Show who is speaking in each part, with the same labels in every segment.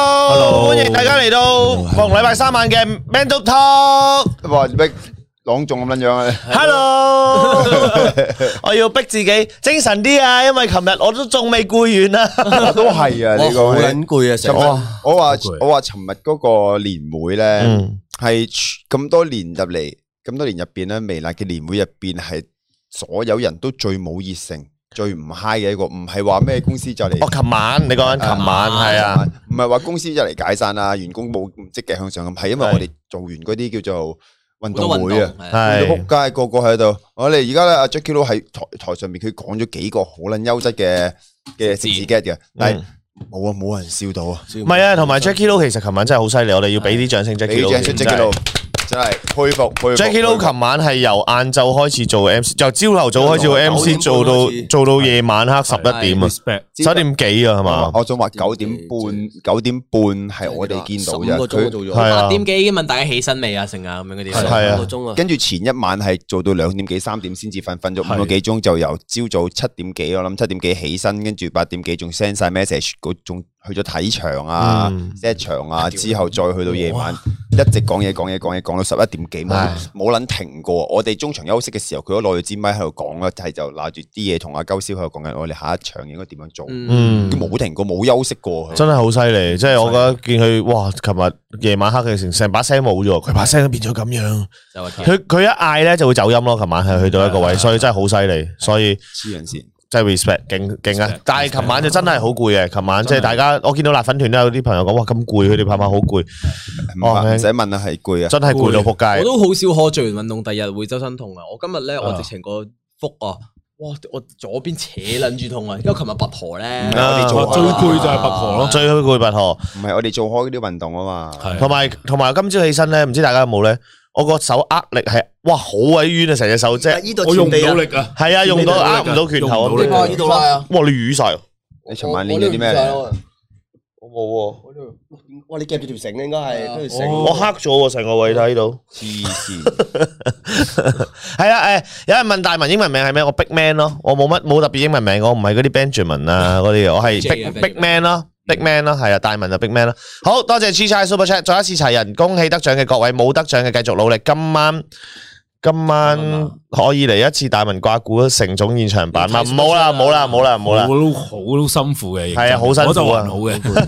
Speaker 1: Hello，歡迎大家嚟到逢禮拜三晚嘅 Man Talk。
Speaker 2: 哇！咩朗誦咁樣樣 啊？
Speaker 1: Hello，我 要逼自己精神啲啊，因為琴日我都仲未攰完啊。
Speaker 2: 都係啊！
Speaker 3: 我
Speaker 2: 你
Speaker 3: 好
Speaker 2: 講
Speaker 3: 撚攰
Speaker 4: à,
Speaker 3: 啊，成
Speaker 2: 我
Speaker 3: 日
Speaker 2: 話我話
Speaker 3: 攰
Speaker 2: 我話，尋日嗰個年會咧，
Speaker 1: 嗯，
Speaker 2: 係咁多年入嚟，咁多年入邊咧，微辣嘅年會入邊係所有人都最冇熱誠、最唔 high 嘅一個，唔係話咩公司就嚟
Speaker 1: 我。哦琴晚你講緊琴晚係啊，，
Speaker 2: 唔係話公司就嚟解散啊，員工冇唔積極向上咁，係因為
Speaker 1: 係
Speaker 2: 我哋做完嗰啲叫做運
Speaker 3: 好多
Speaker 2: 動
Speaker 3: 運
Speaker 2: 會啊
Speaker 1: à.
Speaker 4: à.
Speaker 3: 動。係
Speaker 2: 去到
Speaker 1: 係
Speaker 2: 仆街，個個喺度。我哋而家咧，阿 Jackie 佬喺台台上面，佢講咗幾個好撚優質嘅嘅政治 get
Speaker 1: 嗯
Speaker 2: 嘅，但係冇啊，冇人笑到啊！
Speaker 3: 唔
Speaker 1: 唔係啊，同埋 Jackie Lou 其實琴晚真係好犀利，我哋要俾啲掌聲
Speaker 2: 你
Speaker 1: Jackie
Speaker 2: 正
Speaker 1: Lou
Speaker 2: 出 Jackie 佬真係佩服佩服。
Speaker 1: Jackie Lou 琴晚係由晏晝開始做 MC，由朝頭早開始做
Speaker 3: 由九點
Speaker 1: MC，
Speaker 3: 半
Speaker 1: 做到
Speaker 3: 開始
Speaker 1: 做到夜晚黑十一點啊，
Speaker 5: respect，
Speaker 1: 十一點幾啊，係嘛？
Speaker 2: 我想話九點半，九點半係我哋見到
Speaker 3: 15個
Speaker 2: 嘅。
Speaker 3: 鐘
Speaker 2: 佢
Speaker 3: 做咗，
Speaker 1: 係啊
Speaker 4: 八點幾已經問大家起身未啊，成啊咁樣嗰啲。
Speaker 1: 係啊
Speaker 3: 15個鐘啊，
Speaker 2: 跟住前一晚係做到兩點幾三點先至瞓，瞓咗五個幾鐘，就由朝早七點幾，我諗七點幾起身，跟住八點幾仲 send 晒 message，嗰仲去咗睇場啊
Speaker 1: 嗯、
Speaker 2: set 場啊，之後再去到夜晚，一直講嘢講嘢講嘢講到十一點幾，冇冇撚停過。我哋中場休息嘅時候，佢都攞住支咪喺度講啦，係就拿住啲嘢同阿鳩燒喺度講緊，我哋下一場應該點樣做，佢
Speaker 4: 嗯，
Speaker 1: 嗯。
Speaker 2: 冇停過，冇休息過。
Speaker 1: 真係好犀利，即係我覺得見佢，哇！琴日夜晚黑嘅成成把聲冇咗，佢把聲都變咗咁樣。
Speaker 4: 就話
Speaker 1: 佢佢一嗌咧就會走音咯。琴晚係去到一個位，所以真係好犀利，所以
Speaker 2: 黐人線，
Speaker 1: 真係 respect，勁勁啊！但係琴晚就真係好攰嘅，琴晚即係大家，我見到辣粉團都有啲朋友講，哇咁攰，佢哋拍拍好攰，
Speaker 2: 唔
Speaker 1: 哦
Speaker 2: 怕
Speaker 1: 明
Speaker 2: 唔使問啦，係攰啊。
Speaker 1: 真係攰到仆
Speaker 4: 我
Speaker 1: 街。
Speaker 4: 都好少可做完運動第二日會周身痛啊！我今日咧，我直情個腹啊，哇！我左邊扯撚住痛啊，因為琴日拔河咧
Speaker 2: 唔，係我哋做
Speaker 5: 最
Speaker 2: 開啊，
Speaker 5: 攰就係拔河咯。
Speaker 1: 最攰拔河，
Speaker 2: 唔係我哋做開嗰啲運動啊嘛。
Speaker 5: 係
Speaker 1: 同埋同埋今朝起身咧，唔知大家有冇咧？我個手握力係，哇好鬼冤啊！成隻手即係，
Speaker 3: 依度
Speaker 5: 我用唔
Speaker 3: 貼地
Speaker 5: 到
Speaker 3: 啊，
Speaker 5: 力啊，
Speaker 1: 係啊，用到握唔到拳頭啊！
Speaker 5: 用唔到力
Speaker 3: 呢度
Speaker 4: à.
Speaker 3: 拉啊，
Speaker 1: 哇你瘀晒，
Speaker 2: 你尋晚練咗啲咩嚟？
Speaker 3: 我冇喎，哇你夾住條繩應該係
Speaker 4: 啊
Speaker 3: 跟住
Speaker 5: 哦
Speaker 3: 繩，
Speaker 1: 我黑咗喎成個位睇到。
Speaker 2: 黐線，
Speaker 1: 系啦，诶，有人問大文英文名係咩？我 Big Man 咯，我冇乜冇特別英文名，我唔係嗰啲 Benjamin à, 啊嗰啲，我係
Speaker 4: J 啊
Speaker 1: Big Big
Speaker 4: Benjamin
Speaker 1: Man 咯，Big Man 咯，係啊，大文就 Big Man 啦。好多謝 Chi Chai Super Chat，再一次齊人，恭喜得獎嘅各位，冇得獎嘅繼續努力。今晚今晚
Speaker 4: 今晚啊
Speaker 1: 可以嚟一次大文掛股成總現場版嘛？
Speaker 4: 要
Speaker 1: 唔
Speaker 4: 睇
Speaker 1: 好啦，
Speaker 4: Super Chat 啊
Speaker 1: 冇啦，冇啦，冇啦
Speaker 5: 我。都好都辛苦嘅，
Speaker 1: 係啊好辛苦啊
Speaker 5: 我 就還好嘅，
Speaker 4: 係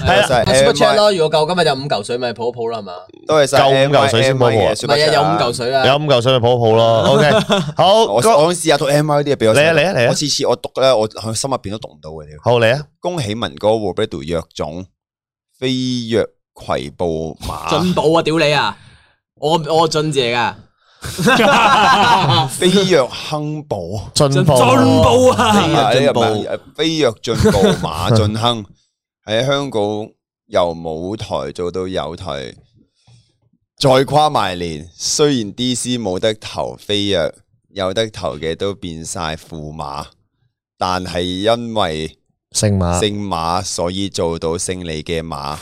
Speaker 2: 係啊
Speaker 4: 啊，super
Speaker 2: 誒
Speaker 4: chat 咯，如果夠今日有五嚿水咪抱一抱啦，係嘛？
Speaker 2: 多謝晒
Speaker 1: 夠五
Speaker 2: M
Speaker 1: 嚿水先
Speaker 2: M
Speaker 1: 摸摸啊
Speaker 2: 嘅
Speaker 4: 唔
Speaker 2: Super
Speaker 4: 係
Speaker 2: Chat
Speaker 4: 啊，有五嚿
Speaker 2: 啊。
Speaker 4: 水啊，
Speaker 1: 有五嚿水咪抱一抱咯。OK，
Speaker 2: 我
Speaker 1: 好，
Speaker 2: 我試下讀 M I 啲嘢俾我
Speaker 1: 嚟啊
Speaker 2: 先
Speaker 1: 嚟啊嚟啊
Speaker 2: 我次次我讀咧，我喺心入邊都讀唔到嘅。屌
Speaker 1: 好嚟啊！
Speaker 2: 恭喜文哥 Roberto 藥種飛躍葵步馬
Speaker 4: 進步啊！屌你啊！我我進謝噶，
Speaker 2: 飛躍亨步，
Speaker 1: 進步，進
Speaker 5: 進步
Speaker 4: 哎
Speaker 5: 啊！
Speaker 2: 啊
Speaker 1: 進步
Speaker 2: 呢個名飛躍進步 馬進亨喺香港由舞台做到有台，再跨埋年。雖然 D C 冇得投飛躍，有得投嘅都變晒驸馬，但係因為。
Speaker 1: 聖馬，
Speaker 5: 啊
Speaker 2: 姓馬，所以做到勝利嘅馬。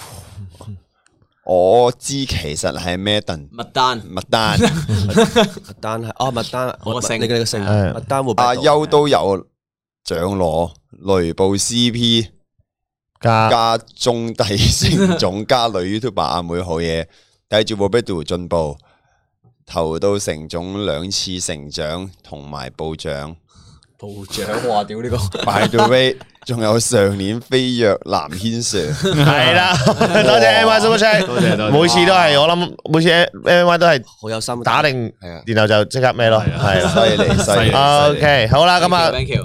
Speaker 2: 我知其實係咩鄧
Speaker 4: 麥丹
Speaker 2: 麥丹，
Speaker 3: 麥丹係哦麥丹，
Speaker 4: 我個啊
Speaker 3: 麥
Speaker 4: 繩
Speaker 3: 你嘅你個繩，
Speaker 1: 係
Speaker 3: 麥丹會
Speaker 2: 阿優都啊有長羅、雷暴 CP
Speaker 1: 加
Speaker 2: 加中帝星總加女 YouTuber 阿妹好嘢，睇住 Roberto 進步，投到成總兩次成長同埋部長。
Speaker 4: 部長，哇！屌呢個
Speaker 2: By the way，仲有上年飛躍藍軒 Sir，
Speaker 1: 係啦，多謝 M Y Super Chat，
Speaker 5: 多謝多謝
Speaker 1: 每次都係我諗，每次 M Y 都係
Speaker 3: 好有心
Speaker 1: 打定，
Speaker 2: 係啊
Speaker 1: 然後就即刻咩咯，係啦。
Speaker 2: 犀利 犀利。
Speaker 1: O
Speaker 2: 犀利
Speaker 1: K，好啦，咁啊，
Speaker 4: ，thank you，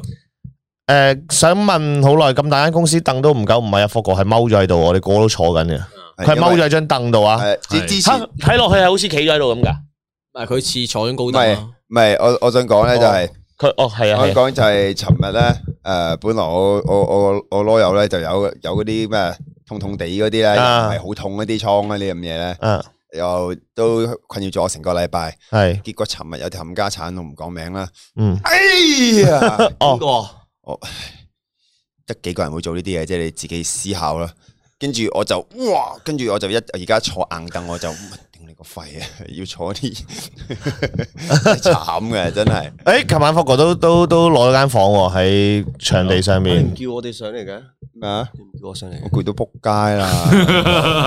Speaker 1: 誒，想問好耐，咁大間公司凳都唔夠，唔係啊，福哥係踎咗喺度，我哋個個都坐緊嘅，佢係踎咗喺張凳度啊，
Speaker 2: 係呃之
Speaker 5: 係
Speaker 2: 之前
Speaker 1: 嚇睇落去係好似企咗喺度咁㗎，
Speaker 4: 唔係佢似坐緊高
Speaker 2: 唔
Speaker 4: 登
Speaker 2: 係
Speaker 4: 啊，
Speaker 2: 唔係，我我想講咧就係、
Speaker 1: 佢哦係啊
Speaker 2: 香
Speaker 1: 係啊，
Speaker 2: 港就係尋日咧，誒、本來我我我我攞友咧就有有嗰啲咩痛痛地嗰啲咧，
Speaker 1: 啊
Speaker 2: 係好痛嗰啲瘡嗰啲咁嘢咧，
Speaker 1: 嗯
Speaker 2: 又都困擾咗我成個禮拜。
Speaker 1: 係，
Speaker 2: 結果尋日有條冚家產，我唔講名啦。
Speaker 1: 嗯
Speaker 2: 哎 呀，
Speaker 1: 哦
Speaker 4: 個
Speaker 2: 得幾個人會做呢啲嘢，即係你自己思考啦。跟住我就哇，跟住我就一而家坐硬凳，我就頂你個肺啊！ 要坐啲慘嘅， 真係。
Speaker 1: 誒，琴晚福哥都都都攞咗間房喎喺場地上面，
Speaker 3: 叫我哋上嚟嘅，
Speaker 2: 咩啊？
Speaker 3: 叫我上嚟
Speaker 2: 我。攰到仆街啦！唔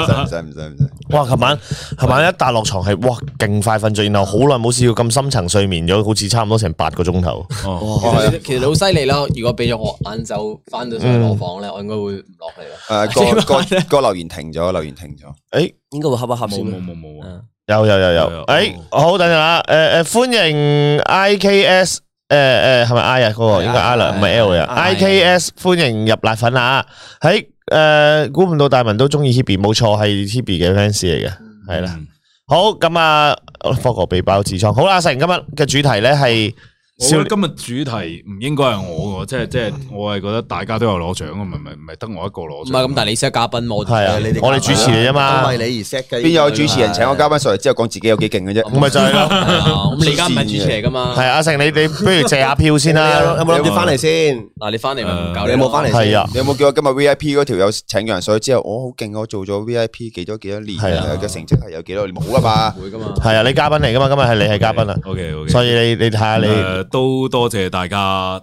Speaker 2: 使唔使唔使唔使，
Speaker 1: 哇！琴晚琴晚一笪落床係哇，勁快瞓着，然後好耐冇試過咁深層睡眠咗，好似差唔多成八個鐘頭。
Speaker 5: 哦，
Speaker 4: 其實其實你好犀利啦！如果俾咗我晏晝翻到上去攞房咧，我應該會唔落嚟啦。
Speaker 2: 诶，啊個個個留言停咗，留言停咗。
Speaker 1: 诶，
Speaker 3: 應該會恰一恰
Speaker 5: 冇
Speaker 3: 先。
Speaker 5: 冇冇冇啊！
Speaker 3: 嗯
Speaker 1: 有有有
Speaker 5: 係
Speaker 1: 有
Speaker 5: 啊，
Speaker 1: 诶，好等陣啦，诶诶，歡迎 IKS，诶诶，係咪 I 啊？嗰個應該 I 啦，唔係 L 啊。
Speaker 4: I
Speaker 1: IKS 歡迎入奶粉啊！喺诶，估唔到大文都中意 Hebe，冇錯係 Hebe 嘅 fans 嚟嘅，係啦。好咁啊，科哥被爆痔瘡。好啦，成今日嘅主題咧係
Speaker 5: 我覺得今日主題唔應該係我喎，即係即係我係覺得大家都有攞獎啊，唔係唔係唔係得我一個攞
Speaker 4: 唔
Speaker 5: 獎。啊
Speaker 4: 係咁，但係你識嘉賓我
Speaker 1: 係啊
Speaker 3: 你哋
Speaker 1: 我哋主持嚟啫嘛
Speaker 3: 因為你而 set 嘅。
Speaker 2: 邊有主持人請我嘉賓上嚟之後講自己有幾勁嘅啫？
Speaker 1: 咪哎就係咯。
Speaker 4: 係啊咁你而家唔係主持嚟噶嘛？
Speaker 1: 係阿啊成，你你不如借下票先啊
Speaker 3: 你 有
Speaker 1: 啦。
Speaker 3: 有冇諗住翻嚟先？
Speaker 4: 嗱，你翻嚟咪唔搞
Speaker 3: 你有冇翻嚟先？
Speaker 1: 係啊，
Speaker 2: 你有冇叫我今日 V I P 嗰條友請咗人上去之後，我好勁，我做咗 V I P 幾多幾多年
Speaker 1: 係啊
Speaker 2: 嘅成績係有幾多年冇噶嘛？
Speaker 4: 會噶嘛？
Speaker 1: 係啊，你嘉賓嚟噶嘛？今日係你係嘉賓啊，
Speaker 5: O K O K，
Speaker 1: 所以你你睇下你
Speaker 5: 誒都多謝大家誒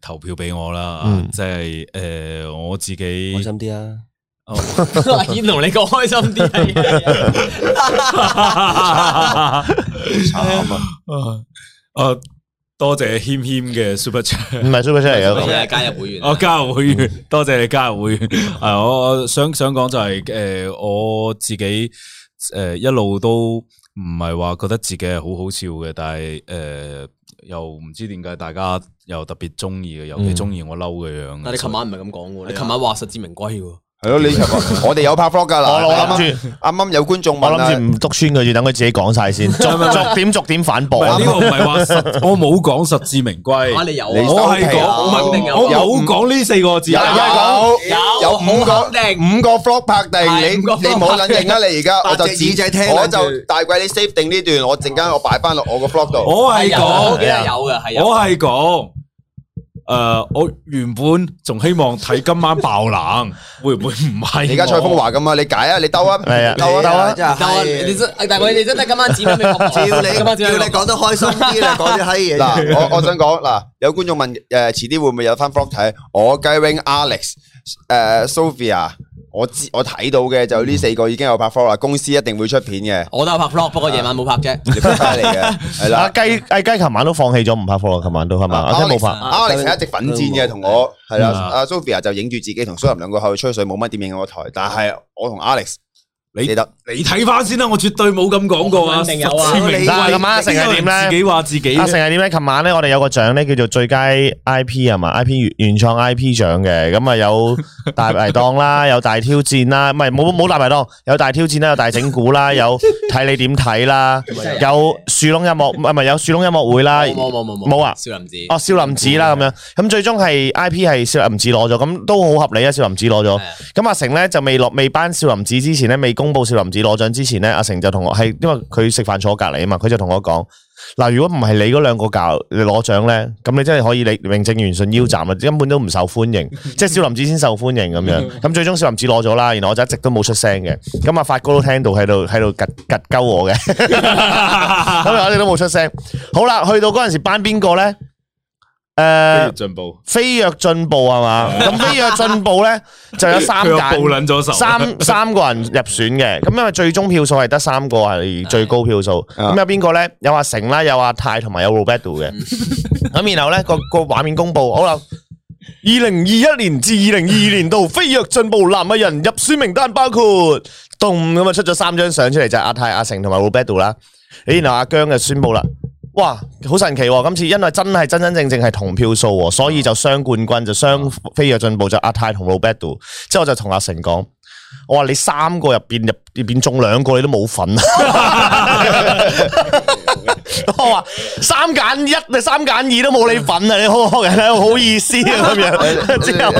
Speaker 5: 投票俾我啦
Speaker 1: 嗯，
Speaker 5: 即係誒我自
Speaker 3: 開
Speaker 5: 己
Speaker 3: 心啲啊！
Speaker 5: 哦
Speaker 4: 阿燕同你講開心啲啊！
Speaker 2: 慘啊！
Speaker 5: 誒啊多謝謙謙嘅 Super Chat
Speaker 1: 唔。係 super 出嚟
Speaker 4: 我
Speaker 1: 嘅。
Speaker 4: 哋係加入會員，
Speaker 5: 我加入會員，多謝你加入會員。啊，我我想想講就係、诶我自己诶一路都唔係話覺得自己係好好笑嘅，但係诶又唔知點解大家又特別中意嘅，尤其中意我嬲嘅樣。
Speaker 4: 但係你琴晚唔係咁講喎，你琴晚話實至名歸喎。
Speaker 2: 係咯，你琴日我哋有拍 vlog 噶啦。
Speaker 1: 我我諗
Speaker 2: 啱
Speaker 1: 住
Speaker 2: 啱啱啱有觀眾
Speaker 1: 我
Speaker 2: 問
Speaker 1: 諗
Speaker 2: 啊
Speaker 1: 住唔篤穿佢，要等佢自己講晒先，逐逐點逐點反
Speaker 5: 唔係呢
Speaker 4: 啊
Speaker 1: 駁。啊
Speaker 5: 個唔係話 實，我冇講實至名歸。
Speaker 4: 啊，你有啊
Speaker 2: 你
Speaker 5: 我係
Speaker 2: 收皮
Speaker 5: 講
Speaker 2: 啦
Speaker 5: 我唔
Speaker 4: 啊
Speaker 5: 係我冇講呢四個字。啊
Speaker 2: 有
Speaker 4: 有
Speaker 2: 有有
Speaker 4: 好
Speaker 2: 五個
Speaker 4: 肯定
Speaker 2: 五個 vlog 拍定，
Speaker 4: 係
Speaker 2: 你
Speaker 4: 五個 vlog
Speaker 2: 你冇撚認啦！你而家
Speaker 3: 拍
Speaker 2: 我就
Speaker 3: 隻耳仔聽
Speaker 2: 我
Speaker 3: 撚住
Speaker 2: 就大貴你 save 定呢段，我陣間我擺翻落我個 vlog 度。
Speaker 5: 我係
Speaker 4: 有，我哎記
Speaker 5: 講。
Speaker 4: 得有嘅，係有。
Speaker 5: 我系讲，诶、我原本仲希望睇今晚爆冷， 會唔會唔係？
Speaker 2: 你而家蔡風華咁啊，你解啊，你兜啊，
Speaker 1: 係啊
Speaker 2: 兜啊
Speaker 3: 你
Speaker 2: 兜
Speaker 3: 啊
Speaker 2: 啊，
Speaker 3: 真係
Speaker 4: 但係你
Speaker 3: 係
Speaker 4: 真，但係我哋真係今晚指俾你講
Speaker 3: 叫你
Speaker 4: 今晚指
Speaker 3: 叫
Speaker 4: 俾
Speaker 3: 你講得開心 啲，你講啲閪嘢。
Speaker 2: 嗱，我我想講嗱，有觀眾問誒，遲啲會唔會有翻 vlog 睇？我雞 wing Alex 誒 Sophia，我知我睇到嘅
Speaker 1: 嗯
Speaker 2: 就呢四個已經有拍 vlog 啦，公司一定會出片嘅，
Speaker 4: 我都有拍 vlog，不過夜晚冇拍啫。
Speaker 2: 你拍翻 嚟嘅係
Speaker 1: 阿
Speaker 2: 啦。啊
Speaker 1: 雞阿雞，琴晚都放棄咗唔拍貨啦，琴晚都係嘛？我啊聽冇拍。
Speaker 2: Alex 係一直奮戰嘅，同我係啦。
Speaker 5: 嗯
Speaker 2: 阿 Sophia 就影住自己同蘇林兩個後吹水，冇乜點影我台。但係我同 Alex
Speaker 5: 你
Speaker 2: 記得
Speaker 5: 你睇翻先啦，我絕對冇咁講過啊！
Speaker 4: 我肯定有啊
Speaker 5: 實至名歸
Speaker 1: 嗱咁啊成係點咧
Speaker 5: 自己話自己
Speaker 1: 啊阿成係點咧？琴晚咧，我哋有個獎咧，叫做最佳 I P 係嘛？I P 原原創 I P 獎嘅，咁啊有大排檔啦，有大挑戰啦，唔係冇冇大排檔，有大挑戰啦，有大整蠱啦，有睇你點睇啦，有樹窿音樂，唔係唔係有樹窿音樂會啦，
Speaker 4: 冇冇冇冇冇
Speaker 1: 冇啊
Speaker 4: 少林寺。
Speaker 1: 哦少林寺啦咁樣，咁最終係 I P 係少林寺攞咗，咁都好合理啊！少林寺攞咗
Speaker 4: 係啊，
Speaker 1: 咁阿成咧就未落未頒少林寺之前咧，未公布少林寺攞獎之前咧，阿成就同我係因為佢食飯坐我隔離啊嘛，佢就同我講。嗱，如果唔係你嗰兩個教你攞獎咧，咁你真係可以你名正言順腰斬啊，根本都唔受歡迎，即係少林寺先受歡迎咁樣。咁最終少林寺攞咗啦，然後我就一直都冇出聲嘅。咁啊，發哥都聽到喺度喺度吉吉鳩我 嘅，咁我哋都冇出聲。好啦，去到嗰陣時班邊個咧？誒、
Speaker 5: 跟住進步，
Speaker 1: 飛躍進步係嘛？咁飛躍進步咧就有三
Speaker 5: 佢又
Speaker 1: 揀
Speaker 5: 暴。撚咗手，
Speaker 1: 三三個人入選嘅，咁因為最終票數係得三個係最高票數，
Speaker 2: 啊
Speaker 1: 咁有邊個咧？有阿成啦，有阿泰同埋有 Roberto 嘅， 咁然後咧個個畫面公佈，好啦。二零二一年至二零二二年度飛躍進步男藝人入選名單包括動咁啊出咗三張相出嚟就係阿泰、阿成同埋 Roberto 啦，咦哎然後阿姜就宣布啦，哇好神奇喎、今次因為真係真真正正係同票數喎，所以就雙冠軍就雙飛躍進步就阿泰同 Roberto，之後我就同阿成講。我話你三個入邊入入邊中兩個你都冇份，啊 我話三揀一，你三揀二都冇你份啊！你好好人啊，好意思啊咁樣。之後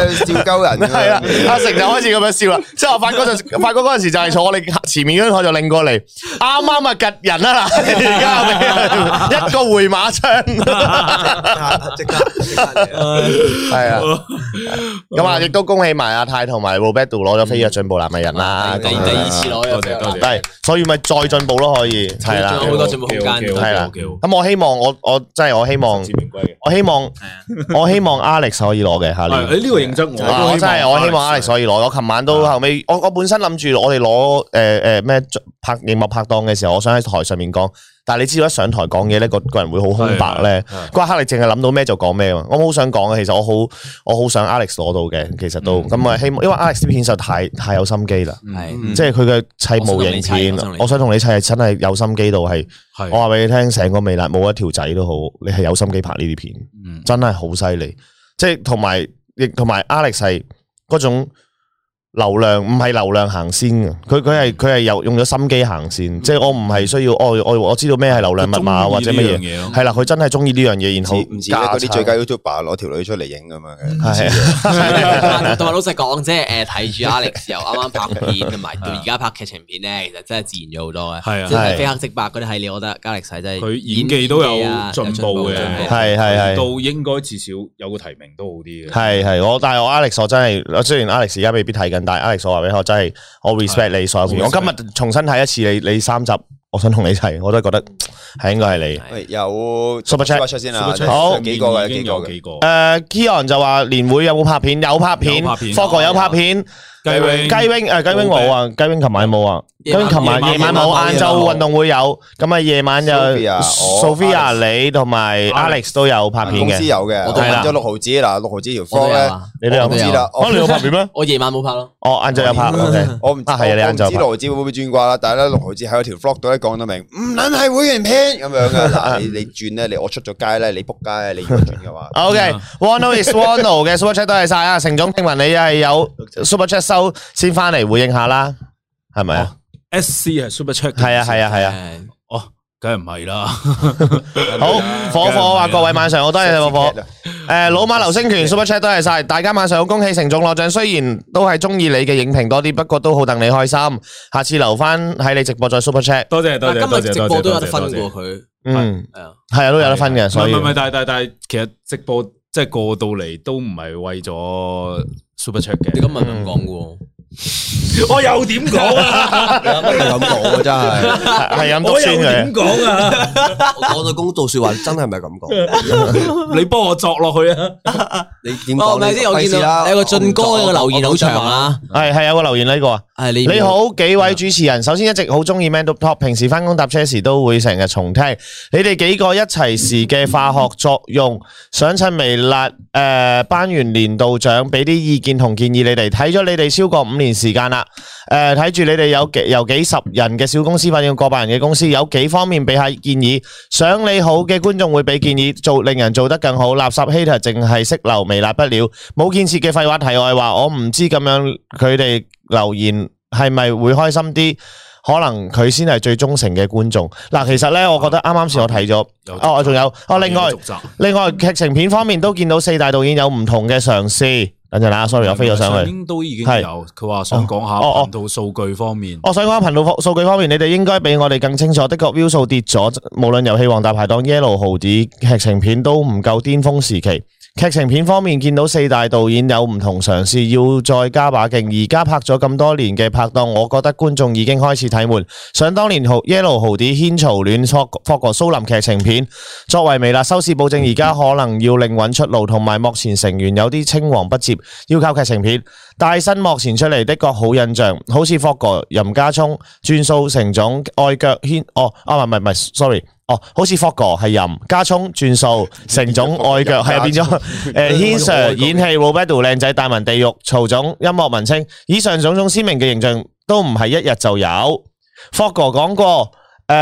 Speaker 2: 照鳩人 啊
Speaker 1: 係啊啦，阿成就開始咁樣笑啦。之後發哥就 發哥嗰陣時就係坐我哋前面嗰張台就擰過嚟，啱啱啊 吉人啦嗱，而家我哋一個回馬槍，
Speaker 3: 即刻即刻嚟啊
Speaker 1: 係啊。咁啊，亦都恭喜埋阿泰同埋 Roberto 攞咗飛躍進步男藝人啦。
Speaker 4: 第
Speaker 1: 咁樣
Speaker 4: 第二次攞
Speaker 5: 多謝多謝
Speaker 1: 但係所以咪再進步咯，可以係啦
Speaker 4: 仲。有好多進步空間
Speaker 5: 幾好
Speaker 1: 係啦
Speaker 5: 幾好幾好
Speaker 1: 咁我希望我我真係我希望
Speaker 5: 實至名歸嘅。
Speaker 1: 我希望我希望 Alex 可以攞嘅下
Speaker 5: 係
Speaker 1: 年。
Speaker 5: 誒呢個認真，
Speaker 1: 啊我真係我希望啊 Alex 可以攞。我琴晚都後尾，我我本身諗住我哋攞诶诶咩拍熒幕拍檔嘅時候，我想喺台上面講，但係你知道一上台講嘢咧，個個人會好空白咧。嗰一刻你淨係諗到咩就講咩嘛。我好想講嘅，其實我好我好想 Alex 攞到嘅，其實都咁啊希望，因為 Alex 啲片實太太有心機啦。
Speaker 4: 係
Speaker 2: 嗯
Speaker 1: 即係佢嘅砌模型片我
Speaker 4: 我想同你砌，
Speaker 1: 想同你砌係真係有心機度係，
Speaker 5: 係
Speaker 1: 我話俾你聽，成個微辣冇一條仔都好，你係有心機拍呢啲片，
Speaker 5: 嗯
Speaker 1: 真係好犀利。即係同埋亦同埋 Alex 係嗰種流量，唔係流量行先嘅，佢佢
Speaker 5: 嗯
Speaker 1: 係佢係有用咗心機行先，即係我唔係需要，哦我我知道咩係流量密碼啊或者乜嘢，
Speaker 5: 嘢咯。
Speaker 1: 係啦，佢真係中意呢樣嘢，然後
Speaker 2: 唔似咧嗰啲
Speaker 1: 加
Speaker 2: 最佳 YouTuber 攞條女出嚟影咁樣嘅。
Speaker 1: 係
Speaker 4: 同埋老實講，即係誒睇住 Alex 由啱啱拍片，同埋到而家拍劇情片咧，其實真係自然咗好多嘅。
Speaker 5: 係啊
Speaker 4: 即係
Speaker 1: 係
Speaker 4: 非黑即白嗰啲系列，我覺得 Alex 係真係
Speaker 5: 佢演技都有進步嘅
Speaker 4: 演技啊有進步
Speaker 1: 係係係。
Speaker 5: 到應該至少有個提名都好啲嘅。
Speaker 1: 系系，我但系我 Alex 我真系，雖然 Alex 而家未必睇緊，但系 Alex 我話俾你聽我真係我 respect 你所有片。我
Speaker 5: respect
Speaker 1: 今日重新睇一次你你三集，我想同你一齊，我都覺得係應該係你。
Speaker 2: 喂，有
Speaker 1: Super chat，
Speaker 2: 先啊
Speaker 5: Super，Chat
Speaker 1: 好
Speaker 2: 有
Speaker 5: 上面
Speaker 2: 幾個嘅，
Speaker 5: 已
Speaker 2: 幾
Speaker 5: 經
Speaker 2: 個
Speaker 5: 有
Speaker 2: 嘅。
Speaker 5: 幾個。
Speaker 1: 诶，Kion 就話年會有冇拍片？有拍片
Speaker 5: 有拍片
Speaker 1: 科哥有拍片，
Speaker 5: 雞 wing
Speaker 1: 雞 wing 诶，雞 wing 冇啊，雞 wing 琴晚冇啊，雞
Speaker 4: 夜晚
Speaker 1: wing 琴晚夜
Speaker 4: 夜
Speaker 1: 晚
Speaker 4: 晚
Speaker 1: 冇，晏
Speaker 4: 夜晚
Speaker 1: 晝
Speaker 4: 冇
Speaker 1: 運動會有，咁啊夜晚就
Speaker 2: Sophia，我
Speaker 1: Sophia 你同埋
Speaker 5: Alex
Speaker 1: Alex 都有拍片
Speaker 2: 公司
Speaker 1: 嘅，
Speaker 2: 有嘅，
Speaker 4: 我
Speaker 2: 我
Speaker 4: 都
Speaker 2: 都
Speaker 1: 有
Speaker 2: 揾咗六毫子嗱，六毫子條
Speaker 4: 我都
Speaker 2: f
Speaker 4: 有
Speaker 2: 咧，
Speaker 4: 啊，
Speaker 1: 你都有
Speaker 2: 我
Speaker 1: 拍
Speaker 2: 唔知
Speaker 1: 片，
Speaker 2: 啦，
Speaker 1: 啊
Speaker 2: 我
Speaker 1: 你有拍片咩？
Speaker 4: 我夜晚冇拍咯，
Speaker 1: 哦，晏晝有拍，OK。
Speaker 2: 我唔
Speaker 1: 啊係啊你
Speaker 2: 我
Speaker 1: 晏
Speaker 2: 唔
Speaker 1: 晝
Speaker 2: 知六毫子會唔會轉掛啦，但係咧六毫子喺嗰條 vlog 度咧講得明，唔撚係會員片咁樣嘅。 嗱，你你轉咧，你我出咗街咧，你仆街咧，你如果轉嘅話，
Speaker 1: O K，Wano is Wano 嘅 Super Chat 多謝晒啊！成總聽聞你係有 Super Chat 收先翻嚟回應下啦，係咪啊？
Speaker 5: S C 係 Super Check，
Speaker 1: 係啊，係啊，係啊！
Speaker 4: 誒
Speaker 5: 哦，梗係唔係啦。
Speaker 1: 好，火火話
Speaker 5: 梗係唔係啦
Speaker 1: 各位晚上好，多謝你火火。誒，老馬流星拳 Super Chat 多謝晒，大家晚上好，恭喜成總攞獎。雖然都係中意你嘅影評多啲，不過都好等你開心。下次留翻喺你直播再 Super Chat。
Speaker 5: 多謝多謝，
Speaker 4: 但今日直播都有得分
Speaker 5: 嘅
Speaker 4: 過。佢，
Speaker 1: 嗯，
Speaker 4: 係啊，
Speaker 1: 係啊，都有得分嘅，所以
Speaker 5: 唔係唔係，但係但係但係，其實直播即係過到嚟都唔係為咗 Super Check
Speaker 4: 你
Speaker 5: 嘅。
Speaker 4: 今日咁講嘅
Speaker 5: 我又點講 啊？
Speaker 3: 咁講啊，真係。
Speaker 1: 係咁篤酸
Speaker 5: 講 啊？
Speaker 3: 我講到公道説話，真係唔係咁講。
Speaker 5: 你幫我作落去啊！
Speaker 3: 你點
Speaker 4: 喎。哦，
Speaker 3: 講
Speaker 4: 唔
Speaker 3: 呢？
Speaker 4: 係先，我
Speaker 3: 費
Speaker 4: 見
Speaker 3: 事啦
Speaker 4: 到有個俊哥嘅留言好長。啊啦，
Speaker 1: 佢，係係有個留言呢個啊。
Speaker 4: 係你
Speaker 1: 你，好，幾位主持人，首先一直好中意 Man Up Top，平時翻工搭車時都會成日重聽。你哋幾個一齊時嘅化學作用， 想趁微辣誒、呃、頒完年度獎，俾啲意見同建議你哋。睇咗你哋超過五年時間啦，誒睇住你哋有幾由幾十人嘅小公司，發展到過百人嘅公司，有幾方面俾下建議。想你好嘅觀眾會俾建議，做令人做得更好。垃圾 hater 淨係識留微辣不了。冇建設嘅廢話題外話，我唔知咁樣佢哋留言係咪會開心啲？可能佢先係最忠誠嘅觀眾。嗱，其實呢，我覺得啱啱先我睇咗，
Speaker 5: 有
Speaker 1: 哦，我仲啊有，哦，另外
Speaker 5: 續集
Speaker 1: 另外劇情片方面都見到四大導演有唔同嘅嘗試。等陣啦，sorry，我飛啊咗上去。
Speaker 5: 邊都已經
Speaker 1: 係
Speaker 5: 有，佢話想講下
Speaker 1: 哦哦
Speaker 5: 頻道數據方面。
Speaker 1: 我想講頻道數數據方面，你哋應該比我哋更清楚。的確 view 數跌咗，無論遊戲王大排檔、Yellow 毫子劇情片都唔夠巔峰時期。劇情片方面，見到四大導演有唔同嘗試，要再加把勁。而家拍咗咁多年嘅拍檔，我覺得觀眾已經開始睇悶。想當年豪 Yellow 豪子牽曹戀霍霍國蘇林劇情片，作為微辣收視保證，而家可能要另揾出路，同埋幕前成員有啲青黃不接，要靠劇情片。大新幕前出嚟的確好印象，好似霍哥、任家聰、轉數成種、愛腳牽哦啊唔係唔係，sorry。哦，好似霍哥係任家聰轉數，成種愛腳係啊變咗 誒軒 Sir 演戲 Roberto 靚仔大文地獄曹總音樂文青，以上種種鮮明嘅形象都唔係一日就有。霍哥講過。誒、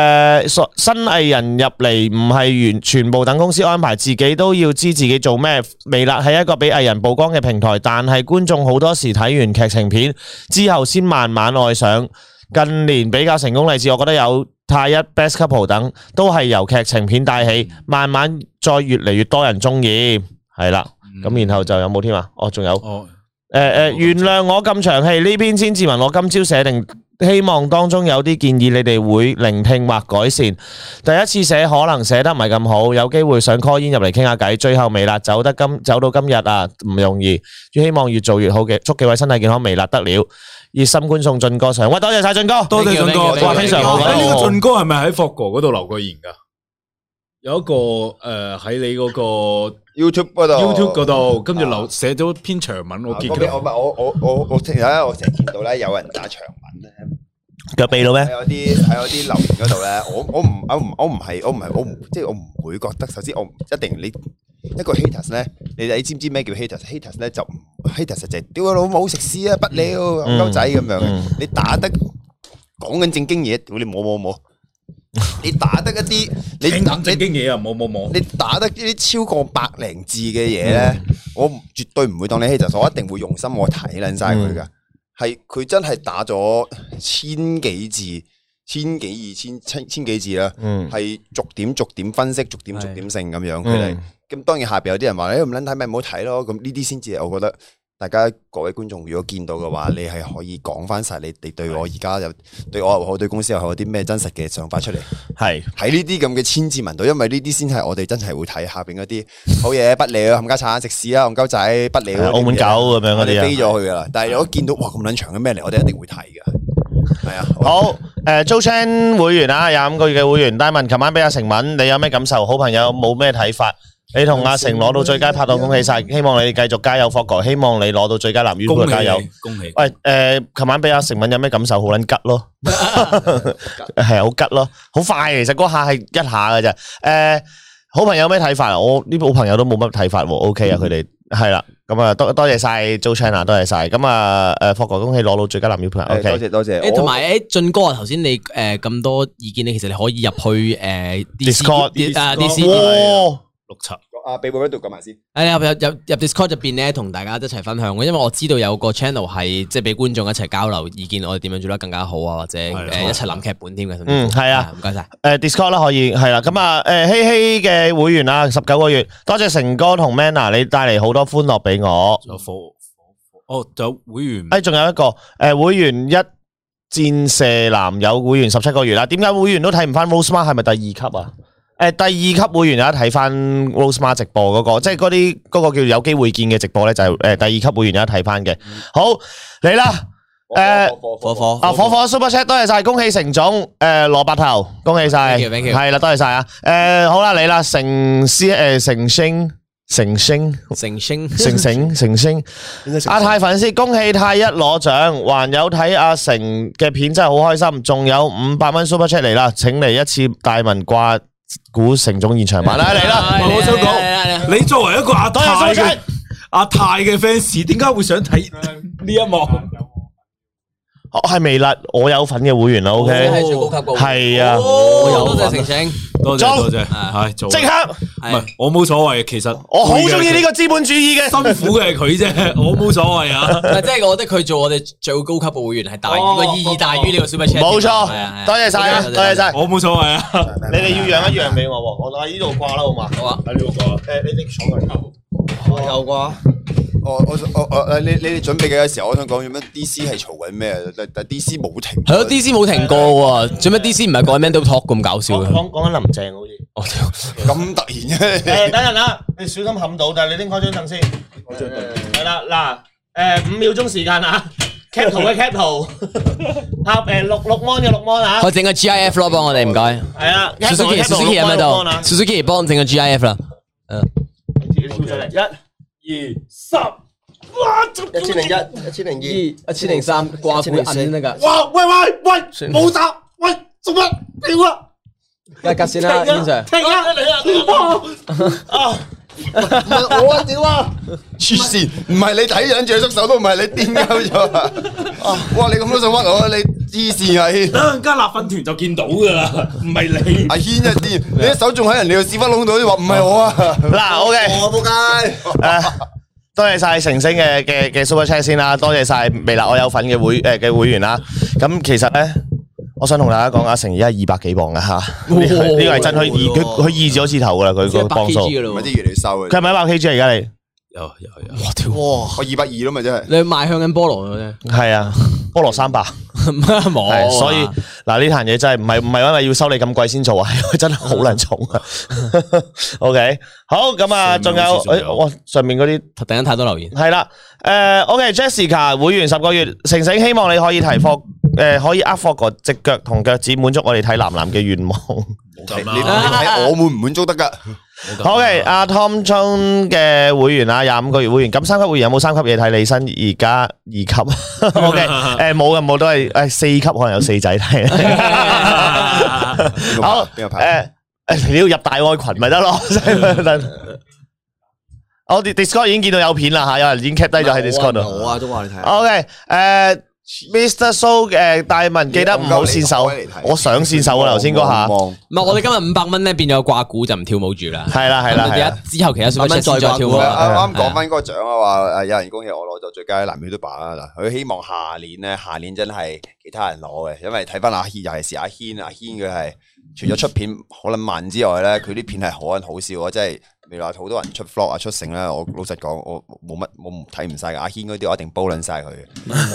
Speaker 1: 所新藝人入嚟唔係完全部等公司安排，自己都要知自己做咩。微辣係一個俾藝人曝光嘅平台，但係觀眾好多時睇完劇情片之後，先慢慢愛上。近年比較成功例子，我覺得有太一 Best Couple 等，都係由劇情片帶起，慢慢再越嚟越多人中意，係啦。咁然後就有冇添啊？哦，仲有。
Speaker 5: 嗯哦，
Speaker 1: 诶诶，原諒我咁長氣，呢篇千字文我今朝寫定希望當中有啲建議，你哋會聆聽或改善。第一次寫可能寫得唔係咁好，有機會想 call in 入嚟傾下偈。最後微辣走得今走到今日啊，唔容易。希望越做越好嘅，祝幾位身體健康，微辣得了。熱心觀眾俊哥上，喂，多謝晒俊哥，
Speaker 5: 多謝俊
Speaker 4: 多謝
Speaker 5: 哥，
Speaker 1: 哇非常好
Speaker 5: 喂
Speaker 1: 非常
Speaker 5: 呢
Speaker 1: 好
Speaker 5: 個俊哥係咪喺霍哥嗰度留過言噶？有一個诶喺你嗰個
Speaker 2: YouTube 嗰度
Speaker 5: YouTube 嗰度，跟住留寫咗篇長文，我見
Speaker 2: 嗰邊我
Speaker 5: 佢。
Speaker 2: 咪我我我我成日咧，我成日見到咧有人打長文咧，
Speaker 1: 腳痹到咩？
Speaker 2: 喺我啲喺我啲留言嗰度咧，我我唔我唔我唔係我唔係我唔即係我唔會覺得，首先我唔一定你一個 haters 咧，你你知唔知咩叫 haters？haters 咧就唔 haters 就係屌佢老母食屎啊，不了
Speaker 1: 嗯
Speaker 2: 鳩仔咁樣嘅
Speaker 1: 嗯，
Speaker 2: 你打得講緊正經嘢，屌你冇冇冇，你打得一啲你
Speaker 5: 你
Speaker 2: 打
Speaker 5: 諗
Speaker 2: 你
Speaker 5: 正經嘢啊！冇冇冇。
Speaker 2: 你打得呢啲超過百零字嘅嘢咧，我唔絕對唔會當你 h a t 我一定會用心我睇撚晒佢噶。係佢真係打咗千幾字、千幾二千、千千幾字啦，
Speaker 1: 嗯
Speaker 2: 係逐點逐點分析、逐點
Speaker 4: 係
Speaker 2: 逐點性咁樣佢哋。咁當然下邊有啲人話：，誒唔撚睇咪唔好睇咯。咁呢啲先至係我覺得大家各位觀眾如果見到嘅話，你係可以講翻晒你哋對我而家有對我又好對公司又好有啲咩真實嘅想法出嚟。
Speaker 1: 係
Speaker 2: 喺呢啲咁嘅千字文度，因為呢啲先係我哋真係會睇下邊 嗰啲好嘢不了，冚家鏟食屎啦，戇鳩仔不了，
Speaker 1: 啊
Speaker 2: 啊
Speaker 1: 澳門狗咁樣嗰
Speaker 2: 我哋飛
Speaker 1: 啲啊。
Speaker 2: 咗去噶啦。但係如果見到哇咁撚長嘅咩嚟，我哋一定會睇 嘅。係啊，
Speaker 1: 好，诶 j o Chan 會員啊，廿五個月嘅會員，戴文，琴晚俾阿成文，你有咩感受？好朋友冇咩睇法？你同阿成攞到最佳拍檔，恭喜晒！希望你繼續加油 f o g 希望你攞到最佳男 U
Speaker 5: 恭喜
Speaker 1: 加油！
Speaker 5: 你！恭喜！
Speaker 1: 喂，诶，琴晚俾阿成文有咩感受？好撚吉 咯，係好吉咯，好快其實嗰下係一下嘅啫。诶，好朋友有咩睇法啊？我呢好朋友都冇乜睇法喎，OK 啊，佢哋係啦。咁啊，多多謝晒 j o Chan 啊，多謝晒。咁啊，诶 f o g 恭喜攞到最佳男 U 拍
Speaker 2: 誒
Speaker 1: OK
Speaker 2: 多。謝多謝。
Speaker 4: 誒
Speaker 2: 我
Speaker 4: 同埋誒，俊哥啊，頭先你誒咁多意見，你其實你可以入去誒
Speaker 1: Discord 哦
Speaker 4: 啊
Speaker 5: Discord
Speaker 4: Discord，
Speaker 1: 哇！
Speaker 5: 六七
Speaker 2: 阿秘寶喺度撳埋先。
Speaker 4: 誒入入入入 Discord 入邊咧，同大家一齊分享嘅，因為我知道有個 channel 係即係俾觀眾一齊交流意見，我哋點樣做得更加好啊，或者誒
Speaker 5: 係
Speaker 4: 一齊諗劇本添嘅，甚至乎
Speaker 1: 嗯係啊，
Speaker 4: 唔該晒。
Speaker 1: 诶 Discord 啦，可以係啦，咁啊诶希希嘅會員啦，十九個月，多謝成哥同 Manna，你帶嚟好多歡樂俾我。哎
Speaker 5: 仲有火火哦，仲有會員
Speaker 1: 诶，仲有一個诶会员一戰射男友會員十七個月啦，啊點解會員都睇唔翻 Rose Ma 係咪第二級啊？诶，第二級會員有得睇翻 Rose Ma 直播嗰、個，即係嗰啲嗰個叫有機會見嘅直播咧，就係呃诶第二級會員有得睇翻嘅。好嚟啦，誒
Speaker 2: 哦
Speaker 4: 火火
Speaker 1: 啊！火火 Super Chat，多謝晒，恭喜成總，诶蘿蔔頭，恭喜晒，
Speaker 4: Thank you，thank you
Speaker 1: 係啦，多謝晒啊！诶，好啦，你啦，成師诶，成星， 成星，
Speaker 4: 成星
Speaker 1: 成成成星，阿泰粉絲，恭喜泰一攞獎，還有睇阿成嘅片真係好開心，仲有五百蚊 Super Chat 嚟啦，請嚟一次大文掛股成總現場 版啦，嚟啦！
Speaker 4: 啊
Speaker 5: 我想講
Speaker 4: 講，
Speaker 5: 你作為一個阿
Speaker 1: 多謝
Speaker 5: 泰
Speaker 1: Super Chat
Speaker 5: 嘅。阿泰嘅 fans 點解會想睇呢一幕？
Speaker 1: 哦係微辣，我有份嘅會員啦
Speaker 4: 真係
Speaker 1: ，OK，
Speaker 4: 最高級嗰個
Speaker 1: 係啊
Speaker 4: 哦多謝成星，
Speaker 5: 多謝
Speaker 1: 做
Speaker 5: 多謝，
Speaker 4: 啊
Speaker 5: 係做
Speaker 1: 即刻，
Speaker 5: 唔係我冇所謂，其實
Speaker 1: 我好中意呢個資本主義嘅。
Speaker 5: 辛苦嘅係佢啫，我冇所謂啊。
Speaker 4: 唔係即係我覺得佢做我哋最高級嘅會員係大
Speaker 1: 哦
Speaker 4: 於個意義大於呢個 super chat。
Speaker 1: 冇錯
Speaker 4: 係啊係啊
Speaker 1: 多謝晒啊多謝晒
Speaker 5: 我冇所謂啊。
Speaker 1: 你哋要讓一讓俾我喎，我喺呢度掛啦，好嘛？
Speaker 4: 好啊，
Speaker 1: 喺呢度掛。誒，你哋坐佢。
Speaker 3: 有啩？
Speaker 2: 哦我我我我你你哋準備嘅時候，我想講點樣 DC 係嘈緊咩？但但 DC 冇停。
Speaker 4: 係咯，DC 啊冇停過喎，做咩 DC 唔係講 mental talk 咁搞笑啊
Speaker 1: 講
Speaker 4: 嘅？
Speaker 1: 講講緊林鄭好似。
Speaker 4: 我屌
Speaker 2: 咁突然嘅。
Speaker 1: 誒，等陣啦，你小心冚到，但係你拎開張凳先。係啦，嗱，誒五秒鐘時間啊，cap 圖嘅 cap 圖，拍誒六六 mon 嘅六 mon 啊，
Speaker 4: 我整個 GIF 咯，幫我哋唔該。
Speaker 1: 係啊
Speaker 4: Suzuki Suzuki 喺咪度？Suzuki 幫我整個 GIF 啦。
Speaker 3: 一千零一，一千零二。
Speaker 4: 一千零三掛
Speaker 3: 款銀
Speaker 4: 得㗎。
Speaker 1: 哇！喂喂喂，冇答，喂做乜？屌啊！
Speaker 4: 喂，夾先
Speaker 1: 停啊！停啊！啊！
Speaker 2: 唔係我啊屌啊！ 黐線，唔係你睇緊住叔手都唔係你癲 鳩咗啊！哇，你咁都想屈我，你黐線啊！軒
Speaker 5: 等陣間立訓團就見到㗎啦，唔係 你。
Speaker 2: 阿 軒一癲，你一手仲喺人哋嘅屎忽窿度，你話唔係我啊？
Speaker 1: 嗱，OK。
Speaker 2: 我仆街，
Speaker 1: 诶， 多謝晒成星嘅嘅嘅 super chat 先啦，多謝晒微辣我有份嘅會诶嘅會員啦。咁其實咧，我想同大家講，阿成而家二百幾磅噶吓，呢個係呢個係真，佢二佢佢二字好似頭噶啦，佢
Speaker 4: 即
Speaker 1: 個
Speaker 4: 係百
Speaker 1: 磅數，
Speaker 4: kg
Speaker 1: 佢
Speaker 4: 嘅
Speaker 2: 唔
Speaker 4: 咯
Speaker 2: 係
Speaker 4: 喎。
Speaker 2: 啲越嚟越瘦
Speaker 1: 係
Speaker 2: 啊！
Speaker 1: 咪一百 kg 啊而家你
Speaker 5: 有有有。
Speaker 4: 哇屌！
Speaker 2: 我二百二咯嘛，真係
Speaker 4: 你賣向緊菠蘿嘅啫。
Speaker 1: 係啊，菠蘿三百，
Speaker 4: 冇啊，
Speaker 1: 係所以嗱呢坛嘢真系唔系唔系因为要收你咁贵先做啊， 係真系好难重啊。OK，好咁啊，仲
Speaker 5: 上面
Speaker 1: 有
Speaker 5: 好似仲
Speaker 1: 诶，
Speaker 5: 有
Speaker 1: 哇，上面嗰啲。
Speaker 4: 突然間太多留 言，
Speaker 1: 系啦，诶、o k j e s s i c a 會員十個月，成成希望你可以提貨，诶、可以呃貨個只腳同腳趾，滿足我哋睇男男嘅願望。
Speaker 2: 你你
Speaker 5: 你
Speaker 2: 睇我滿唔滿足得㗎？
Speaker 1: 好嘅，阿 Tom Chong 嘅會員啊，廿五個月會員，咁三級會員有冇三級嘢睇？李生而家二級 ，OK，诶冇嘅冇都係诶四級可能有四仔睇。
Speaker 4: 啊
Speaker 2: 邊個
Speaker 1: 好
Speaker 2: 拍邊個拍？
Speaker 1: 诶诶，你要入大愛群咪得咯，我哋 Discord 已經見到有片啦吓，有人已經 cap 低咗喺 Discord 度。
Speaker 3: 我啊，都話你睇。
Speaker 1: O K，诶，Mr. So 嘅大文記得唔好先手
Speaker 2: 我嚟睇，
Speaker 1: 我想先手啊，頭先嗰下，
Speaker 2: 望
Speaker 4: 唔係我哋今日五百蚊咧變咗掛股就唔跳舞住啦，
Speaker 1: 係啦係啦係啦，
Speaker 4: 咁之後其他小
Speaker 3: 百蚊
Speaker 4: 蚊再
Speaker 3: 再掛
Speaker 4: 跳
Speaker 3: 股
Speaker 4: 舞
Speaker 2: 啱
Speaker 3: 啦
Speaker 4: 啦。
Speaker 2: 啱講翻嗰個獎啊，話誒有人恭喜我攞咗最佳男票都把啦。嗱，佢希望下年
Speaker 3: 嗯
Speaker 2: 咧，下年真係其他人攞嘅，因為睇翻阿軒，尤其是阿軒，阿軒佢係除咗出片可能慢之外咧，佢啲片係好撚好笑啊！即係未來好多人出 vlog 啊、出成啦。我老實講，我冇乜我唔睇唔晒嘅。阿軒嗰啲我一定煲撚晒佢嘅。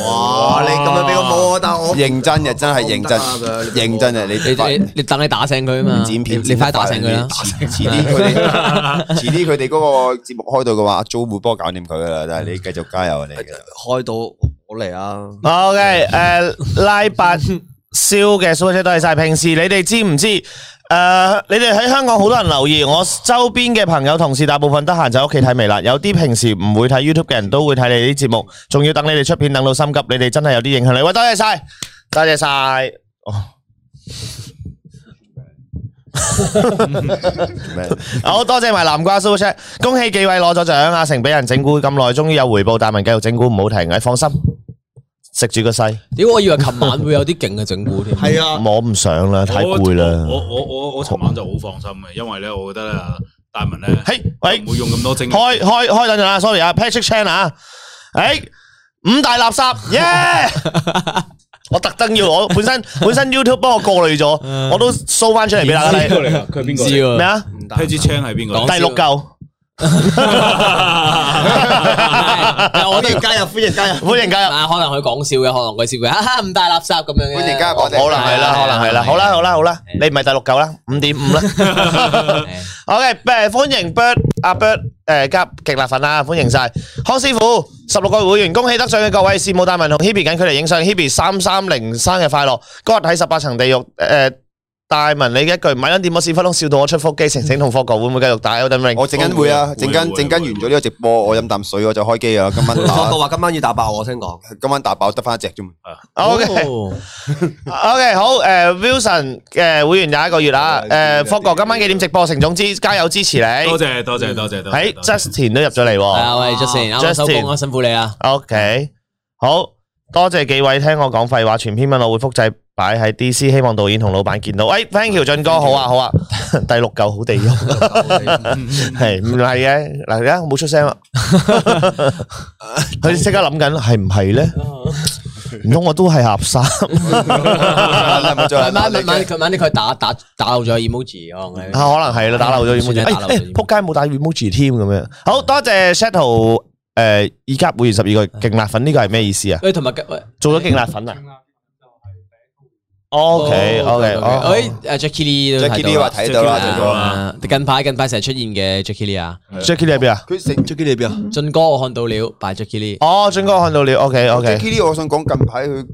Speaker 3: 哇！你咁樣俾我摸，但我
Speaker 2: 認真嘅，真係認真
Speaker 3: 我唔得啊，佢
Speaker 2: 認真嘅，你
Speaker 4: 你你你等你打醒佢啊嘛，
Speaker 2: 剪片，
Speaker 4: 你你快打醒佢啦！
Speaker 2: 遲遲啲佢 哋，遲啲佢哋嗰個節目開到嘅話，阿 Jo 會幫我搞掂佢噶啦。但係你繼續加油啊，你嘅。
Speaker 3: 開到我嚟啊！
Speaker 1: O K，诶，拉八燒嘅 super chat 多謝晒。平時你哋知唔知？诶、你哋喺香港好多人留意，我周邊嘅朋友同事大部分得閒就喺屋企睇微辣，有啲平時唔會睇 YouTube 嘅人都會睇你啲節目，仲要等你哋出片等到心急，你哋真係有啲影響力。喂，多謝晒，多謝晒。
Speaker 2: 咩？
Speaker 1: 好多謝埋南瓜 super chat，恭喜幾位攞咗獎！阿成俾人整蠱咁耐，終於有回報，大文繼續整蠱唔好停，你放心，食住個勢，
Speaker 4: 屌，我以為琴晚會有啲勁嘅整蠱添。
Speaker 3: 係啊，
Speaker 1: 我唔想啦，太
Speaker 5: 我
Speaker 1: 攰
Speaker 5: 我
Speaker 1: 啦。
Speaker 5: 我我我寻晚就好放心嘅，因為咧，我覺得咧，大文咧，
Speaker 1: 嘿，喂
Speaker 5: 唔。會用咁多精力。
Speaker 1: 开开开等阵啊，sorry 啊，Patrick Chan 啊，诶、五大垃圾， 耶、我特登要我本身本身 YouTube 幫我過濾咗，我都 show 翻出嚟俾大家
Speaker 5: 邊個
Speaker 1: 睇
Speaker 5: 嚟㗎？佢係邊個
Speaker 4: 知
Speaker 5: 嚟？
Speaker 4: 喎
Speaker 1: 咩啊？
Speaker 3: 唔得
Speaker 5: p a g e Chan 係邊個嚟？
Speaker 1: 第六嚿，
Speaker 4: 我
Speaker 3: 歡
Speaker 4: 哋
Speaker 3: 迎加入，歡迎加入。
Speaker 1: 歡迎加入，
Speaker 4: 啊，可能佢講笑嘅，可能佢笑嘅，哈哈，五大垃圾咁樣嘅。
Speaker 2: 歡迎加入我
Speaker 1: 可能係啦，可能係啦，好啦好啦好啦，你唔係第六嚿啦，五點五啦。OK，誒歡迎 Bird 阿 Bird 誒加極辣粉啦，歡迎晒康師傅十六個會員，恭喜得獎嘅各位，事務大文同 Hebe 緊距離影相，Hebe 三三零生日快樂，嗰日喺十八層地獄誒、呃大文你嘅一句咪撚掂我屎忽窿，笑到我出腹肌，成成同霍哥會唔會繼續打 Elden Ring？
Speaker 2: 我陣間會啊，
Speaker 5: 會
Speaker 2: 陣間
Speaker 5: 會
Speaker 2: 陣間完咗呢個直播，我飲啖水我就開機啊。今晚
Speaker 3: 我
Speaker 2: 打
Speaker 3: 哥話今晚要打爆我，先講。
Speaker 2: 今晚打爆得翻一隻 啫嘛。
Speaker 1: OK OK 好誒、Wilson 嘅會員廿一個月啊，誒、霍哥今晚幾點直播？成總之加油支持
Speaker 5: 多
Speaker 1: 你，
Speaker 5: 謝多謝多謝多謝。
Speaker 1: 喺
Speaker 5: 多謝
Speaker 1: Justin 都入咗嚟
Speaker 4: 係
Speaker 1: 喎。
Speaker 4: 啊，喂，Justin，啱啱收
Speaker 1: Justin
Speaker 4: 工啊，辛苦你啦。
Speaker 1: OK，好多謝幾位聽我講廢話，全篇文我會複製擺喺 DC，希望導演同老闆見到。喂，thank you，俊哥，好啊，好 啊，第六嚿好地 獄，係唔係嘅？嗱，而家我冇出聲 啦，佢即刻諗緊係唔係咧？唔通我都係合 衫？
Speaker 2: 冇錯啦
Speaker 4: 慢慢
Speaker 2: 你
Speaker 4: 慢慢，佢慢啲佢打打打漏咗 emoji 可能係。
Speaker 1: 啊，可能係啦，打漏咗 emoji，
Speaker 4: 算係打漏
Speaker 1: 哎
Speaker 4: 咗
Speaker 1: 哎
Speaker 4: emoji
Speaker 1: 仆街冇打 emoji 添咁樣。好多謝 Shadow 誒，而家會員十二個勁辣粉呢個係咩意思啊？
Speaker 4: 喂，同埋喂
Speaker 1: 做咗勁辣粉啊？OK OK，哦。
Speaker 4: 誒誒哎 Jackie Lee 都
Speaker 2: Jackie Lee 話睇到啦，
Speaker 5: Jackie
Speaker 2: 俊
Speaker 5: Lee
Speaker 2: 哥
Speaker 5: 話。
Speaker 4: 啊近排近排成日出現嘅 Jackie Lee 啊，
Speaker 1: Jackie 你喺邊啊？
Speaker 2: 佢成 Jackie 你邊啊
Speaker 4: 俊哥我看到了，拜 Jackie Lee。
Speaker 1: 哦，俊哥看到你，OK OK，
Speaker 2: 哦？Jackie 呢，我想講近排佢。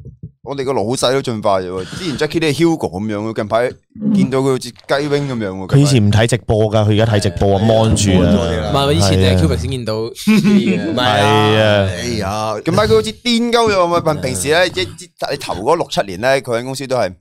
Speaker 2: 我哋個老細都進化咗喎，之前 Jackie 呢 Hugo 咁樣，佢近排見到佢好似雞 wing 咁樣喎。
Speaker 1: 佢以前唔睇直播噶，佢而家睇直播啊，mon 住
Speaker 4: 唔
Speaker 1: 啊，
Speaker 4: 係以前
Speaker 1: 係啊
Speaker 4: 誒 Cubic 先見到 Jackie Lee 嘅，唔
Speaker 1: 係啊，
Speaker 2: 哎呀，近排佢好似癲鳩咗咁啊！平時咧，一一你頭嗰六七年咧，佢喺公司都係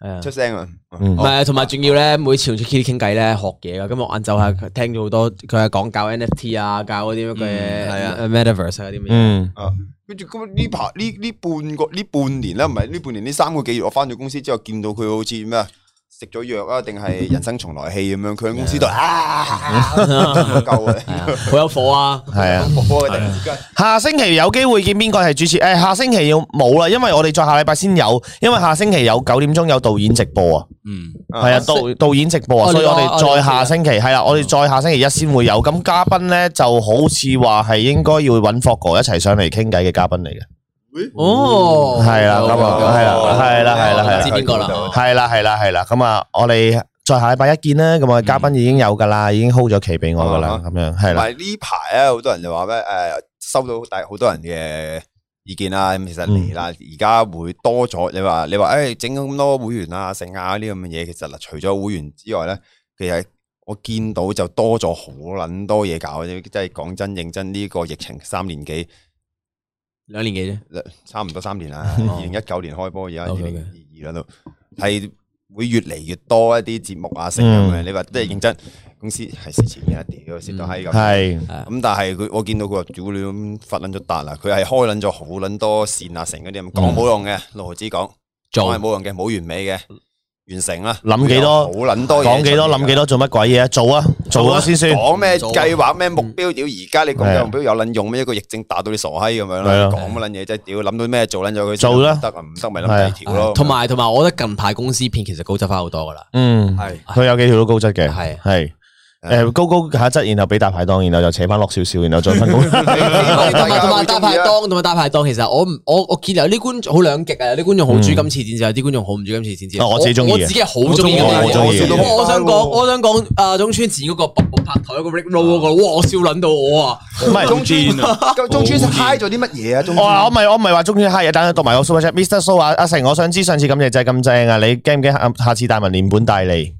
Speaker 4: 係啊
Speaker 2: 出。聲啊。
Speaker 1: 嗯
Speaker 4: 唔係，同埋仲要咧，每次同 Jackie 傾偈咧，學嘢噶。今日我晏晝係聽咗好多，佢係講教 NFT 啊，教嗰啲乜
Speaker 3: 係啊
Speaker 4: 嘅 Metaverse 啊嗰啲咩。
Speaker 1: 嗯，
Speaker 2: 啊，跟住咁呢排呢呢半個呢半年啦，唔係呢半年呢三個幾月，我翻咗公司之後見到佢好似咩啊？食咗藥啊，定係人生重來戲咁樣？佢喺公司度啊，夠
Speaker 4: 係
Speaker 2: 啊！
Speaker 1: 嗯
Speaker 4: 啊，好有 火啊！
Speaker 1: 係啊。
Speaker 2: 我突然之間
Speaker 1: 下星期有機會見邊個係主持？誒、下星期要冇啦，因為我哋再下禮拜先有，因為下星期有九點鐘有導演直播啊，
Speaker 5: 嗯，
Speaker 1: 係啊，導導演直播啊，
Speaker 4: 哦
Speaker 1: 所以我
Speaker 4: 呢個
Speaker 1: 哋
Speaker 4: 我
Speaker 1: 再
Speaker 4: 哋
Speaker 1: 下星期係啦，我哋再下星期一先會有。咁嘉賓咧就好似話係應該要揾霍哥一齊上嚟傾偈嘅嘉賓嚟嘅，
Speaker 4: 哦，
Speaker 1: 係啦咁啊係啦係啦係啦係啦
Speaker 4: 知邊個啦？
Speaker 1: 系啦系啦系啦，咁啊，我哋再下禮拜一見啦。咁啊，嘉賓已經有噶啦，已經 hold 咗期俾我噶啦，咁樣係啦，
Speaker 2: 同埋呢排咧，好多人就話咩诶，誒收到大好多人嘅意見啦。咁其實嚟
Speaker 1: 嗯
Speaker 2: 啦，而家會多咗。你話你話诶，整咁多會員啊、剩啊呢啲咁嘅嘢，其實嗱，除咗會員之外咧，其實我見到就多咗好撚多嘢搞啫。即係講真，認真呢個疫情三年幾，
Speaker 4: 兩年幾啫，
Speaker 2: 差唔多三 年啦。
Speaker 1: 哦
Speaker 2: 二零一九年開波，而家二
Speaker 4: OK，OK
Speaker 2: 零二二啦都係會越嚟越多一啲節目啊，剩咁
Speaker 1: 嗯
Speaker 2: 嘅。你話即係認真，公司係蝕錢嘅，屌蝕到閪咁。
Speaker 1: 係
Speaker 2: 咁但係佢，我見到佢話屌你咁發撚咗達啦，佢係開撚咗好撚多線啊，成嗰啲咁講冇用嘅，六毫子講講係
Speaker 4: 做
Speaker 2: 冇用嘅，冇完美嘅，完成啦，
Speaker 1: 諗幾多
Speaker 2: 好撚多嘢出嚟㗎，
Speaker 1: 講幾多諗幾多做乜鬼嘢啊？做啊，做咗先算。
Speaker 2: 講咩
Speaker 4: 做啊
Speaker 2: 計劃咩目標？屌而家你講
Speaker 1: 係
Speaker 2: 嘅
Speaker 1: 啊
Speaker 2: 目標有撚用咩？一個疫症打到你傻閪咁樣
Speaker 1: 係
Speaker 2: 啦，
Speaker 1: 啊
Speaker 2: 講乜撚嘢啫？屌諗到咩做撚咗佢先
Speaker 1: 做啦
Speaker 2: 唔得啊，唔得咪諗第二條咯。
Speaker 4: 同埋同埋，我覺得近排公司片其實高質翻好多噶啦，
Speaker 1: 嗯，
Speaker 2: 係
Speaker 1: 佢有幾條都高質嘅，
Speaker 4: 係
Speaker 1: 係诶高高下質，然後俾大排檔，然後又扯翻落少少，然後再分工。
Speaker 4: 同埋同埋同埋
Speaker 2: 大
Speaker 4: 大排
Speaker 2: 家會鍾意啊
Speaker 4: 檔，同埋大排檔，其實我唔我我見有啲觀眾好兩極啊，有啲觀眾好中意今次剪接，有啲觀眾好唔中意今次剪接。
Speaker 1: 啊我自己鍾意嘅
Speaker 4: 我自己係好中意嘅。
Speaker 1: 我鍾意嘅
Speaker 4: 我我想講，我想講啊，中村剪嗰個瀑布拍台嗰個 Rick Roll 嗰個，哇！我笑撚到我啊！
Speaker 1: 唔係
Speaker 2: 中
Speaker 5: 啊
Speaker 2: 村，中村 high 咗啲乜嘢啊？中
Speaker 1: 我哦話我
Speaker 2: 村
Speaker 1: 唔係我唔係話中意黑嘢，但係讀埋個 super chat，Mr. So 啊，阿成，我想知上次咁嘢真係咁正啊，你驚唔驚下次大文連本帶利？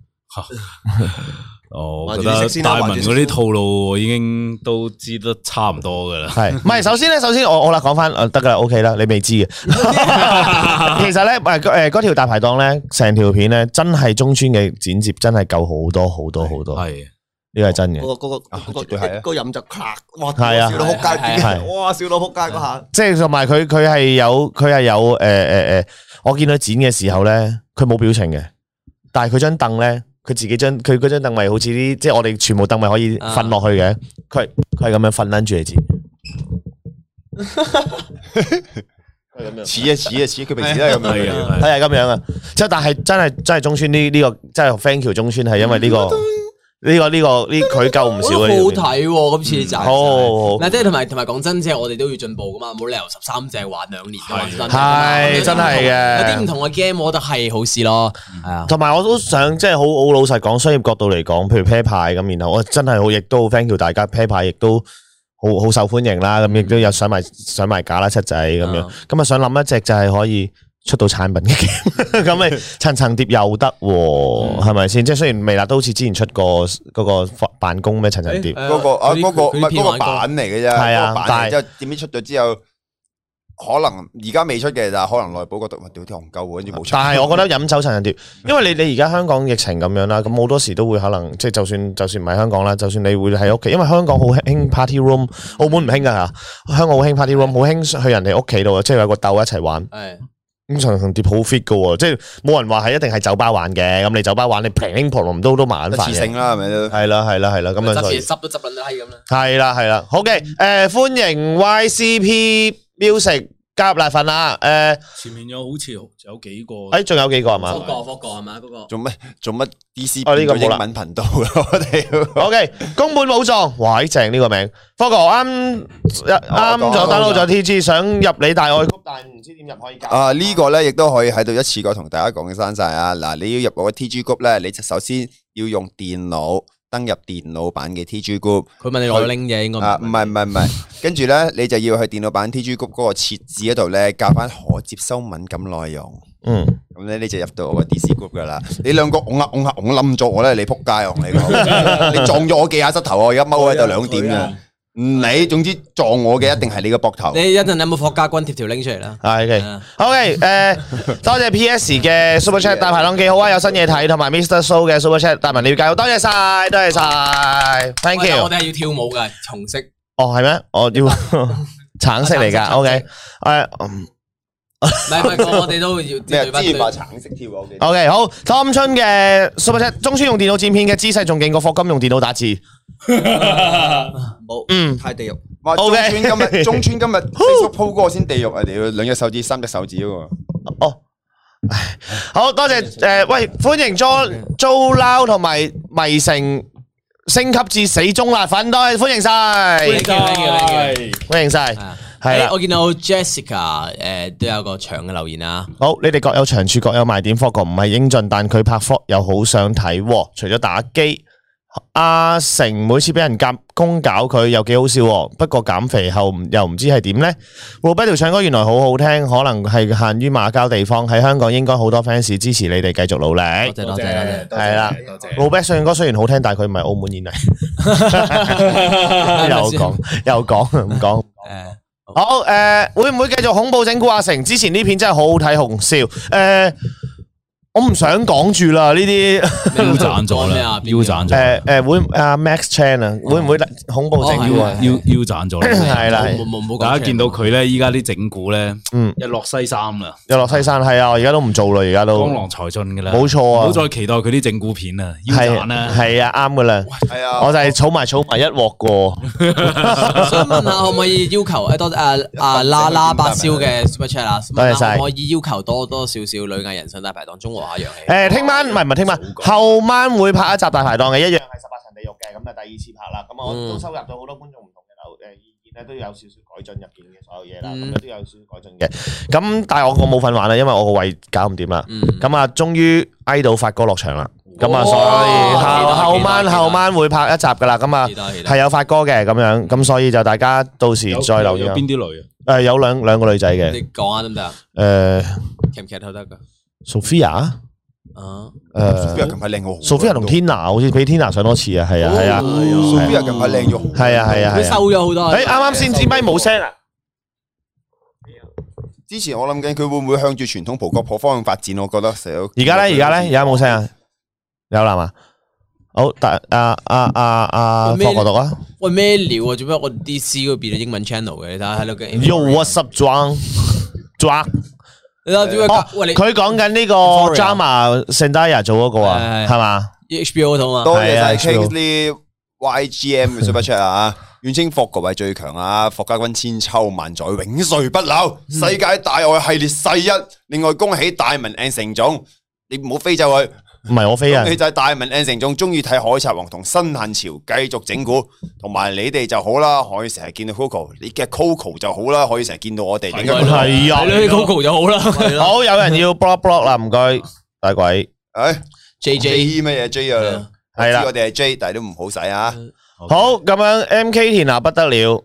Speaker 5: 哦，我
Speaker 3: 還
Speaker 5: 覺
Speaker 3: 住你識
Speaker 5: 得
Speaker 3: 先啦
Speaker 5: 大
Speaker 3: 還
Speaker 5: 文
Speaker 3: 住你
Speaker 5: 嗰啲套路我已經都知得差唔多噶啦。
Speaker 1: 係，唔係首先咧，首先我我啦講翻，呃得噶啦，OK 啦，你未知嘅。其實咧，誒誒嗰條大排檔咧，成條片咧，真係中村嘅剪接真係夠好多好多好多，
Speaker 5: 係
Speaker 1: 呢個係真嘅。
Speaker 3: 嗰個嗰個
Speaker 2: 啊
Speaker 3: 嗰個
Speaker 2: 絕對係啊
Speaker 3: 嗰個飲就 crack，哇！
Speaker 1: 係啊
Speaker 3: 笑到仆街，自己
Speaker 1: 係啊
Speaker 3: 哇！笑到仆街嗰
Speaker 2: 啊
Speaker 3: 下，
Speaker 1: 即係同埋佢佢係有佢係有诶诶诶，我見佢剪嘅時候咧，佢冇表情嘅，但係佢張凳咧，佢自己張佢嗰張凳咪好似啲即係我哋全部凳咪可以瞓落去嘅，佢係佢係咁樣瞓撚住嚟剪，
Speaker 2: 似啊似啊似，佢平時都係咁樣
Speaker 5: 係
Speaker 2: 嘅。
Speaker 5: 啊，係啊
Speaker 1: 佢係咁樣啊！即係但係真係真係中村呢呢個真係 thank you 中村係因為呢個呢個呢個呢佢救唔
Speaker 4: 我
Speaker 1: 少
Speaker 4: 覺得好
Speaker 1: 嘅呢
Speaker 4: 好睇喎，今次集。
Speaker 1: 條片，好好好
Speaker 4: 嗱，即係同埋同埋講真，即係我哋都要進步噶嘛，冇理由十三隻玩兩年㗎嘛
Speaker 5: 係
Speaker 4: 真㗎嘛
Speaker 1: 係真係嘅
Speaker 4: 有啲唔同有啲唔同嘅 game，我覺得係好事咯，係啊。
Speaker 1: 同埋我都想即係好好老實講，商業角度嚟講，譬如 pair 牌咁，然後我真係好亦都好 thank you 大家 pair 牌，亦都好好受歡迎啦。咁亦都有上埋上埋架啦七仔咁樣。咁啊想諗一隻就係可以出到產品嘅 game，咁咪層層疊又得喎，係咪先？即係雖然微辣都好似之前出過嗰個辦公咩層層疊，
Speaker 2: 嗰個啊，
Speaker 4: 佢啲
Speaker 2: 嗰個唔
Speaker 4: 佢啲
Speaker 2: 係
Speaker 4: 片
Speaker 2: 嗰個
Speaker 4: 玩過
Speaker 2: 版嚟嘅啫，
Speaker 1: 係啊
Speaker 2: 嗰個版
Speaker 1: 但係
Speaker 2: 嚟之後點知出咗之後，可能而家未出嘅，但係可能內部覺得哇，屌啲戇鳩喎，跟住冇出。
Speaker 1: 但係我覺得飲酒層人碟，
Speaker 2: 嗯
Speaker 1: 因為你你而家香港疫情咁樣啦，咁好多時都會可能即係就算就算唔係香港啦，就算你會喺屋企，因為香港好興 party room，澳門唔興㗎嚇，香港好興 party room，好興去人哋屋企度，啊即係有個竇一齊玩。
Speaker 4: 係
Speaker 1: 咁層層碟好 fit 㗎喎，即係冇人話係一定係酒吧玩嘅，咁你酒吧玩你平平婆龍都都麻
Speaker 2: 一
Speaker 1: 煩
Speaker 2: 次
Speaker 1: 嘅
Speaker 2: 性。啊啦，係咪都？
Speaker 1: 係啦係啦係啦，咁樣
Speaker 4: 執
Speaker 1: 所以
Speaker 4: 嘢執都執撚到閪咁啦。
Speaker 1: 係啦係啦，好嘅，誒歡迎 YCP Music 加入奶粉啦，誒
Speaker 5: 前面有好似有幾個
Speaker 1: 誒仲有幾個係嘛
Speaker 4: 嗰？個嗰個係咪嗰個？
Speaker 2: 做乜做乜 DC
Speaker 1: 哦呢個
Speaker 2: 變咗
Speaker 1: 冇啦
Speaker 2: 英文頻道啦？我哋
Speaker 1: O K，宫本武藏，哇，正呢個名。科哥啱啱
Speaker 2: 我
Speaker 1: 咗
Speaker 2: 哦講
Speaker 1: download 咗 T G，想入你大愛曲，但係唔知點入可以搞。
Speaker 2: 啊呢個咧，亦都可以喺度一次過同大家講聲晒啊！嗱，你要入我嘅 TG group 咧，你就首先要用電腦登入電腦版嘅 TG group。
Speaker 4: 佢問你攞 link 嘅應該
Speaker 2: 啊，唔係唔係唔係，跟住咧你就要去電腦版 TG Group 嗰個設置嗰度咧，教翻可接收敏感內容。
Speaker 1: 嗯，
Speaker 2: 咁咧你就入到我個 DC Group 噶啦。你兩個拱下拱下拱冧咗我咧，你仆街我同你 講，你撞咗我幾下膝頭啊！我而家踎喺度兩點嘅，唔理，總之撞我嘅一定係你個膊頭。
Speaker 4: 你一陣有冇霍家軍貼條 link 出嚟啦？
Speaker 1: O K，
Speaker 4: 啊
Speaker 1: O K，誒，呃 多謝 P S 嘅 Super Chat 大排檔幾好啊，有新嘢睇，同埋 Mr. So 嘅 Super Chat 大文了解好，多謝晒，多謝晒，Thank
Speaker 4: 喂但
Speaker 1: you
Speaker 4: 我。哋係要跳舞嘅，重色。
Speaker 1: 哦，係咩？我 要橙色嚟㗎。O K，誒。嗯
Speaker 4: 唔係唔係，我哋都要
Speaker 2: 咩？啊之前話
Speaker 4: 對
Speaker 2: 橙色跳我記得
Speaker 1: O K，好，Tom 春嘅 Super Chat，中村用電腦剪片嘅姿勢仲勁過霍金用電腦打字。
Speaker 3: 冇，
Speaker 1: 嗯
Speaker 3: 太地獄。
Speaker 2: 哇！中
Speaker 1: OK
Speaker 2: 村今 日中村今日 Facebook 鋪嗰個先地獄啊！屌，兩隻手指三隻手指嗰個。
Speaker 1: 哦，好多謝诶、呃喂，歡迎 Jo Jo Lau 同埋迷城升級至死忠辣粉，多謝歡迎晒，
Speaker 4: Thank you，thank you，thank
Speaker 1: 歡迎晒
Speaker 4: 啊。
Speaker 1: 係啦
Speaker 4: 誒我見到 Jessica 誒都有個長嘅留言啊，
Speaker 1: 好，你哋各有長處，各有賣點。霍哥唔係英俊，但佢拍霍又好想睇喎。除咗打機，阿成每次俾人夾公搞佢又幾好笑喎。不過減肥後唔又唔知係點呢 r o b e r t 唱歌原來好好聽，可能係限於馬交地方，喺香港應該好多 fans 支持你哋繼續努力。
Speaker 4: 多謝多謝多謝。
Speaker 1: 係啦
Speaker 5: 多
Speaker 1: r
Speaker 5: 謝
Speaker 1: o b e r t 唱歌雖然好聽，但係佢唔係澳門 演藝。 又講又講唔講？
Speaker 4: 誒
Speaker 1: 好诶、呃会唔會繼續恐怖整蠱阿成？之前呢片真係好好睇，紅笑诶、呃我唔想講住啦，呢啲
Speaker 5: 腰斬咗
Speaker 4: 咩啊
Speaker 5: 啦，腰斬咗，
Speaker 1: 诶诶會阿 Max Chan 啊，會唔會恐怖整蠱啊
Speaker 4: 哦？
Speaker 5: 腰腰斬咗啦。
Speaker 1: 係啦，係
Speaker 4: 冇冇冇講
Speaker 5: 大家見到佢咧，依家啲整蠱咧，
Speaker 1: 嗯
Speaker 5: 一落西衫啦，
Speaker 1: 日落西山係啊，我而家都唔做啦，而家都
Speaker 5: 江郎才盡噶啦，
Speaker 1: 冇錯
Speaker 5: 唔
Speaker 1: 啊
Speaker 5: 好再期待佢啲整蠱片啦，腰斬
Speaker 1: 係
Speaker 5: 啦，
Speaker 1: 係啊，啱噶啦，
Speaker 2: 系啊，
Speaker 1: 我就係儲埋儲埋一鑊過，
Speaker 4: 想問下可唔可以要求誒多 誒啊啦啦八燒嘅 super chat 啊？
Speaker 1: 多謝晒
Speaker 4: 可唔可以要求多多少少女藝人上大排檔中和下陽氣？
Speaker 1: 诶、聽晚唔係唔係聽晚，後晚會拍一集大排檔嘅，一樣係十八層地獄嘅，咁啊第二次拍啦，咁我
Speaker 4: 嗯
Speaker 1: 都收入到好多觀眾唔同嘅留诶意見咧，都有少少改進入边嘅所有嘢啦，咁
Speaker 4: 嗯
Speaker 1: 樣都有少少改進嘅，咁但係我我冇份玩啦，因為我個位搞唔掂啦，
Speaker 4: 嗯，
Speaker 1: 咁啊終於挨到發哥落場啦，咁啊
Speaker 4: 哦
Speaker 1: 所以後
Speaker 4: 期待
Speaker 1: 後晚
Speaker 4: 期待
Speaker 1: 後晚會拍一集噶啦，咁啊
Speaker 4: 期待期待
Speaker 1: 係有發哥嘅咁樣，咁所以就大家到時
Speaker 5: 有
Speaker 1: 再留意
Speaker 5: 有
Speaker 1: 啊
Speaker 5: 邊，啲類啊？
Speaker 1: 诶有兩兩個女仔嘅，
Speaker 4: 你講下得唔得啊？
Speaker 1: 诶
Speaker 4: 劇唔劇透得㗎？
Speaker 1: Sophia
Speaker 4: 啊，
Speaker 1: 诶。
Speaker 2: Sophia 近排靓好多，
Speaker 1: Sophia 同 Tina 好似比 Tina 上多次啊，係啊，係
Speaker 4: 哦
Speaker 1: 啊，
Speaker 2: Sophia 近排靓咗好多，
Speaker 1: 係啊，係啊，
Speaker 4: 佢
Speaker 1: 係啊。
Speaker 4: 瘦咗好多。
Speaker 1: 誒，啱啱先支咪冇聲啊！
Speaker 2: 之前我諗緊佢會唔會向住傳統葡國婆方向發展，我覺得成日都
Speaker 1: 而家咧，而家咧，而家冇聲啊，有啦嘛？好，但啊啊啊啊，
Speaker 4: 咩
Speaker 1: 霍國讀啊
Speaker 4: 喂咩料啊？做咩我 D C 嗰邊嘅英文 channel 嘅？你睇下喺度嘅。
Speaker 1: ，Yo what's up, John? John，
Speaker 4: 你睇下點解
Speaker 1: 哦
Speaker 4: 搞？喂
Speaker 1: 佢講緊呢個
Speaker 4: Victoria
Speaker 1: drama Zendaya 做嗰個啊，
Speaker 4: 係係
Speaker 1: 係嘛？
Speaker 4: 你 H B O 嗰套嘛？
Speaker 2: 多謝
Speaker 1: 係啊
Speaker 2: 晒
Speaker 1: ，Sophia
Speaker 2: Kingsley YGM 嘅 super chat 啊！遠稱霍國位最強啊！霍家軍千秋萬載，永垂不朽，世界大愛系列世一。另外恭喜大文 and 成總，你唔好飛走佢。
Speaker 1: 唔係我飛啊
Speaker 2: 恭喜！就係大文 and 成總中意睇《海賊王》同《新限潮》，繼續整蠱，同埋你哋就好啦，可以成日見到 Coco，你嘅 Coco 就好啦，可以成日見到我哋。另一個
Speaker 4: 係咯
Speaker 1: 係啊
Speaker 4: 你睇 Google 就好啦。
Speaker 1: 好，有人要 block block 啦，唔該，大鬼。
Speaker 2: 诶
Speaker 4: J J
Speaker 2: J 乜嘢 J 啊？
Speaker 1: 係啦
Speaker 2: 我知我哋係 J，但係都唔好使啊。
Speaker 1: 好，咁樣 M K 田啊，不得了，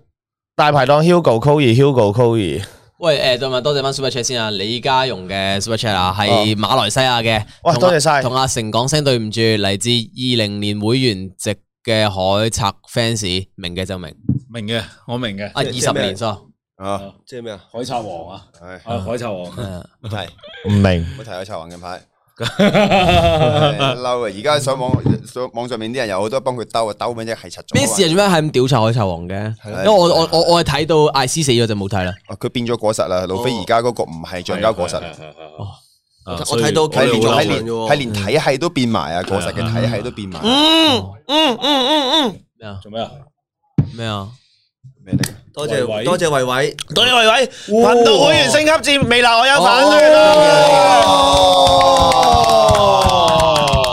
Speaker 1: 大排檔 Hugo Coy Hugo Coy。
Speaker 4: 喂誒，同埋多謝翻 Super Chat 先啊，李家容嘅 Super Chat 啊，係馬來西亞嘅。
Speaker 1: 哦哇
Speaker 4: 同
Speaker 1: 多謝晒
Speaker 4: 同阿成講聲對唔住，嚟自二零年會員籍嘅海賊 fans，明嘅就明。
Speaker 5: 明嘅，我明嘅，
Speaker 4: 啊，二十年所
Speaker 2: 啊，
Speaker 3: 即係咩啊？
Speaker 5: 海賊王啊，
Speaker 2: 係
Speaker 5: 啊海賊王。
Speaker 1: 嗯
Speaker 2: 係。
Speaker 1: 唔明。
Speaker 2: 冇睇咗策王近排，唉嬲啊！而家上網上網上面啲人有好多幫佢兜啊，兜咩啫？係柒咗
Speaker 4: 咩事啊？做咩係咁調查海賊王嘅？因
Speaker 2: 啦
Speaker 4: 為我我我我係睇到艾斯死咗就冇睇啦。
Speaker 2: 啊！佢變咗果實啦，路飛而家嗰個唔係橡膠果實，
Speaker 5: 我
Speaker 3: 我睇到
Speaker 2: 係連
Speaker 3: 我哋好嬲啊
Speaker 2: 係連
Speaker 3: 係喎
Speaker 2: 係連體系都變埋啊！果實嘅體系都變埋啊
Speaker 4: 咩啊？
Speaker 5: 做咩啊？
Speaker 4: 咩啊？
Speaker 2: 咩嚟㗎？
Speaker 3: 多謝
Speaker 5: 維維
Speaker 3: 多謝維維，
Speaker 1: 多謝維維，頻道會員升級至未來我有
Speaker 5: 哦
Speaker 1: 反券
Speaker 5: 哦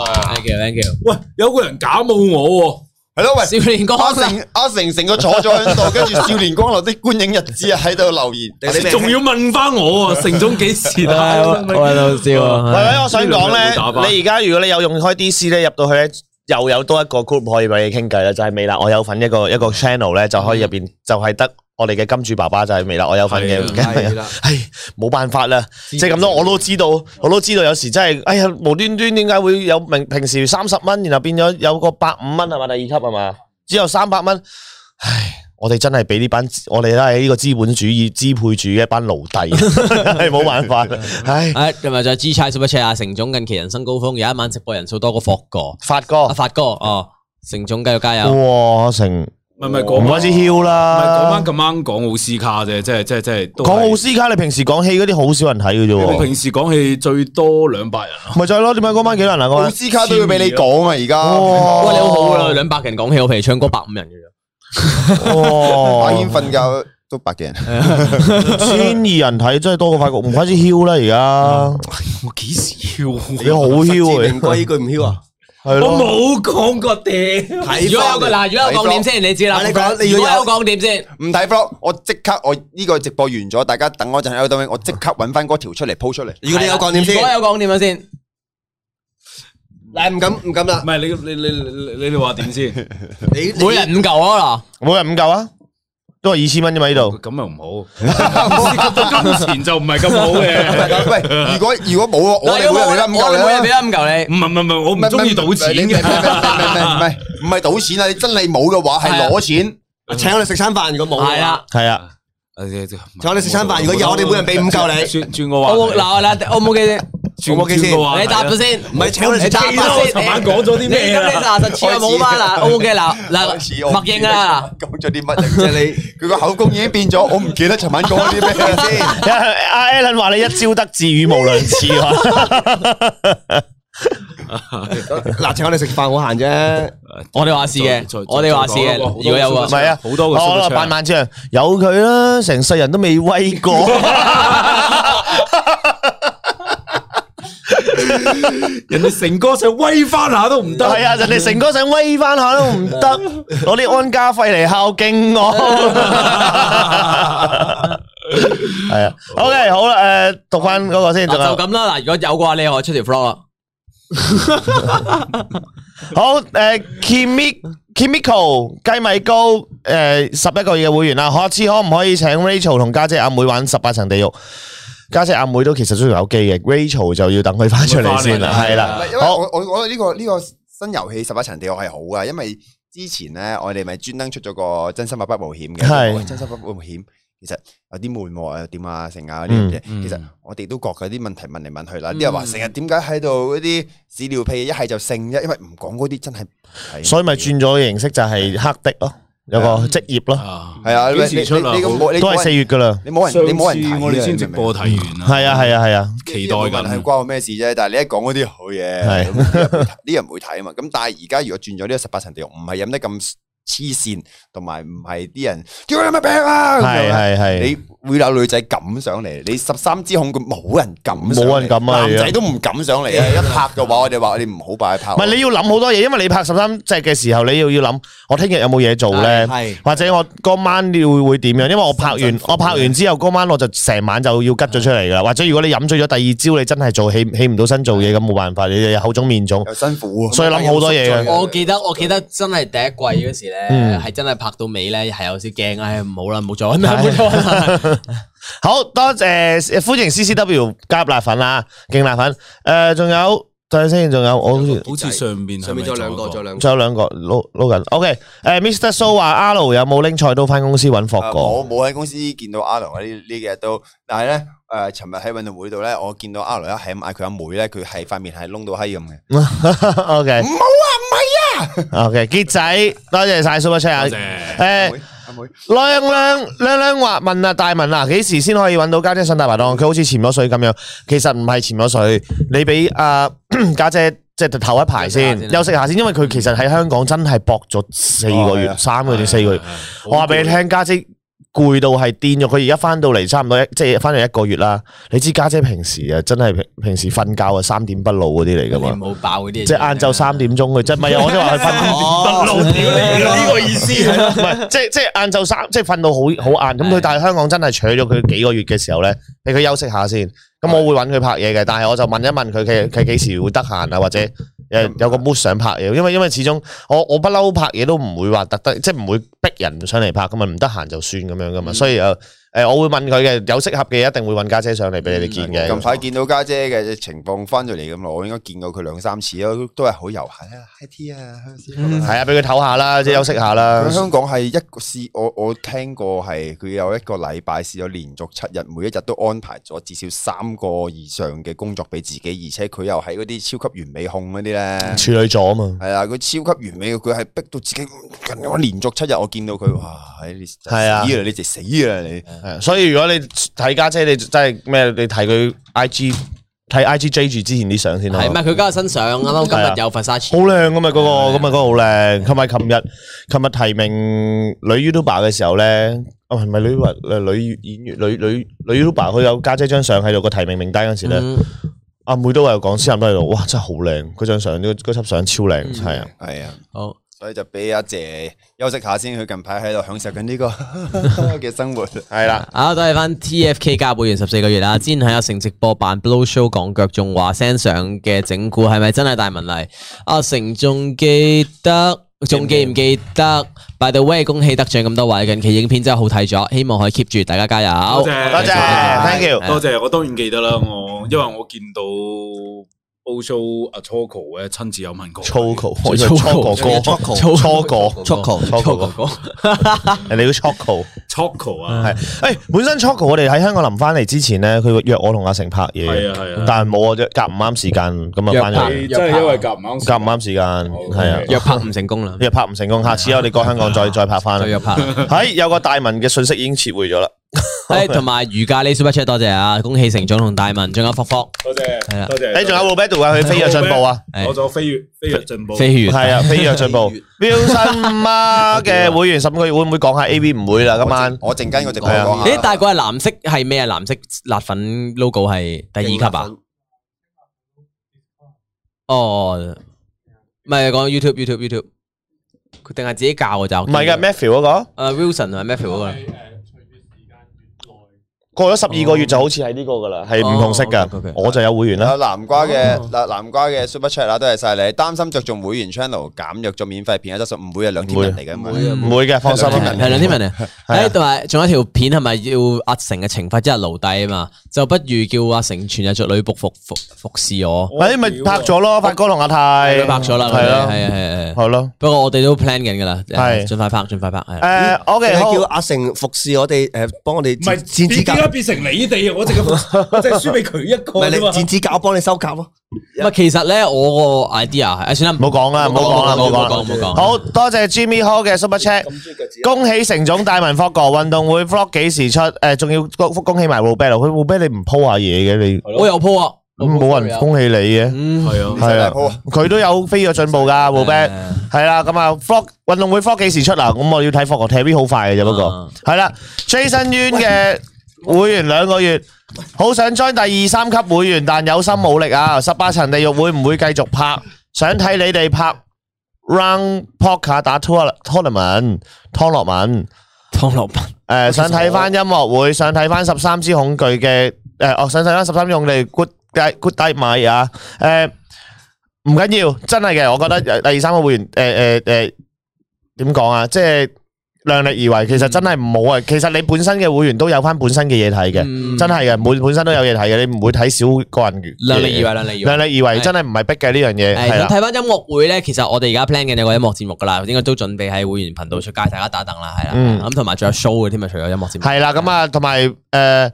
Speaker 1: 啦！
Speaker 4: Thank you，thank you。
Speaker 5: 喂，有個人假冒我
Speaker 2: 係咯，喂！
Speaker 4: 少年哥，
Speaker 2: 阿成阿成成個坐咗喺度，跟住少年光流的觀影日誌啊喺度留言，
Speaker 3: 你
Speaker 5: 喎，
Speaker 3: 咩
Speaker 5: 仲要問翻我啊？成總幾時啊？
Speaker 4: 喺度笑
Speaker 1: 維
Speaker 4: 啊！
Speaker 1: 維，我想
Speaker 5: 呢兩個會打
Speaker 1: 講
Speaker 5: 靶
Speaker 1: 咧，你而家如果你有用開 DC 咧，入到去咧。又有多一個 group 可以俾你傾偈啦，就係未啦，我有份一個一個 channel 咧，就可以入邊就係得我哋嘅金主爸爸就係啊未啦，我有份嘅，
Speaker 5: 係啊
Speaker 3: 係啦，
Speaker 1: 唉，冇辦法啦，即係咁多我都知道，我都知道有時真係，哎呀，無端端點解會有平平時三十蚊，然後變咗有個百五蚊係嘛，第二級係嘛，只有三百蚊，唉。我哋真係俾呢班，我哋都係呢個資本主義支配住嘅一班奴隸， 係冇辦 法。唉，
Speaker 4: 诶，啊同埋就 G 差 Super Chat 啊，成總近期人生高峰，有一晚直播人數多過霍哥，
Speaker 1: 發哥
Speaker 4: 阿，發哥哦，成總繼續加油，
Speaker 1: 哇，成
Speaker 5: 唔係唔係
Speaker 1: 唔
Speaker 5: 嗰
Speaker 1: 怪
Speaker 5: 晚，
Speaker 1: 之囂
Speaker 5: 唔係嗰晚
Speaker 1: 啦。
Speaker 5: 咁啱講奧斯卡啫，即係即係即係都係。
Speaker 1: 講奧斯卡，你平時講戲嗰啲好少人睇嘅啫
Speaker 5: 我
Speaker 1: 喎，
Speaker 5: 平時講戲最多兩百人 啊，
Speaker 1: 咪就係咯？點解嗰晚幾多人啊？嗰
Speaker 2: 奧
Speaker 1: 晚
Speaker 2: 斯卡都要俾你講啊！而家
Speaker 1: 哇
Speaker 4: 喂，你好好啊，兩百人講起，我譬如唱歌百五人嘅啫，
Speaker 1: 哇
Speaker 2: 阿軒瞓覺都百幾人，
Speaker 1: 千二人睇真係多過法國，唔怪之囂啦而家。
Speaker 5: 嗯我幾時要？
Speaker 1: 你好囂
Speaker 3: 明
Speaker 1: 啊！
Speaker 3: 哥呢句唔囂啊？
Speaker 1: 係
Speaker 4: 我
Speaker 1: 咯，
Speaker 4: 冇講過點。如果
Speaker 2: 睇
Speaker 4: 有個
Speaker 2: 翻
Speaker 4: 嗱，如果有講點先，你知啦。
Speaker 2: 嗱你講你
Speaker 4: 如
Speaker 2: 要
Speaker 4: 果
Speaker 2: 有
Speaker 4: 有講點先，
Speaker 2: 唔睇 vlog，我即刻我呢個直播完咗，大家等我陣喺度，我即刻揾翻嗰條出嚟 po 出嚟。
Speaker 4: 係啦如果有講點啊先，
Speaker 3: 嗱，唔敢唔敢啦
Speaker 5: 唔，係你你你你你哋話點先？
Speaker 3: 你
Speaker 4: 每人五嚿啊
Speaker 1: 每日五嚿啊，都系二千蚊啫嘛呢度。
Speaker 5: 咁又唔好，到金錢就唔係咁好嘅。
Speaker 2: 喂，如果如果冇
Speaker 4: 嗱。
Speaker 2: 我哋每人俾
Speaker 4: 我哋每人
Speaker 2: 翻
Speaker 4: 俾
Speaker 2: 嚿
Speaker 4: 翻五嚿
Speaker 5: 唔係唔係唔係，我唔中意賭錢
Speaker 2: 唔
Speaker 5: 嘅。
Speaker 2: 係唔係賭錢啊！你真係冇嘅話，係攞錢。
Speaker 3: 請我哋食餐飯，如果
Speaker 4: 你，
Speaker 3: 冇
Speaker 4: 係啦。。
Speaker 1: 系啊，
Speaker 5: 請
Speaker 3: 請我哋食餐飯，如果有，我哋每人俾五嚿你。
Speaker 5: 轉轉個話
Speaker 4: 我冇
Speaker 5: 題，啊
Speaker 4: 嗱嗱，我冇記先，
Speaker 5: 轉
Speaker 3: 我冇記先
Speaker 5: 轉個話題
Speaker 4: 你答
Speaker 5: 啊
Speaker 4: 咗先。
Speaker 3: 唔係請我哋食餐
Speaker 4: 你答
Speaker 3: 飯
Speaker 4: 咗，
Speaker 5: 尋
Speaker 4: 先
Speaker 5: 晚講咗啲
Speaker 4: 你
Speaker 5: 咩
Speaker 4: 咁
Speaker 5: 啊
Speaker 4: 你？嗱實次冇翻啦，OK 嗱
Speaker 2: 開始
Speaker 4: 嗱，
Speaker 2: 我唔
Speaker 4: 默
Speaker 2: 記
Speaker 4: 認啊
Speaker 2: 得
Speaker 4: 啦。
Speaker 2: 講咗啲乜嘢啫？你佢個口供已經變咗，我唔記得尋晚講咗啲咩先。
Speaker 1: 阿 Alan 话你一招得志，語無倫次啊！
Speaker 3: 嗱，請我哋食飯好閒啫。
Speaker 4: 我哋話事嘅
Speaker 5: 再再
Speaker 4: 我哋話事嘅
Speaker 5: 再講
Speaker 4: 如果有啊
Speaker 1: 唔係啊，
Speaker 5: 好多個 super
Speaker 1: 我
Speaker 5: chat
Speaker 1: 扮萬千人，有佢啦，成世人都未威過。
Speaker 5: 人哋成哥想威翻下都唔得，
Speaker 1: 係啊，人哋成哥想威翻下都唔得，攞啲安家費嚟孝敬我。係啊，OK，好啦，诶，讀翻嗰個先，
Speaker 4: 嗱
Speaker 1: 讀啊
Speaker 4: 就咁啦，嗱如果有嘅話，你可以出條 vlog 啦。
Speaker 1: 好诶 k i m i Kimiko 雞米糕诶十一個月嘅會員啦，下次可唔可以請 Rachel 同家姐阿妹玩十八層地獄？家姐阿妹都其實中意手機嘅，Rachel 就要等佢翻出嚟先啦，
Speaker 5: 翻
Speaker 1: 係
Speaker 5: 嚟係
Speaker 1: 啦
Speaker 2: 唔
Speaker 5: 啊。
Speaker 2: 係因為
Speaker 1: 好
Speaker 2: 我我我呢個呢個新遊戲十八層地獄係好噶，因為之前咧我哋咪專登出咗個真心話不冒險嘅，
Speaker 1: 係
Speaker 2: 喂真心話不冒險。其實有啲悶喎，又點啊，成啊呢樣嘢。
Speaker 5: 嗯
Speaker 2: 其實我哋都覺嘅啲問題問嚟問去啦。
Speaker 4: 嗯
Speaker 2: 啲人話成日點解喺度嗰啲屎尿屁，一係就性一，因為唔講嗰啲真係係。
Speaker 1: 所以咪轉咗形式就係黑的咯，有個職業咯，
Speaker 5: 啊
Speaker 2: 係啊，你
Speaker 5: 幾時出啊
Speaker 2: 你你冇你
Speaker 1: 都係
Speaker 2: 冇
Speaker 1: 四
Speaker 2: 人
Speaker 1: 月噶啦。
Speaker 2: 你冇人你冇人睇
Speaker 5: 上次
Speaker 2: 嘅
Speaker 5: 我哋先直播睇完啦，
Speaker 1: 係啊係啊係啊，
Speaker 5: 期待緊
Speaker 2: 啊係關我咩事啫？但係你一講嗰啲好嘢，
Speaker 1: 係
Speaker 2: 咁啲人會睇啲人唔會睇啊嘛。咁但係而家如果轉咗呢個十八層地獄，唔係飲得咁黐線，同埋唔係啲人叫佢有咩病啊？咁樣
Speaker 1: 係係係，
Speaker 2: 你會有女仔撳上嚟，你十三支控佢冇人撳上嚟，
Speaker 1: 冇人撳啊
Speaker 2: 男仔都唔撳上嚟啊！一拍嘅話，我哋話你唔好擺拍。
Speaker 1: 唔係你要諗好多嘢，因為你拍十三隻嘅時候，你要要諗我聽日有冇嘢做咧，
Speaker 3: 係
Speaker 1: 或者我嗰晚要會點樣？因為我拍完我拍完之後，嗰晚我就成晚就要吉咗出嚟噶啦。或者如果你飲醉咗，第二朝你真係做起起唔到身做嘢咁，冇辦法，你你口腫面腫。
Speaker 2: 又辛苦啊，
Speaker 1: 所以諗好多嘢嘅
Speaker 4: 我記得我記得真係第一季嗰時咧
Speaker 1: 嗯，
Speaker 4: 係真係拍到尾咧，係有少驚啊！唉唔好啦，唔好再揾啦，唔好再揾啦。
Speaker 1: 好多謝呃歡迎 C C W 加入辣粉啦，勁辣粉。誒，仲有睇下先，仲有我好似。
Speaker 5: 好似上面
Speaker 3: 上面仲有兩個，仲有兩個。
Speaker 1: 仲有兩個撈撈緊。OK，誒，Mr. So 話阿 L 有冇拎菜刀翻公司揾霍
Speaker 2: 啊
Speaker 1: 哥？
Speaker 2: 我冇喺公司見到阿龍呢呢幾日都，但係咧誒，尋日喺運動會度咧，我見到阿龍一係咁嗌佢阿妹咧，佢係塊面係窿到閪咁嘅。
Speaker 1: OK，唔好啊，唔係啊。OK，傑仔，多謝晒 Super Chat 啊。誒，
Speaker 2: 阿妹，
Speaker 1: 亮亮亮亮話問啊，大文啊，幾時先可以揾到家姐上大排檔？佢好似潛咗水咁樣，其實唔係潛咗水，你俾阿 家姐。即係頭一排先，休息下先，因為佢其實喺香港真係搏咗四個
Speaker 2: 哦係
Speaker 1: 月
Speaker 2: 啊、
Speaker 1: 三個月、四個月。
Speaker 5: 好
Speaker 1: 我話俾你聽，家姐攰到係癲咗，佢而家翻到嚟差唔多一，即係翻嚟一個月啦。你知家姐平時啊，真係平平時瞓覺啊三點不老嗰啲嚟噶嘛，
Speaker 4: 你唔好爆嗰啲嘢。
Speaker 1: 即係晏晝三點鐘佢真係唔係啊，我即係話佢瞓不老屌你呢個意思，唔係即係即係晏晝三即係瞓到好好晏咁。佢但係香港真係扯咗佢幾個月嘅時候咧，俾佢休息下先。咁我會揾佢拍嘢嘅，但係我就問一問佢佢佢幾時會得閒啊，或者誒有個 mood 想拍嘢，因為因為始終我我不嬲拍嘢都唔會話特登，即係唔會逼人上嚟拍噶嘛，唔得閒就算咁樣噶嘛，
Speaker 2: 嗯
Speaker 1: 所以誒誒我會問佢嘅，有適合嘅一定會揾家姐上嚟俾你哋見嘅。
Speaker 2: 嗯咁快見到家姐嘅情況翻咗嚟咁耐，我應該見過佢兩三次咯，都係好悠閒啊，high tea 啊，
Speaker 1: 係啊，俾佢唞下啦，即係休息下啦
Speaker 2: 佢。香港係一個試，我我聽過係佢有一個禮拜試咗連續七日，每一日都安排咗至少三個以上嘅工作俾自己，而且佢又喺嗰啲超級完美控嗰啲咧。
Speaker 1: 處女座啊嘛，
Speaker 2: 系啊，佢超級完美嘅，佢係逼到自己，嗯我連續七日我見到佢，哇！唉你死
Speaker 1: 係啊
Speaker 2: 啦，你直死啦你！
Speaker 1: 係啊所以如果你睇家姐，你真係咩？你睇佢 I G 睇 I G J 住之前啲相先啦。
Speaker 4: 係咪佢今日新上啱啱今
Speaker 1: 係啊
Speaker 4: 日有 Versace
Speaker 1: 好靚噶嘛嗰個，咁啊嗰個好靚。同埋琴日琴日提名女 YouTuber 嘅時候咧，啊係咪女 YouTuber 女演員女女女 YouTuber 佢有家姐張相喺度個提名名單嗰時咧，
Speaker 4: 嗯
Speaker 1: 阿妹都有講斯坦都喺度，哇，真係好靚！嗰張相，嗰嗰輯相超
Speaker 4: 嗯
Speaker 1: 靚，係啊，
Speaker 2: 系啊，
Speaker 4: 好，
Speaker 2: 所以就俾阿姐休息下先。佢近排喺度享受緊 呢個嘅生活。
Speaker 1: 係啦，
Speaker 4: 啊，多謝翻 TFK 加會員十四個月啦。之前喺阿成直播扮 blow show 講腳，仲話 send 相嘅整蠱係咪真係大文嚟？阿成仲記得，仲記唔記得？By the way，恭喜得獎咁多位，近期影片真係好睇咗，希望可以 keep 住，大家加油。
Speaker 5: 多謝
Speaker 1: 多謝，thank you。
Speaker 5: 多謝，我當然記得啦。我因為我見到 o s h o 阿 Choco 咧親自有問過，
Speaker 1: Choco，
Speaker 4: Choco
Speaker 1: 佢 Choco 哥
Speaker 4: ，Choco
Speaker 1: ，Choco
Speaker 4: Choco
Speaker 1: Choco
Speaker 4: 哥哥，
Speaker 1: 人哋叫 Choco，
Speaker 5: Choco 啊，
Speaker 1: 係，誒，本身 Choco 我哋喺香港臨翻嚟之前咧，佢約我同阿成拍
Speaker 6: 嗯
Speaker 1: 嘢，
Speaker 5: 係啊係啊
Speaker 1: 但係冇我啫，夾唔啱時間，咁啊翻咗
Speaker 4: 約拍
Speaker 1: 嚟，
Speaker 5: 真係因為夾唔啱，
Speaker 1: 夾唔啱時間，係啊，
Speaker 4: 約拍唔成功啦，
Speaker 1: 又拍唔成功，下次我哋過香港再再拍翻
Speaker 4: 就約
Speaker 1: 啦。
Speaker 4: 拍啦。
Speaker 1: 係有個大文嘅信息已經撤回咗啦，
Speaker 4: 诶，同埋瑜伽呢 super chat 多謝啊，恭喜成長同大文，仲有霍霍
Speaker 5: 多
Speaker 4: 係啦
Speaker 5: 謝，多謝。
Speaker 1: 誒，仲有 Roberto 啊，佢飛躍進步啊！
Speaker 4: 係
Speaker 5: 攞咗飛躍飛躍進步，
Speaker 4: 飛
Speaker 1: 系
Speaker 4: 血，
Speaker 1: 啊，飛躍進步。Wilson 媽嘅會員十五個月會唔會講下 A V？唔會啦，今晚
Speaker 2: 我陣間我直播
Speaker 1: 係啊
Speaker 2: 講
Speaker 4: 咦
Speaker 2: 下，。
Speaker 4: 但係嗰係藍色係咩啊？藍色辣粉 logo 係第二級啊？哦，唔係講 YouTube YouTube YouTube，佢定係自己教嘅咋？
Speaker 1: 唔係嘅，Matthew 嗰個
Speaker 4: 诶 Wilson 同埋 Matthew 嗰個
Speaker 1: 過咗十二個月就好似係呢個噶啦，係唔同色
Speaker 4: 哦，OK，OK，OK
Speaker 1: 噶。我就有會員
Speaker 2: 有
Speaker 1: 啦，
Speaker 2: 南瓜嘅嗱南瓜嘅 super chat 啦，多謝晒你。擔心着重會員 channel 減弱咗免費片嘅質素，唔啊會係兩天人嚟嘅嘛。
Speaker 1: 唔啊會嘅，放心
Speaker 4: 係
Speaker 1: 啦。
Speaker 4: 梁天文啊，诶，同埋仲有一條片係咪要阿成嘅懲罰一日奴隸啊嘛？就不如叫阿成全日着女仆服服服侍我，
Speaker 1: 喂，咪拍咗咯，發哥同阿泰
Speaker 4: 佢拍咗啦，
Speaker 1: 係
Speaker 4: 啦，
Speaker 1: 咯，
Speaker 4: 係啊係啊係啊。
Speaker 1: 係咯。
Speaker 4: 不過我哋都 plan 緊㗎啦，
Speaker 1: 係
Speaker 4: 盡快拍，盡快拍，係啦。
Speaker 1: 誒，OK，好
Speaker 3: 叫阿成服侍我哋，诶，帮我哋
Speaker 6: 唔係
Speaker 3: 剪指
Speaker 6: 點點解
Speaker 3: 甲，
Speaker 6: 變成你哋？我淨係我淨係輸俾佢一個
Speaker 3: 唔系
Speaker 6: 啫
Speaker 3: 你
Speaker 6: 嘛。
Speaker 3: 剪指甲，我帮你收甲咯。
Speaker 4: 唔係，其實咧，我個 idea 係，唉算啦，
Speaker 1: 唔好講啦，唔好講啦，唔好講啦，
Speaker 4: 唔好講，唔好講。
Speaker 1: 好多謝 Jimmy Hall 嘅 Super Chat，恭喜成總大文 f o g 運動會 vlog 幾時出？誒，仲要恭恭喜埋 Robert，佢 Robert 你唔 po 下嘢嘅你，
Speaker 4: 我有 po 啊，
Speaker 1: 咁冇人恭喜你嘅。
Speaker 4: 嗯，
Speaker 5: 係啊，
Speaker 1: 係啊，
Speaker 2: 好啊。
Speaker 1: 佢都有飛躍進步㗎，Robert。
Speaker 4: 係。
Speaker 1: 係啦，咁啊，Frog- 運動會Frog幾時出啊？咁我要睇Frog，我 TV 好快嘅啫，不過。
Speaker 4: 啊。
Speaker 1: 係啦，Jason Yuen嘅會員兩個月，好想join第二、三級會員，但有心冇力啊，18層地獄會唔會繼續拍？想睇你哋拍Round Poker打Tour- Tournament，湯洛文。誒，
Speaker 4: 湯洛賓
Speaker 1: 想睇返音樂會，想睇返13之恐懼嘅，誒，哦，想睇返13之恐懼，Good Day- Good Day Mate啊，誒，唔緊要，真係嘅，我覺得第二三個會員，诶诶诶，点讲啊？即係量力而為，其實真係唔好啊！其實你本身嘅會員都有翻本身嘅嘢睇嘅，
Speaker 4: 嗯
Speaker 1: 真係嘅，每本身都有嘢睇嘅，你唔會睇少個人嘅。
Speaker 4: 量力而為，量力而為。
Speaker 1: 量力而為
Speaker 4: 係
Speaker 1: 真係唔係逼嘅呢樣嘢，
Speaker 4: 誒，
Speaker 1: 係
Speaker 4: 想
Speaker 1: 啦，
Speaker 4: 睇翻音樂會咧，其實我哋而家 plan 緊有個音樂節目㗎啦，應該都準備喺會員頻道出街，大家打等啦，係
Speaker 1: 嗯
Speaker 4: 啦。咁同埋仲有 show 嘅添啊，除咗音樂節目。
Speaker 1: 係啦，咁啊，同埋诶。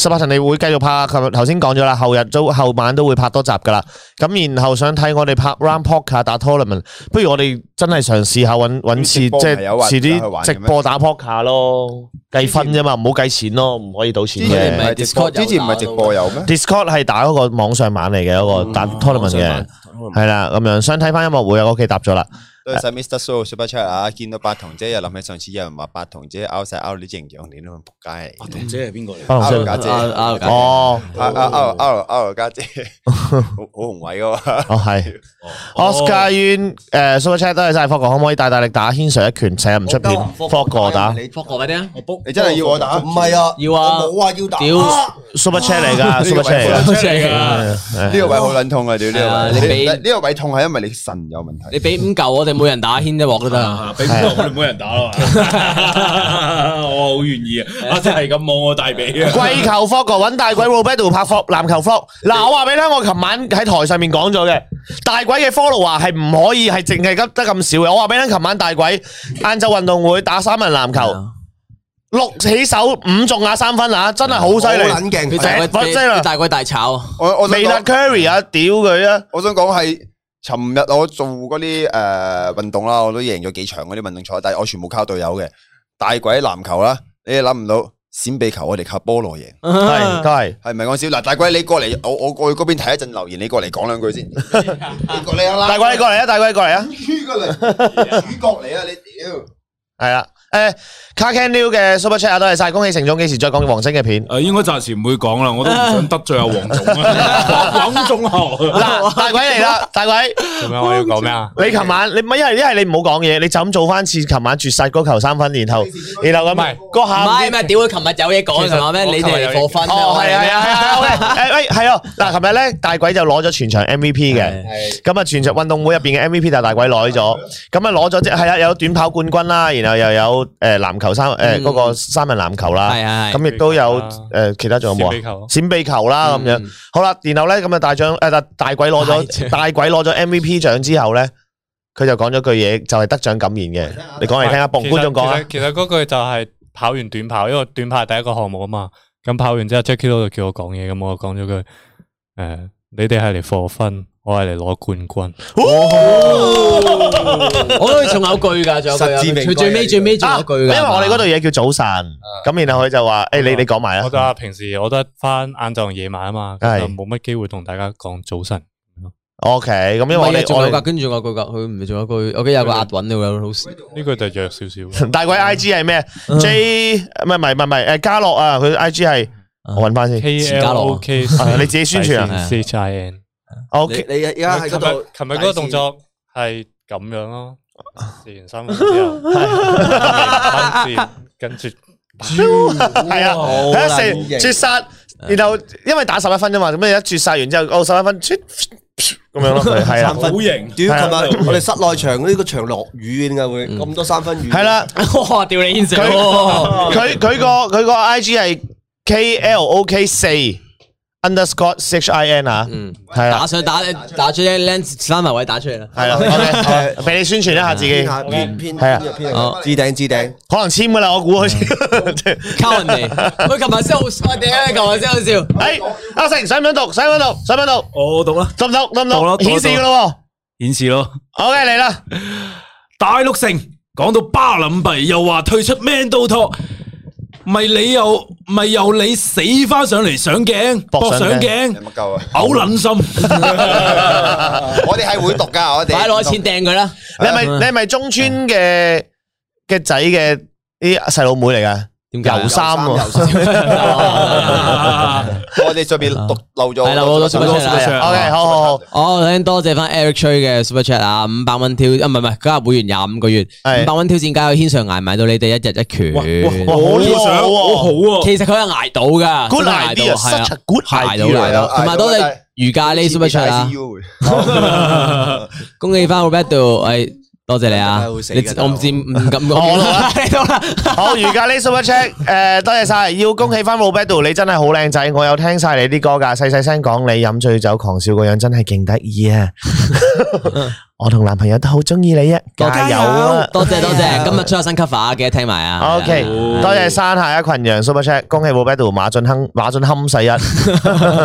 Speaker 1: 十八層你會繼續拍，琴日頭先講咗啦，後日都後晚都會拍多集噶啦。咁然後想睇我哋拍 round poker 打 tournament，不如我哋真係嘗試下揾揾次即
Speaker 2: 直播
Speaker 1: 係
Speaker 2: 咪有話
Speaker 1: 遲
Speaker 2: 去
Speaker 1: 啲
Speaker 2: 玩
Speaker 1: 直
Speaker 2: 嘅咩
Speaker 1: 播打 poker 咯，計分啫嘛，唔好計錢咯，唔啊哦可以賭錢
Speaker 4: 之前
Speaker 1: 嘅
Speaker 4: 咪。
Speaker 2: 之前唔係
Speaker 4: Discord
Speaker 2: Discord- 之前唔係直播有咩？
Speaker 1: Discord 係打嗰個網上版嚟嘅嗰
Speaker 2: 哦
Speaker 1: 個打 tournament 嘅，係啦咁樣。想睇翻音樂會啊，我屋企答咗啦。
Speaker 2: 多謝晒 Mr. So Super Chat啊，見到八筒姐，又諗起上次有人話八筒姐out晒out啲形容，你都仆街嚟。
Speaker 1: 哦
Speaker 5: 姐係邊個嚟？
Speaker 1: 不同
Speaker 2: 啊
Speaker 1: 聲
Speaker 2: 家姐
Speaker 4: 啊啊啊
Speaker 1: 哦
Speaker 2: out- out- out- out- out 家姐。好-好宏偉㗎嘛。
Speaker 1: 哦係。Oscar Yuen 誒 Super Chat 多謝晒 f o g 可唔可以大大力打軒 Sir 一拳，成日唔出片 f o g 打
Speaker 3: 你
Speaker 4: 霍哥快啲啊！
Speaker 5: 我 book
Speaker 2: 你真係要我打？
Speaker 3: 唔系啊，
Speaker 4: 要啊
Speaker 3: 我冇啊，要打。
Speaker 4: 屌
Speaker 1: Super Chat 嚟㗎
Speaker 2: 呢個
Speaker 1: ，Super Chat 嚟㗎
Speaker 4: 出嚟㗎！
Speaker 1: 係。
Speaker 2: 呢個位好撚痛啊，屌，呢個位。
Speaker 4: 係啊，你俾-
Speaker 2: 呢個位痛係因為你腎有問題。
Speaker 4: 你俾五嚿，我哋每人打牽一鑊都得啊。
Speaker 5: 啊！俾邊個我哋每人打咯， 我好願意啊！啊，真係咁摸我大髀 啊！
Speaker 1: 跪求 f o g 揾大鬼 Roberto 拍 f 籃球 f o g 嗱，我話俾你聽，我琴晚喺台上面講咗嘅，大鬼嘅 follow 啊係唔可以係淨係得得咁少嘅。我話俾你聽，琴晚大鬼晏晝運動會打三人籃球。六起手五中啊三分啊，真係好犀
Speaker 3: 好
Speaker 1: 利！
Speaker 3: 撚勁
Speaker 4: 俾大
Speaker 1: 哎
Speaker 4: 鬼
Speaker 1: 屈真啊
Speaker 4: 俾大鬼大炒，
Speaker 2: 我-我想
Speaker 1: 未啦
Speaker 2: 講-
Speaker 1: Curry 啊，屌佢啊！
Speaker 2: 我想講係尋日我做嗰啲诶运动啦，我都贏咗幾場嗰啲運動賽，但係我全部靠隊友嘅。大鬼籃球啦，你哋諗唔到閃避球我哋靠菠蘿贏，
Speaker 1: 係都係
Speaker 2: 係咪講笑？嗱，大鬼你過嚟，我我過去嗰邊睇一陣留言，你過嚟講兩句先。你過嚟啦，
Speaker 1: 大鬼你過嚟啊，大鬼你過嚟啊，
Speaker 2: 主角嚟，主角嚟啊！你屌，
Speaker 1: 係啦。诶 c a r Can New 嘅 Super Chat 啊多谢晒，恭喜成總幾時再講黃星嘅 片？
Speaker 5: 诶，应该暂时唔会讲啦，我都唔想得罪阿黄总啊， 黃黃总學
Speaker 1: 嗱，大鬼 嚟啦，大鬼！
Speaker 7: 做咩？我要講咩啊？
Speaker 1: 你琴晚你咪一係一係你唔好講嘢，你就咁做翻次琴晚絕殺嗰球三分，然後然後
Speaker 7: 唔
Speaker 1: 咁
Speaker 7: 係
Speaker 1: 嗰下
Speaker 4: 唔係唔係，屌佢！琴日有嘢講，
Speaker 7: 其實
Speaker 4: 琴日咩？
Speaker 7: 我
Speaker 4: 你
Speaker 7: 琴日
Speaker 4: 哋
Speaker 7: 有
Speaker 4: 嚟
Speaker 7: 嘢
Speaker 4: 過分
Speaker 1: 哦，係啊係啊係啊係啊，誒喂係啊！嗱，琴日咧大鬼就攞咗全場 MVP 嘅。
Speaker 6: 系
Speaker 1: 咁啊，全場運動會入邊嘅 MVP 就大鬼攞咗，咁啊攞咗即係啊，有短跑冠軍啦，然後又有誒籃球三誒
Speaker 4: 嗯
Speaker 1: 嗰個三人籃球啦，
Speaker 4: 係係係
Speaker 1: 咁亦都有誒其他仲有冇
Speaker 7: 閃
Speaker 1: 啊
Speaker 7: 避？球，
Speaker 1: 閃避球啦咁樣，好啦，然後咧咁啊大獎誒大大鬼攞咗大鬼攞咗 MVP 獎之後咧，佢就講咗句嘢，就係得獎感言嘅，你講嚟聽下，幫
Speaker 7: 其實
Speaker 1: 觀眾講啊
Speaker 7: 其實，其實嗰句就係跑完短跑，因為短跑係第一個項目啊嘛。咁跑完之後，Jackie 都叫我講嘢，咁我就講咗句：诶、你哋係嚟課分，我係嚟攞冠軍。
Speaker 4: 我都仲有句㗎，仲有
Speaker 2: 實至名
Speaker 4: 句，
Speaker 2: 歸
Speaker 4: 佢最尾最尾仲有
Speaker 1: 啊
Speaker 4: 句
Speaker 1: 因
Speaker 4: 㗎。
Speaker 1: 為我哋嗰度嘢叫早晨，咁然後佢就話誒你你講埋
Speaker 7: 我
Speaker 1: 啦
Speaker 7: 就，話平時我都係翻晏晝同夜晚啊嘛，咁就
Speaker 1: 啊係
Speaker 7: 冇乜機會同大家講早晨。
Speaker 1: ，OK，咁因為
Speaker 4: 唔
Speaker 1: 我
Speaker 4: 係啊，
Speaker 1: 哋
Speaker 4: 仲
Speaker 1: 我
Speaker 4: 有㗎，
Speaker 1: 哋
Speaker 4: 跟住仲有句㗎，佢唔係仲有句，我記得有個押韻㗎，好笑。
Speaker 7: 呢句就弱少少。
Speaker 1: 大鬼 IG 係咩？J 唔係唔係唔係唔係誒嘉樂啊，佢 IG 係我揾翻先
Speaker 7: K
Speaker 4: 錢嘉
Speaker 7: L
Speaker 4: 樂
Speaker 7: O
Speaker 4: 啊
Speaker 7: K，
Speaker 1: 啊你自己宣傳
Speaker 4: 啊
Speaker 7: C H I N。
Speaker 1: ，OK。
Speaker 3: 你而家喺
Speaker 7: 琴
Speaker 3: 嗰度
Speaker 7: 日，琴日嗰個動作係咁樣咯，自然三分之後，係分線跟住
Speaker 1: 系啊，
Speaker 6: 啦
Speaker 1: 係一
Speaker 6: 已經
Speaker 1: 成绝杀，然後因為打十一分啫嘛，咁你一絕殺完之後，哦十一分，啜咁樣咯， 係啊
Speaker 3: 三。分
Speaker 6: 好型，
Speaker 3: 屌，
Speaker 1: 係啊
Speaker 3: 琴日我哋室內場呢個場落雨嘅，點解會咁多三分雨？
Speaker 1: 係啦，
Speaker 4: 哇！屌你 i n s
Speaker 1: 佢佢佢個佢個 I G 係 K L O K 四 underscore H I N 啊，
Speaker 4: 嗯，
Speaker 1: 係
Speaker 4: 打
Speaker 1: 啦
Speaker 4: 上打打出啲 lens 三埋位打出嚟啦。
Speaker 1: 係啦，OK，俾你宣傳一下自己
Speaker 3: 偏，下偏偏
Speaker 1: 係啊
Speaker 3: 偏偏
Speaker 4: 好
Speaker 3: 置頂置頂，
Speaker 1: 可能簽噶啦，我估佢。
Speaker 4: 靠人哋，佢琴日先好笑，屌你琴日先好笑。
Speaker 1: 诶，哎阿成想唔想讀？想唔想讀？想唔想讀？
Speaker 5: 我讀啦，
Speaker 1: 得唔得？得
Speaker 5: 讀啦
Speaker 1: 唔
Speaker 5: 讀
Speaker 1: 得？
Speaker 5: 啦
Speaker 1: 顯示噶咯
Speaker 5: 顯示咯。
Speaker 1: 喎，OK 嚟啦，
Speaker 5: 大陸城講到巴林幣，又話退出 Man 到托，咪你又咪又你死翻上嚟上鏡，
Speaker 1: 搏
Speaker 5: 搏
Speaker 1: 上
Speaker 5: 上
Speaker 2: 有
Speaker 5: 鏡，
Speaker 2: 乜夠啊？
Speaker 5: 嘔撚 心。
Speaker 2: 我哋係會讀噶，我哋
Speaker 4: 快攞錢掟 佢啦！
Speaker 1: 你係咪你係咪中村嘅嘅仔嘅啲細佬妹嚟㗎？
Speaker 4: 點解啊？
Speaker 1: 油衫喎。
Speaker 4: 哦
Speaker 2: 我哋上边讀漏咗，
Speaker 4: 係啦漏咗
Speaker 2: 讀
Speaker 4: super chat 啦
Speaker 1: O
Speaker 2: Ờ,
Speaker 1: K，好好好，
Speaker 4: 哦，首先多謝翻 Eric 吹嘅 Super Chat 啊，五百蚊挑，啊唔係唔係，加入會員廿五個月，
Speaker 1: 係
Speaker 4: 五百蚊挑戰加有軒上捱埋到你哋一日一拳。
Speaker 1: 哇
Speaker 5: 我都想，我好啊。
Speaker 4: 其實佢係捱到噶
Speaker 1: Good
Speaker 4: 真係捱到
Speaker 1: idea，
Speaker 4: 係啊
Speaker 1: such a good
Speaker 4: 捱到
Speaker 1: idea
Speaker 4: 捱到，同埋多謝瑜伽呢 Super Chat 啊， 恭喜翻 Roberto，誒多謝你啊，
Speaker 3: 真係會死㗎
Speaker 4: 你知我唔知唔敢講，
Speaker 1: 我 錄啦
Speaker 4: 睇到啦，
Speaker 1: 好，而家呢 super check，诶，多謝晒，要恭喜翻 Roberto，你真係好靚仔，我有聽晒你啲歌㗎，細細聲講你飲醉酒狂笑個樣真係勁得 意啊！我同男朋友都好中意你啊，加油啊！
Speaker 4: 多謝多 謝，今日出咗新 cover 記得聽埋啊
Speaker 1: O K，多謝山下一群羊 super check，恭喜 Roberto 馬俊亨馬俊堪世一，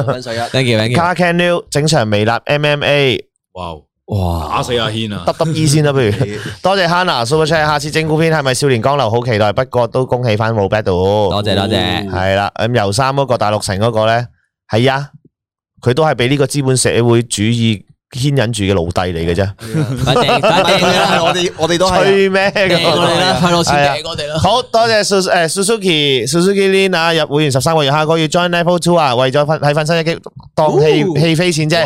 Speaker 3: 粉水一，
Speaker 4: dạ. ，thank you thank you，
Speaker 1: 加 Can New 整場微辣 M M A。
Speaker 5: 哇！
Speaker 4: 哇，
Speaker 5: 打死阿軒啊！
Speaker 1: 得得意先啦，不 如多謝 Hannah Super Chat，下次整蠱片係咪少年江流好期待？不過都恭喜翻 Roberto，多
Speaker 4: 多謝多謝，
Speaker 1: 係啦，咁游三嗰個大陸城嗰個咧，係啊，佢都係俾呢個資本社會主義牽引住嘅奴隸嚟嘅啫，
Speaker 4: 快掟快掟佢啦，
Speaker 3: 我哋我哋都係
Speaker 1: 吹咩
Speaker 4: 掟我哋
Speaker 1: 咁？
Speaker 4: 啦，快攞錢
Speaker 1: 係啊
Speaker 4: 掟我哋啦。
Speaker 1: 好多謝 Su 誒 Suzuki Suzuki Lin 啊，入會員十三個月，下個月 join Level Two 啊，為咗瞓睇瞓身一擊當戲戲飛錢啫。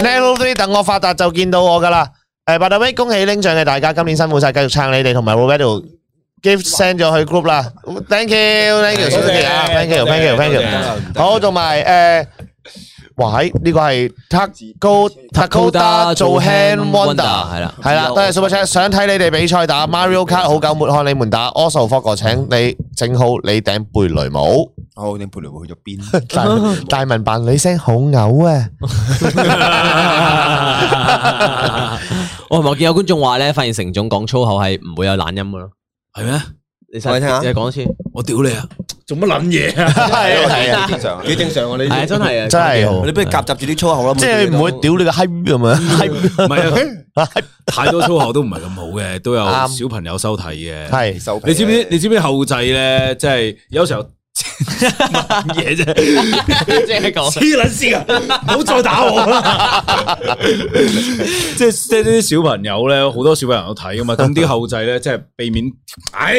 Speaker 1: Level Three 等我發達就見到我噶啦。誒，白大威恭喜拎獎嘅大家，今年辛苦晒，繼續撐你哋同埋 Roberto gift send 咗去 group 啦。Thank you，thank you，Suzuki 啊，thank you，thank you，thank you。好，同埋誒。哇！喺呢個係 Taco Takoda 做 Hand Wonder
Speaker 4: 係啦
Speaker 1: 系啦， 多謝 Super Chat，想睇你哋比賽打 Mario Kart，好久沒看你們打。Also f o g 請你整好你頂貝雷帽。
Speaker 2: 我哋貝雷會去咗邊？
Speaker 1: 大 大文扮女聲好嘔啊！
Speaker 4: 我同埋我見有觀眾話咧，發現成總講粗口係唔會有懶音噶咯。
Speaker 5: 係咩？
Speaker 4: 你
Speaker 3: 我哋聽下
Speaker 4: 你講一次，
Speaker 5: 我屌你啊！
Speaker 6: 做乜撚嘢啊？
Speaker 1: 係啊，
Speaker 2: 正常
Speaker 3: 幾正常啊！
Speaker 4: 係啊
Speaker 3: 你
Speaker 4: 真係啊，
Speaker 1: 真係
Speaker 4: 講得幾好
Speaker 3: 你不如夾雜住啲粗口啦，
Speaker 1: 即係唔會屌你個閪 咁啊！
Speaker 5: 唔係啊，太多粗口都唔係咁好嘅，都有
Speaker 1: 啱
Speaker 5: 小朋友收睇嘅。
Speaker 1: 係
Speaker 2: 收皮
Speaker 5: 你知唔知？你知唔知後制咧？即係有 時候乜嘢啫？
Speaker 4: 即係講
Speaker 6: 黐撚線啊！唔好再打我啦！
Speaker 5: 即 係即係啲小朋友咧，好多小朋友睇噶嘛。咁啲後制咧，即係避免，唉，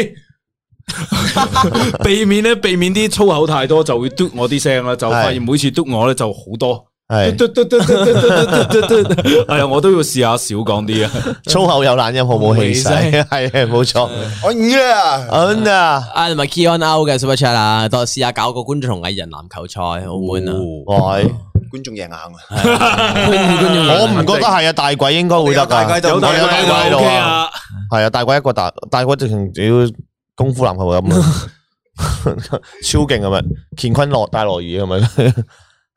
Speaker 5: 避免咧，避免啲粗口太多就會嘟我啲聲啦，就發現每次嘟我咧就好多。
Speaker 1: 係
Speaker 5: 嘟嘟嘟嘟嘟嘟嘟嘟嘟，
Speaker 6: 哎
Speaker 5: 系啊，我都要試下少講啲啊。
Speaker 1: 粗口有懶音，好冇氣勢， 係冇錯。
Speaker 2: 我唔啊，
Speaker 1: 嗯啊，
Speaker 4: 啊，同埋 Keon Out 嘅 Super Chat 啊，多試下搞個觀眾同藝人籃球賽，澳門啊，
Speaker 6: 哦
Speaker 1: 喂，
Speaker 2: 观众贏硬啊！
Speaker 4: 觀眾
Speaker 1: 我唔覺得係啊，大鬼應該會得
Speaker 2: 大
Speaker 1: 㗎，
Speaker 2: 鬼就
Speaker 1: 我有
Speaker 2: 有
Speaker 1: 大鬼
Speaker 2: 大鬼
Speaker 1: 喺
Speaker 2: 就
Speaker 1: 度
Speaker 5: OK
Speaker 1: 啊。
Speaker 5: 啊，
Speaker 1: 系啊，大鬼一個大大鬼直情屌功夫籃球咁啊， 超勁咁啊！乾坤落大落雨咁啊，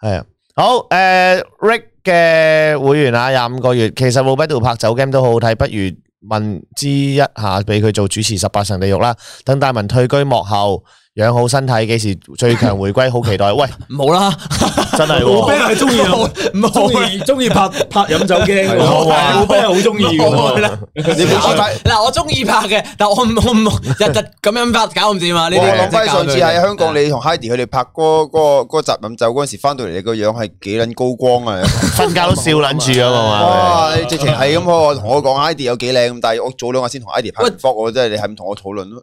Speaker 1: 係啊，好诶、r i c k 嘅會員啊，廿五個月，其實冇必要拍酒 game 都好好睇，不如問之一下，俾佢做主持十八層地獄啦，等大文退居幕後。養好身體，幾時最強回歸？好期待！ 喂，
Speaker 4: 唔好啦，
Speaker 1: 真係
Speaker 6: 我
Speaker 1: 喎，
Speaker 6: 係中意
Speaker 4: 唔好
Speaker 6: 中意中意拍拍飲酒 game，
Speaker 1: 係好啊
Speaker 6: 我 b 好中意嘅。
Speaker 2: 你冇睇翻，
Speaker 4: 嗱，我中意拍嘅，但我唔 我唔日日咁樣拍，搞唔掂啊！呢
Speaker 2: 我
Speaker 4: 啲
Speaker 2: 諗翻上次喺香港，你同 Heidi 佢哋拍嗰嗰嗰集飲酒嗰陣時，翻到嚟你個樣係幾撚高光啊！
Speaker 1: 瞓覺都笑撚住啊嘛！
Speaker 2: 哇！你直情係咁，我同我講 Heidi 有幾靚咁，但係我早兩日先同 Heidi 拍
Speaker 4: 喂
Speaker 2: vlog，我真係你係咁同我討論咯。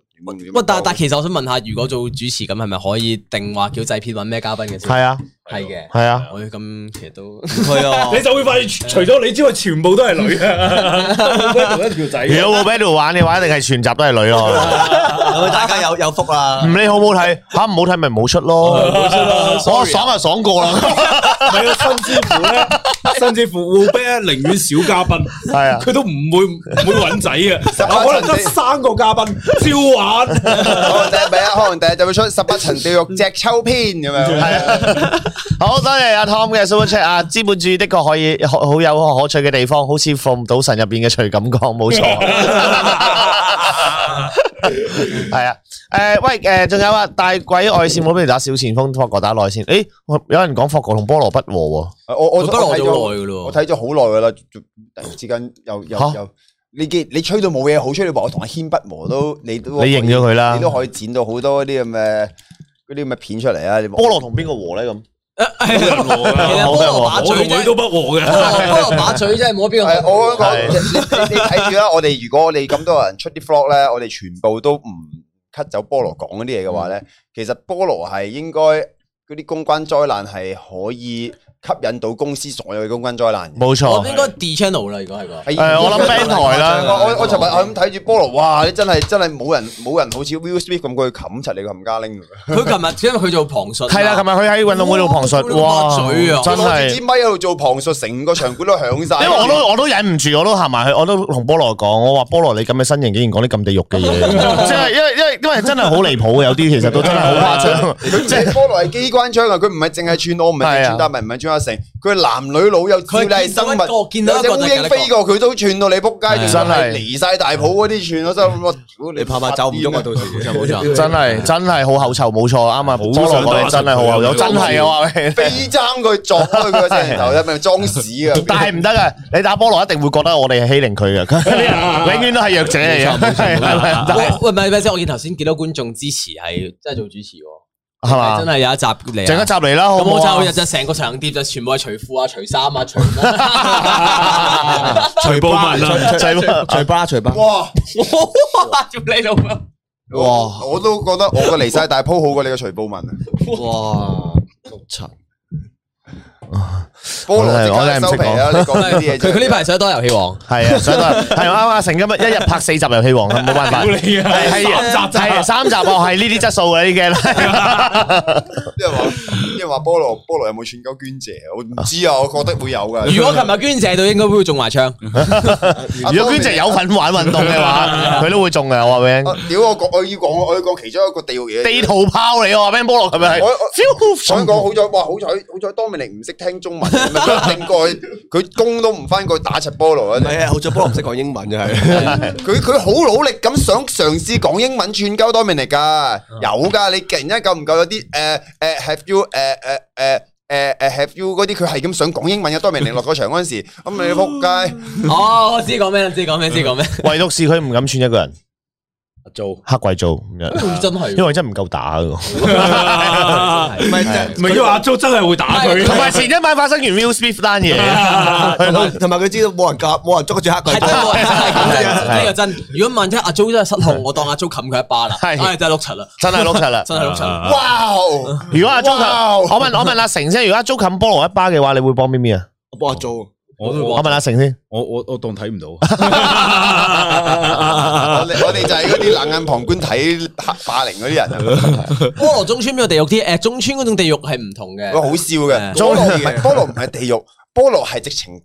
Speaker 4: 喂，但但其實我想問下，如果做主持咁，係咪可以定話叫製片揾咩嘉賓嘅先？
Speaker 1: 係啊，
Speaker 4: 係嘅，
Speaker 1: 係啊，
Speaker 4: 我咁其實都係
Speaker 1: 哦
Speaker 4: 啊
Speaker 6: 你就會發現，除咗你之外，全部都係女 啊，同一條仔。啊
Speaker 1: 如果冇俾度玩嘅話，一定係全集都係女咯。
Speaker 4: 大家有有福啦
Speaker 1: 唔。理好唔好睇，吓唔好睇咪唔好出咯。啊我爽就爽過 啦，
Speaker 6: 係啊，甚至乎咧，甚至乎 Will b e 寧願少嘉賓，
Speaker 1: 係啊
Speaker 6: 佢都唔會唔會揾仔 嘅，
Speaker 2: 八
Speaker 6: 可能
Speaker 2: 層
Speaker 6: 得三個嘉賓，照玩。
Speaker 2: 可能第一可能第日就會出十八層地獄隻秋篇咁樣。
Speaker 1: 好多謝阿 Tom 嘅 super chat 啊！資本主義的確可以好好有可取嘅地方，好似《放賭神》入邊嘅徐錦江，冇 錯。係啊，诶喂，诶仲有啊，大鬼外線冇俾你打小前鋒，霍國打內線。诶，有人講霍國同菠蘿不和喎，
Speaker 2: 我我
Speaker 4: 我都
Speaker 2: 我
Speaker 4: 落
Speaker 2: 睇
Speaker 4: 咗
Speaker 2: 咗
Speaker 4: 好耐噶咯，
Speaker 2: 我睇咗好耐噶啦，突然之間又又
Speaker 1: 嚇
Speaker 2: 又，你既你吹到冇嘢好吹，你話我同阿軒不和都，你都
Speaker 1: 你認咗佢啦
Speaker 2: 你都可以剪到好多啲咁嘅嗰啲咁嘅片出嚟啊！你
Speaker 1: 菠蘿同邊個和咧咁？啊
Speaker 4: 其實菠蘿把
Speaker 6: 我同
Speaker 4: 嘴
Speaker 6: 佢
Speaker 4: 啫
Speaker 6: 都，不和
Speaker 4: 菠
Speaker 6: 嘅。
Speaker 4: 蘿菠蘿哦把嘴真係冇得邊
Speaker 2: 係
Speaker 4: 個好。
Speaker 2: 我講
Speaker 1: 係
Speaker 2: 你你你睇住啦，我哋如果我哋咁多人出啲 vlog 咧，我哋全部都唔 cut 走菠蘿講嗰啲嘢嘅話
Speaker 1: 嗯
Speaker 2: 咧，其實菠蘿係應該嗰啲公關災難係可以吸引到公司所有嘅公關災難嘅。
Speaker 1: 冇
Speaker 4: 我
Speaker 1: 錯，
Speaker 4: 應該 D channel 啦，如果係個。
Speaker 2: 係
Speaker 1: 誒我諗 band 台啦
Speaker 2: 啊我我我尋日我咁睇住菠蘿，哇！你真係真係冇人冇人好似 Will Smith 咁過去冚柒你個冚家拎㗎，
Speaker 4: 佢琴日因為佢做旁述嘛，
Speaker 1: 係啦，琴日佢喺運動會度旁述，哇，
Speaker 4: 哇嘴啊
Speaker 1: 真
Speaker 2: 攞
Speaker 1: 係
Speaker 2: 住。支咪喺度做旁述，成個場館都響晒。
Speaker 1: 因為我都我都忍唔住，我都行埋去，我都同菠蘿講，我話菠蘿你咁嘅身形，竟然講啲咁地獄嘅 嘢，即係因為因為因為真係好離譜，有啲其實都真係 好誇張。
Speaker 2: 佢即係菠蘿係機關槍啊！佢唔係淨係串我，唔係淨係
Speaker 1: 係啊
Speaker 2: 串達文，唔係串阿成，佢係男女老幼照例生物。
Speaker 4: 佢見到
Speaker 2: 有
Speaker 4: 一
Speaker 2: 隻
Speaker 4: 個
Speaker 2: 烏
Speaker 4: 見到一個
Speaker 2: 蠅飛過，佢都串到你仆街，
Speaker 1: 係啊
Speaker 2: 仲要係
Speaker 1: 真係
Speaker 2: 離晒大譜嗰啲串，我真係我屌
Speaker 4: 你怕怕走唔喐啊，
Speaker 2: 都
Speaker 4: 到時就冇錯。
Speaker 1: 真係真係好口臭，冇錯，啱啊！菠蘿講你真係好口臭，真係啊！我話俾你
Speaker 2: 飛
Speaker 1: 聽
Speaker 2: 踭佢撞開佢個石頭，係咪裝屎 啊？
Speaker 1: 但係唔得嘅，你打菠蘿一定會覺得我哋係欺凌佢嘅， 永遠都係弱者嚟嘅，係
Speaker 4: 喂喂，唔係唔係先，我見頭先幾多觀眾支持係真係做主持喎，
Speaker 1: 係嘛
Speaker 4: 真？係有一集嚟啊。
Speaker 1: 整一集嚟啦，好
Speaker 4: 咁
Speaker 1: 唔
Speaker 4: 我
Speaker 1: 好啊
Speaker 4: 就日就成個長碟就全部係除褲啊、除衫啊、除乜
Speaker 5: 徐步文啊，
Speaker 3: 嘴巴嘴巴，
Speaker 2: 哇！
Speaker 4: 哇！做啊你老母！
Speaker 2: 哇！我都覺得我個離晒大鋪好過你個徐步文啊！
Speaker 3: 哇，六七，
Speaker 2: 菠蘿即刻收皮啦！你講呢啲
Speaker 4: 佢
Speaker 2: 嘢真係，
Speaker 4: 佢呢排想多遊戲王，
Speaker 1: 係啊，所以都係係啱啊！成今日一日拍四集遊戲王，冇辦 法。
Speaker 6: 你啊，
Speaker 1: 係
Speaker 6: 三集
Speaker 1: 係三集哦，係呢啲質素嘅呢啲嘅。
Speaker 2: 啲人話啲人話菠蘿菠蘿有冇串鳩捐謝？我唔知啊，我覺得會有噶。
Speaker 4: 如果琴日捐借到，應該會中埋槍。
Speaker 1: 如果娟姐有份玩運動嘅話， 佢都會中嘅。我話俾你
Speaker 2: 啊屌我講，我要講，我要講其中一個地獄嘢。
Speaker 1: 聽，地圖炮你我話俾你聽菠蘿係咪？
Speaker 2: 我我想講
Speaker 1: 我
Speaker 2: 好彩，哇！好彩好彩，當明力唔識聽中文，咪 定過去佢工都唔翻過去打柒菠蘿啊！
Speaker 3: 係啊，好彩菠蘿唔識講英文就係，
Speaker 2: 佢佢好努力咁想嘗試講英文串鳩 Dominic 噶，有噶，你突然間夠唔夠有啲誒誒 Have you 誒誒誒誒誒 Have you 嗰啲，佢係咁想講英文嘅 Dominic 落個場嗰陣時，咁你仆街，
Speaker 4: 哦，我知講咩啦，知講咩，知講咩。
Speaker 1: 唯獨是佢唔敢串一個人，
Speaker 6: 做
Speaker 1: 黑鬼做咁樣，
Speaker 4: 真係
Speaker 1: 因為真係唔夠打㗎。
Speaker 6: 唔系唔系，因為阿 Jo 真係會打佢。啊
Speaker 1: 同埋前一晚發生完 Will Smith 單嘢，係咯，
Speaker 2: 同埋佢知道冇人夾，冇人捉住黑鬼
Speaker 4: 係真喎，真係呢個真。如果萬一阿 Jo 真係失 控，我當阿 Jo 冚佢一巴啦，
Speaker 1: 係
Speaker 4: 唉真係碌啊柒啦，
Speaker 1: 真係碌柒啦。
Speaker 4: 真係碌柒
Speaker 5: 啊
Speaker 4: 啦。
Speaker 2: 哇哦！
Speaker 1: 如果阿 Jo
Speaker 2: 哇
Speaker 1: 我問我問阿成先，如果阿 Jo 冚菠蘿一巴嘅話，你會幫邊邊啊？
Speaker 3: 我幫我做，
Speaker 5: 我都
Speaker 1: 我問阿成 先，
Speaker 5: 我我我当睇唔到，
Speaker 2: 我哋我哋就係嗰啲冷眼旁觀睇黑霸凌嗰啲人啊，
Speaker 4: 菠蘿中村邊個地獄啲？誒，中村嗰種地獄係唔同嘅
Speaker 2: 喂，。好笑嘅。
Speaker 4: 嗯
Speaker 2: 菠蘿唔係菠蘿唔係地獄，菠蘿係直情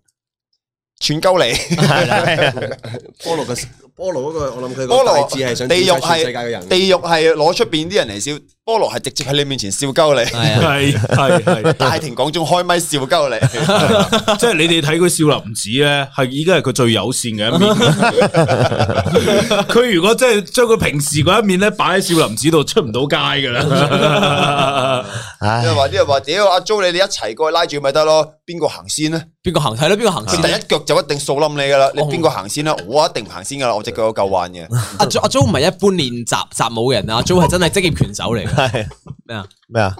Speaker 2: 串鳩你。
Speaker 3: 菠蘿嘅菠蘿嗰個，我諗佢
Speaker 2: 菠
Speaker 3: 個大
Speaker 2: 蘿
Speaker 3: 致係想
Speaker 2: 地獄
Speaker 3: 展示全世界嘅
Speaker 2: 係
Speaker 3: 人。
Speaker 2: 地獄係攞出邊啲人嚟笑，菠蘿係直接喺你面前笑 鳩你。
Speaker 4: 係啊，
Speaker 5: 係係 係。
Speaker 2: 大庭廣眾開咪笑鳩你，
Speaker 5: 即系你哋睇佢笑林寺啊咧，系依家系佢最友善嘅一面。 佢如果即系将佢平时嗰一面咧摆喺少林寺度，出唔到街噶 啦。
Speaker 1: 唉
Speaker 2: 因為，話啲人話屌阿 Jo 你哋一齊過去拉住咪得咯，邊個行先呢？
Speaker 4: 邊個行係咯？邊個行
Speaker 2: 佢
Speaker 4: 先
Speaker 2: 第？一腳就一定掃冧你噶啦，你邊個行先啦？我一定唔行先噶啦，我只腳有夠彎嘅。
Speaker 4: 阿 Jo 阿 Jo 唔係一般練習習武嘅人啊，阿 Jo 係真係職業拳手嚟嘅。
Speaker 1: 係
Speaker 4: 咩啊？
Speaker 1: 咩啊？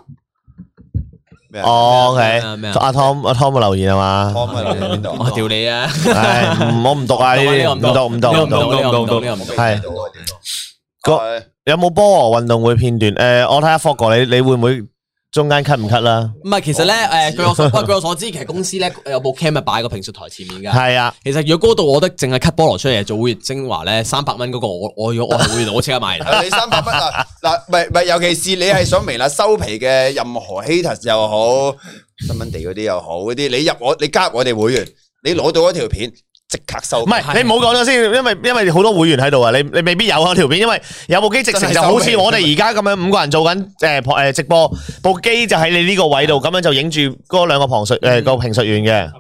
Speaker 2: 咩啊？
Speaker 1: 哦，OK，
Speaker 4: 咩啊咩啊
Speaker 1: 阿 Tom 阿 Tom 嘅留言係嘛？
Speaker 2: 我咪留喺 邊
Speaker 4: 我
Speaker 2: 度？
Speaker 4: 屌你啊！
Speaker 1: 唉，唔我唔讀啊，呢啲唔
Speaker 4: 呢個
Speaker 1: 讀唔讀唔
Speaker 4: 呢個
Speaker 1: 讀。
Speaker 4: 呢個唔讀
Speaker 5: 唔讀唔讀
Speaker 4: 呢個唔讀
Speaker 1: 係
Speaker 2: 係
Speaker 1: 個有冇菠蘿運動會片段？诶，我睇下霍哥你你會唔會中間 cut 唔 cut 啦？
Speaker 4: 唔係，其實咧，誒，據我所，喂，據我所知，其實公司咧有部 cam 咪擺個評述台前面㗎。
Speaker 1: 係啊，
Speaker 4: 其實如果嗰度我覺得淨係 cut 菠蘿出嚟做會員精華咧，三百蚊嗰個我我如果我係會員，我即刻 買。
Speaker 2: 你三百蚊啊！嗱，咪咪，尤其是你係想微辣收皮嘅，任何 haters 又好，新蚊地嗰啲又好，嗰啲你入我，你加入我哋會員，你攞到嗰條片即刻收。
Speaker 1: 唔係你唔好講咗先，因為因為好多會員喺度啊，你你未必有啊條片，因為有部機直成就好似我哋而家咁樣五個人做緊诶诶直播，部機就喺你呢個位度，咁樣就影住嗰兩個旁述诶個評述員嘅，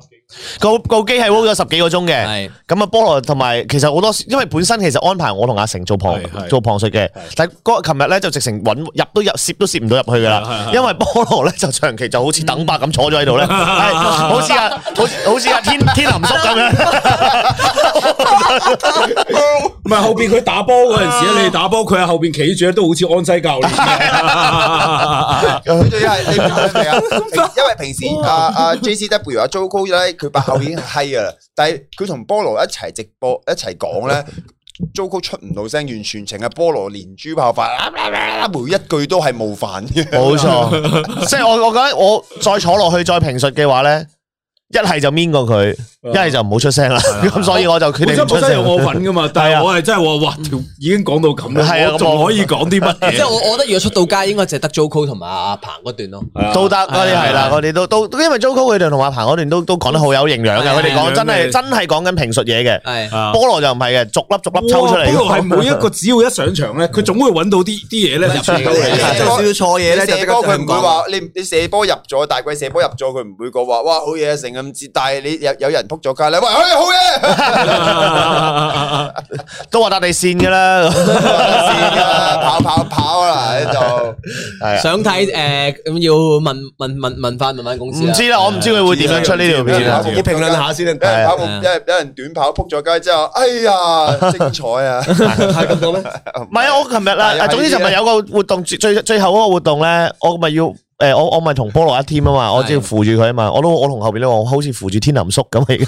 Speaker 1: 個部機係 roll 咗十幾個鐘嘅。
Speaker 4: 係
Speaker 1: 咁啊，菠蘿同埋其實好多，因為本身其實安排我同阿成做旁
Speaker 5: 係係
Speaker 1: 做旁述嘅，但係嗰琴日咧就直情揾入都入攝都攝唔到入去噶啦
Speaker 5: 係係，係嗯
Speaker 1: 因為菠蘿咧就長期就好似等伯咁坐咗喺度咧，係好似阿好 似好似阿天天林叔咁樣，
Speaker 6: 唔係後边佢打波嗰陣
Speaker 5: 啊
Speaker 6: 時咧，你哋打波佢喺後边企住咧，都好似安西教 練。
Speaker 2: 佢仲要係你明唔明 啊？因為平時啊阿阿 JCW 阿 Joco 咧，佢把口已經係閪噶啦，但係佢同菠蘿一齊直播一齊講咧。Joco 出唔到聲，完全成係菠蘿連珠炮法，每一句都係冒犯嘅。
Speaker 1: 冇錯，即係我我覺得我再坐落去再評述嘅話咧，一係就搣過佢，
Speaker 5: 嗯
Speaker 1: 一係就唔好出聲啦，咁所以我就決
Speaker 5: 啊本
Speaker 1: 定
Speaker 5: 身
Speaker 1: 唔出
Speaker 5: 本身有
Speaker 1: 聲。
Speaker 5: 我份噶嘛，但
Speaker 1: 係啊
Speaker 5: 係我係真係話哇，條已經講到咁
Speaker 1: 係啊
Speaker 5: 啦，我
Speaker 1: 咁
Speaker 5: 仲
Speaker 1: 我
Speaker 5: 可以講啲乜
Speaker 4: 即係
Speaker 5: 嘢？
Speaker 4: 我我覺得如果出到街應該淨係得 Joco 同埋阿彭嗰段咯。
Speaker 1: 都得嗰啲係啦，我哋都都因為 Joco 佢哋同阿彭嗰段都都講得好有營養嘅，佢哋講真係真係講緊評述嘢嘅。
Speaker 4: 係
Speaker 5: 啊
Speaker 1: 菠蘿就唔係嘅，逐粒逐粒抽出嚟。
Speaker 5: 菠蘿係每一個只要一上場咧，佢總會揾到啲啲嘢咧入到嚟。
Speaker 3: 做 少少錯嘢咧，
Speaker 2: 你
Speaker 3: 就
Speaker 2: 射
Speaker 3: 即刻
Speaker 2: 波佢唔
Speaker 3: 會
Speaker 2: 會話你你射波入咗，大鬼射波入咗，佢唔會講話哇好嘢啊成咁之，但係你有有人撲咗街咧，喂哎好嘢，
Speaker 1: 都話搭地線㗎啦，
Speaker 2: 線啊跑跑跑啦喺度，
Speaker 1: 係啊，
Speaker 4: 想睇誒咁要問問問問翻問翻公司 啊
Speaker 1: 唔
Speaker 4: 啦。
Speaker 1: 知啦，我唔知佢會點樣出呢條
Speaker 2: 有
Speaker 1: 片
Speaker 2: 人
Speaker 1: 啊。
Speaker 2: 跑
Speaker 3: 要評論下先。
Speaker 2: 有人跑步，
Speaker 4: 係啊
Speaker 2: 有人有人短跑撲咗街之後，哎呀精彩啊！
Speaker 3: 係咁講咩？
Speaker 1: 唔係啊，我琴日
Speaker 2: 係啊
Speaker 1: 啦，總之
Speaker 2: 係呢啲
Speaker 1: 尋日有個活動，最最最後嗰個活動咧，我咪要。誒我我咪同菠蘿一 team 啊嘛，我只要扶住佢啊嘛，我都我同後邊都話我好似扶住天林叔咁啊而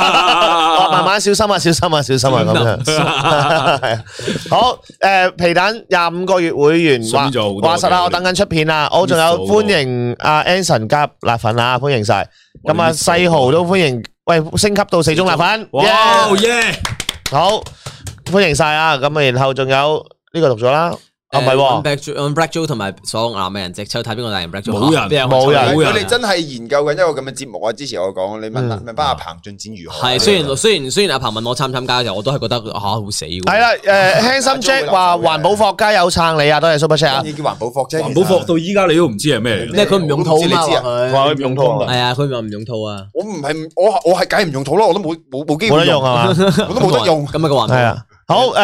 Speaker 1: 家我慢慢小心啊，小心啊，小心啊咁樣。係啊好誒，皮蛋廿五個月會員話
Speaker 5: 順咗好多
Speaker 1: 話實啦，我等緊出片啦，我仲有
Speaker 5: 順咗好多
Speaker 1: 歡迎阿 Anson 加入辣粉啊，歡迎晒。
Speaker 5: 我
Speaker 1: 咁啊
Speaker 5: 哋順咗
Speaker 1: 細豪都歡迎，喂升級到四中辣粉，
Speaker 5: 哇
Speaker 1: Yeah！
Speaker 5: 耶！
Speaker 1: 好，歡迎晒啊！咁啊，然後仲有呢個讀咗啦，啊唔係
Speaker 4: 誒
Speaker 1: 喎，
Speaker 4: ，Black Jo- Black Joe 同埋所有男嘅人，直抽睇邊個大人 Black Joe。啊
Speaker 5: 冇人
Speaker 4: 邊有
Speaker 1: 冇人
Speaker 2: 佢
Speaker 5: 冇人
Speaker 2: 佢哋真係研究緊一個咁嘅節目啊！之前我講，你問下問翻阿彭進展如何？
Speaker 4: 係，雖然雖然雖然阿彭問我參唔參加嘅時候，我都係覺得嚇好死喎。
Speaker 1: 係啦，啊誒輕心 Jack 話環保霍家有撐你啊，多謝 Super Chat 啊，
Speaker 2: 呢叫環保課啫，
Speaker 5: 環保課到依家你都唔知係咩嚟
Speaker 4: 因為佢唔用套啊嘛，
Speaker 2: 我都唔知你知啊
Speaker 4: 話
Speaker 1: 佢唔用套
Speaker 4: 佢係啊，佢話唔用套啊，
Speaker 2: 我唔係我我係梗係唔用套咯，我都冇冇冇機
Speaker 1: 冇
Speaker 2: 會
Speaker 1: 得用係嘛？
Speaker 2: 我都冇得用。
Speaker 4: 咁啊個
Speaker 1: 係
Speaker 4: 環 保。
Speaker 1: 啊，好誒，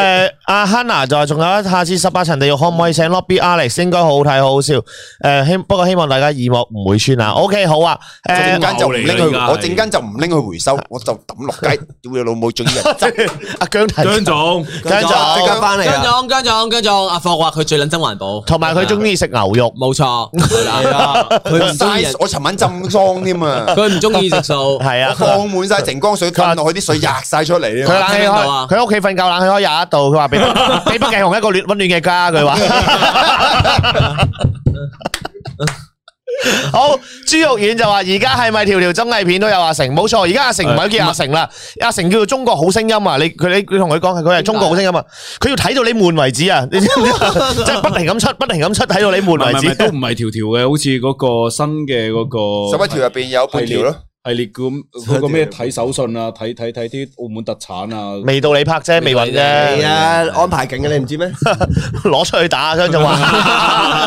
Speaker 1: 阿阿 Hanna 就話仲有下次十八層地獄可唔可以請 Lobby Alex？應該好好睇，好好笑。诶，希不過希望大家耳膜唔會穿啊。OK，好啊。
Speaker 2: 我
Speaker 1: 诶
Speaker 2: 陣，間就唔拎
Speaker 5: 牛嚟㗎而
Speaker 2: 去，
Speaker 5: 家
Speaker 2: 我陣間就唔拎去 回收，我就抌落街，屌你老母，仲要人執，
Speaker 1: 阿姜提，
Speaker 5: 姜总，
Speaker 1: 姜總
Speaker 4: 姜總
Speaker 2: 即刻翻嚟
Speaker 4: 姜
Speaker 2: 啊！
Speaker 4: 總姜總姜總，阿霍話佢最撚憎環保，
Speaker 1: 同埋佢中意食牛肉。
Speaker 4: 冇錯，係啊佢唔中意人
Speaker 2: 嘥，我尋晚浸桑 添啊！
Speaker 4: 佢唔中意食素，
Speaker 1: 係 啊，
Speaker 2: 放滿晒澄江水，浸落去啲水溢晒出嚟
Speaker 1: 佢冷
Speaker 2: 啊！
Speaker 1: 氣
Speaker 4: 聽到
Speaker 1: 開，
Speaker 5: à?
Speaker 4: 啊
Speaker 1: 佢屋企瞓覺冷氣開廿一度，佢話 俾俾北極熊一個暖温暖嘅家，佢話。好，豬肉丸就話：而家係咪條條綜藝片都有阿成？冇錯，而家阿成唔係叫阿成啦，阿成叫做中國好聲音啊！你佢你你同佢講係佢係中國好聲音啊！佢要睇到你 悶為止啊！你知唔知啊即係不停咁出，不停咁出，睇到你
Speaker 5: 唔係
Speaker 1: 悶為
Speaker 5: 唔係
Speaker 1: 止。
Speaker 5: 都唔係條條嘅，好似嗰個新嘅嗰個
Speaker 2: 十一條入邊有半條咯，
Speaker 5: 系列咁嗰個咩睇手信啊，睇睇睇啲澳門特產啊，
Speaker 1: 未到你拍啫，未揾啫。
Speaker 3: 係啊，安排緊嘅，你唔知咩？
Speaker 1: 攞出去打，姜 總話，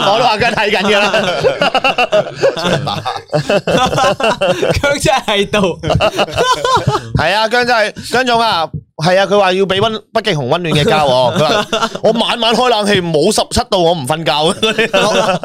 Speaker 1: 我都話佢睇緊㗎啦。
Speaker 4: 姜真係喺度，
Speaker 1: 係啊，姜真係姜總啊，係啊，佢話要俾温北極熊温暖嘅家喎。佢話我晚晚開冷氣，冇十七度我唔瞓覺。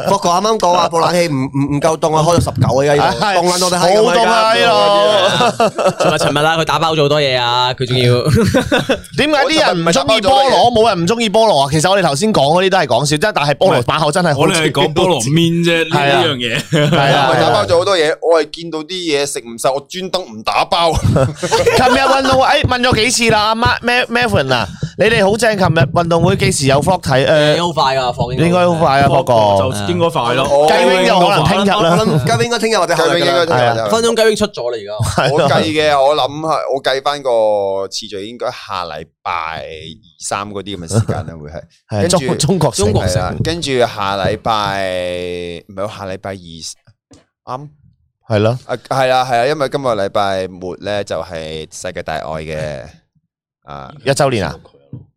Speaker 3: 不過啱啱講話部冷氣唔唔唔夠凍啊，開到十九啊，而家
Speaker 1: 係
Speaker 3: 凍撚到你閪
Speaker 1: 好凍啊呢度。
Speaker 4: 同埋尋日啦，佢打包咗好多嘢啊，佢仲要。
Speaker 1: 點解啲人唔中意菠蘿，冇人唔中意菠蘿啊？其實我哋頭先講嗰啲都係講笑，真但係菠蘿把口真係好
Speaker 5: 我哋係講菠蘿面啫，呢
Speaker 1: 係啊
Speaker 5: 呢樣嘢。
Speaker 1: 係
Speaker 2: 我打
Speaker 1: 啊
Speaker 2: 包。咗好多嘢，我係見到啲嘢食唔晒，我專登唔打包。
Speaker 1: 琴日運動會，誒問咗幾次啦，阿 Ma Ma Mavin 啊，你哋好正。琴日運動會幾時有 vlog 睇？誒，
Speaker 4: 好快噶，放映
Speaker 1: 應該好快啊，博哥。
Speaker 5: 就應該快咯。
Speaker 2: 我
Speaker 5: 哦
Speaker 1: 雞 wing 就可能聽
Speaker 3: 我
Speaker 1: 日啦。
Speaker 3: 諗今日應該聽日 或者後
Speaker 2: 計
Speaker 3: 日
Speaker 2: 應
Speaker 3: 㗎
Speaker 2: 該
Speaker 3: 啦。
Speaker 1: 啊係啊
Speaker 2: 聽
Speaker 4: 分
Speaker 2: 日。
Speaker 4: 鐘雞已經出咗啦，而家
Speaker 2: 我計嘅，我諗係我計翻個次序，應該下禮拜二三嗰啲咁嘅時間啦，會 係。
Speaker 1: 係啊
Speaker 2: 跟住
Speaker 1: 中中國啊
Speaker 4: 中國
Speaker 2: 係
Speaker 4: 城
Speaker 2: 啦，跟住下禮拜唔係下禮拜二啱
Speaker 1: 係咯。
Speaker 2: 啊，係啦係啦，因為今個禮拜末咧就係世界大愛嘅啊，
Speaker 1: 一周年啊？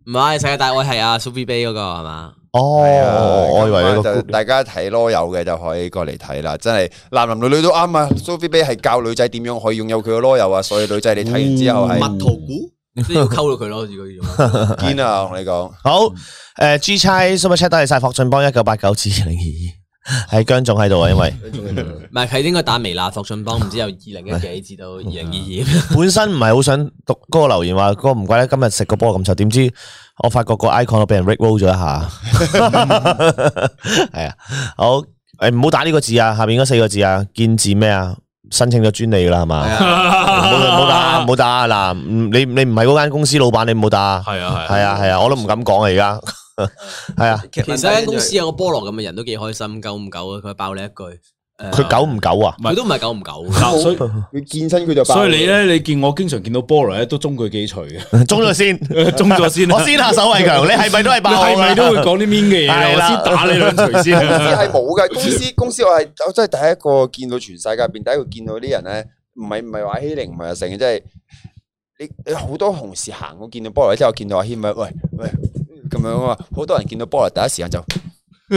Speaker 4: 唔係世界大愛係阿 Sophie Bay 嗰個係嘛？
Speaker 1: 哦，
Speaker 2: 係啊
Speaker 1: 我以為你
Speaker 2: 咁
Speaker 1: 個
Speaker 2: 啊就
Speaker 1: group
Speaker 2: 大家睇咯，有嘅就可以過嚟睇啦，真係男男女女都啱啊！Sophie B 係教女仔點樣可以擁有佢嘅囉柚啊，所以女仔你睇完之後係
Speaker 3: 蜜桃股
Speaker 4: 即係要溝到佢咯，好似 嗰種。
Speaker 1: 嗯
Speaker 2: 堅啊，我同你講。
Speaker 1: 好，诶，G 差 Super Chat 多谢晒霍俊邦一九八九至二零二二， 系姜总喺度啊，因為
Speaker 4: 唔係佢應該打微辣霍信邦，唔知由二零一幾 至到二零二二。
Speaker 1: 本身唔係好想讀嗰個留言話，嗰個唔怪得今日食個波咁臭，點知我發覺個 icon 都俾人 r e roll 咗一下， 係啊，好，诶，唔好打呢個字啊，下面嗰四個字啊，建字咩啊？申請咗專利㗎啦，係嘛？
Speaker 4: 啊
Speaker 1: 唔好唔好打，唔好打啊嗱，唔你你唔係嗰間公司老闆，你唔好打。
Speaker 5: 係啊
Speaker 1: 系啊系啊，我都唔敢講啊而家，係啊，
Speaker 4: 其實間公司有個菠蘿咁嘅人都幾開心，久唔久啊？佢爆你一句，誒
Speaker 1: 佢久唔久 啊？
Speaker 4: 佢都唔係久唔久。
Speaker 5: 嗱，所以
Speaker 2: 佢見親佢就爆
Speaker 5: 所以你咧，你見我經常見到菠蘿咧，都中佢幾除嘅，
Speaker 1: 中咗先，
Speaker 5: 中咗先啊啦
Speaker 1: 我先下手為強，你係咪都係
Speaker 5: 你
Speaker 1: 爆啊
Speaker 5: 係咪 都會講啲面嘅嘢啊？
Speaker 1: 係啦
Speaker 5: 我先打你兩除先
Speaker 2: 公司
Speaker 5: 啊。
Speaker 2: 係冇嘅，公司公司我係我真係第一個見到全世界入邊第一個見到啲人咧，唔係 唔係話欺凌，唔係話成，即係你你好多同事行過見到菠蘿之後，見到阿軒咪喂喂咁樣啊嘛，好多人見到菠蘿第一時間 就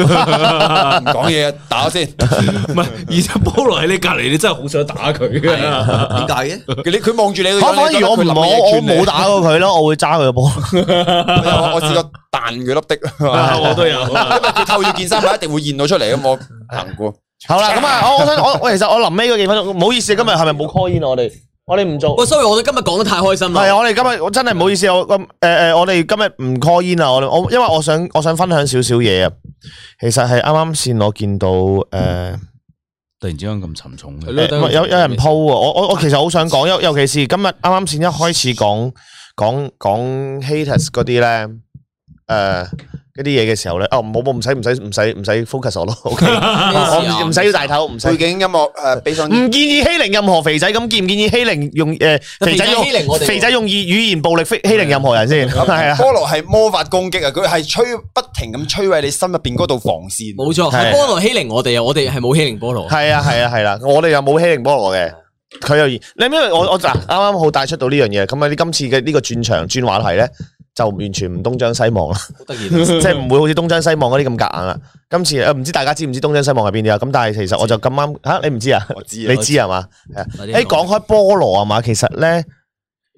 Speaker 2: 唔講嘢啊，打我先，
Speaker 5: 唔係，而且菠蘿喺你隔離，你真係好想打佢啊
Speaker 1: 啊
Speaker 5: 嘅。
Speaker 3: 點解嘅？
Speaker 2: 佢你佢望住你個樣，
Speaker 1: 我反
Speaker 2: 你覺
Speaker 1: 而
Speaker 2: 得
Speaker 1: 我唔
Speaker 2: 佢諗
Speaker 1: 我
Speaker 2: 嘢
Speaker 1: 我
Speaker 2: 串你
Speaker 1: 冇，打過佢咯，我會揸佢個波。
Speaker 2: 我我試過彈佢粒的，
Speaker 1: 啊
Speaker 5: 我都有。
Speaker 2: 因為佢透住件衫，佢一定會現到出嚟咁，我行過。
Speaker 1: 好啦，咁啊，我我想我我其實我臨尾嗰幾分鐘，唔好意思，今日係咪冇 call in 啊我哋？我哋唔做。
Speaker 4: 喂，sorry，我哋今日講得太開心啦。
Speaker 1: 係啊，我哋今日我真係唔好意思，我咁诶诶，我哋今日唔 call in 啊，我哋我因為我想我想分享少少嘢啊。其實係啱啱先我見到诶。
Speaker 5: 突然之間咁沉重嘅，
Speaker 1: 誒有有人 po 喎，我我我其實好想講，尤尤其是今日啱啱先一開始講講講 haters 嗰啲咧，誒嗰啲嘢嘅時候咧，哦冇冇唔使唔使唔使唔使 focus 我咯，OK，我唔唔使要大頭，唔使
Speaker 2: 背。景音樂誒，俾上
Speaker 1: 唔建議欺凌任何肥仔，咁建唔建議欺凌用誒肥仔用
Speaker 4: 肥仔欺凌我哋喎
Speaker 1: 肥仔用語語言暴力非欺凌任何 人先？係啊，
Speaker 2: 菠蘿係魔法攻擊啊！佢係摧不停咁摧毀你心入邊嗰道防線。
Speaker 4: 冇錯，
Speaker 1: 係
Speaker 4: 係菠蘿欺凌我哋啊！我哋係冇欺凌菠蘿。
Speaker 1: 係啊，係啊，係啦，我哋又冇欺凌菠蘿嘅。佢又你因為我我嗱啱啱好帶出到呢樣嘢，咁啊你今次嘅呢個轉場轉話題咧，就完全唔東張西望啦。
Speaker 4: 好得意啊，
Speaker 1: 即係唔會好似東張西望嗰啲咁夾硬啦。今次誒唔知大家知唔知東張西望係邊啲啊？咁但係其實我就咁啱嚇，你唔知啊？
Speaker 2: 我知啊
Speaker 1: 你知係嘛？係啊。
Speaker 4: 快啲
Speaker 1: 誒講開菠蘿係嘛？其實咧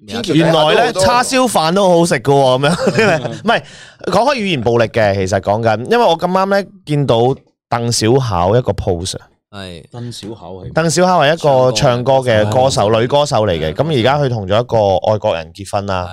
Speaker 2: 天橋底
Speaker 1: 原
Speaker 2: 下都
Speaker 1: 來咧
Speaker 2: 好多
Speaker 1: 叉燒飯都好好食噶喎，咁 樣 唔係講開語言暴力嘅，其實講緊，因為我咁啱咧見到鄧小巧一個 post，啊
Speaker 4: 系
Speaker 6: 真小口氣。
Speaker 1: 鄧小巧係一個唱
Speaker 4: 唱
Speaker 1: 歌
Speaker 4: 歌嘅
Speaker 1: 嘅歌手，女歌手嚟嘅，咁而家佢同咗一個外國人結婚啦。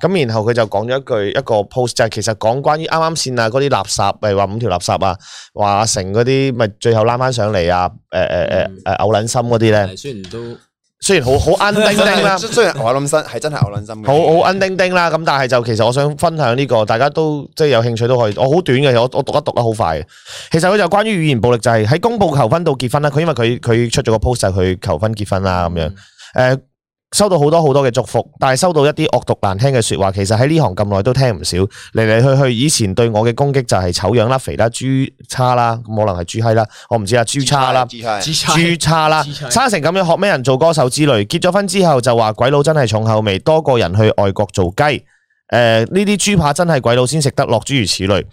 Speaker 1: 咁然後佢就講咗一句一個 post 就係其實講關於啱啱先啊嗰啲垃圾，誒話五條垃圾啊，話阿成嗰啲咪最後攬翻上嚟啊，誒誒誒誒嘔撚心嗰啲咧，
Speaker 4: 系，虽然都
Speaker 1: 雖然好 好恩丁丁啦，
Speaker 2: 雖雖然我諗新係真係我諗心嘅，
Speaker 1: 好好恩丁丁啦，咁但係就其實我想分享呢、個，大家都即係有興趣都可以，我好短嘅，我我讀一讀得好快嘅。其實佢就關於語言暴力，就係、喺公佈求婚到結婚啦，佢因為佢佢出咗個 post 就係佢求婚結婚啦啊咁樣，誒、呃收到好多好多嘅祝福，但係收到一啲惡毒難聽嘅説話，其實喺呢行咁耐都聽唔少，嚟嚟去去，以前對我嘅攻擊就係醜樣啦、肥啦、豬叉啦，咁可能係豬閪啦，我唔知啊，豬叉啦。
Speaker 2: G 叉
Speaker 1: 豬叉啦，生成咁樣學咩人做歌手之類。結咗婚之後就話鬼佬真係重口味，多過人去外國做雞。誒呢啲豬扒真係鬼佬先食得落，諸如此類。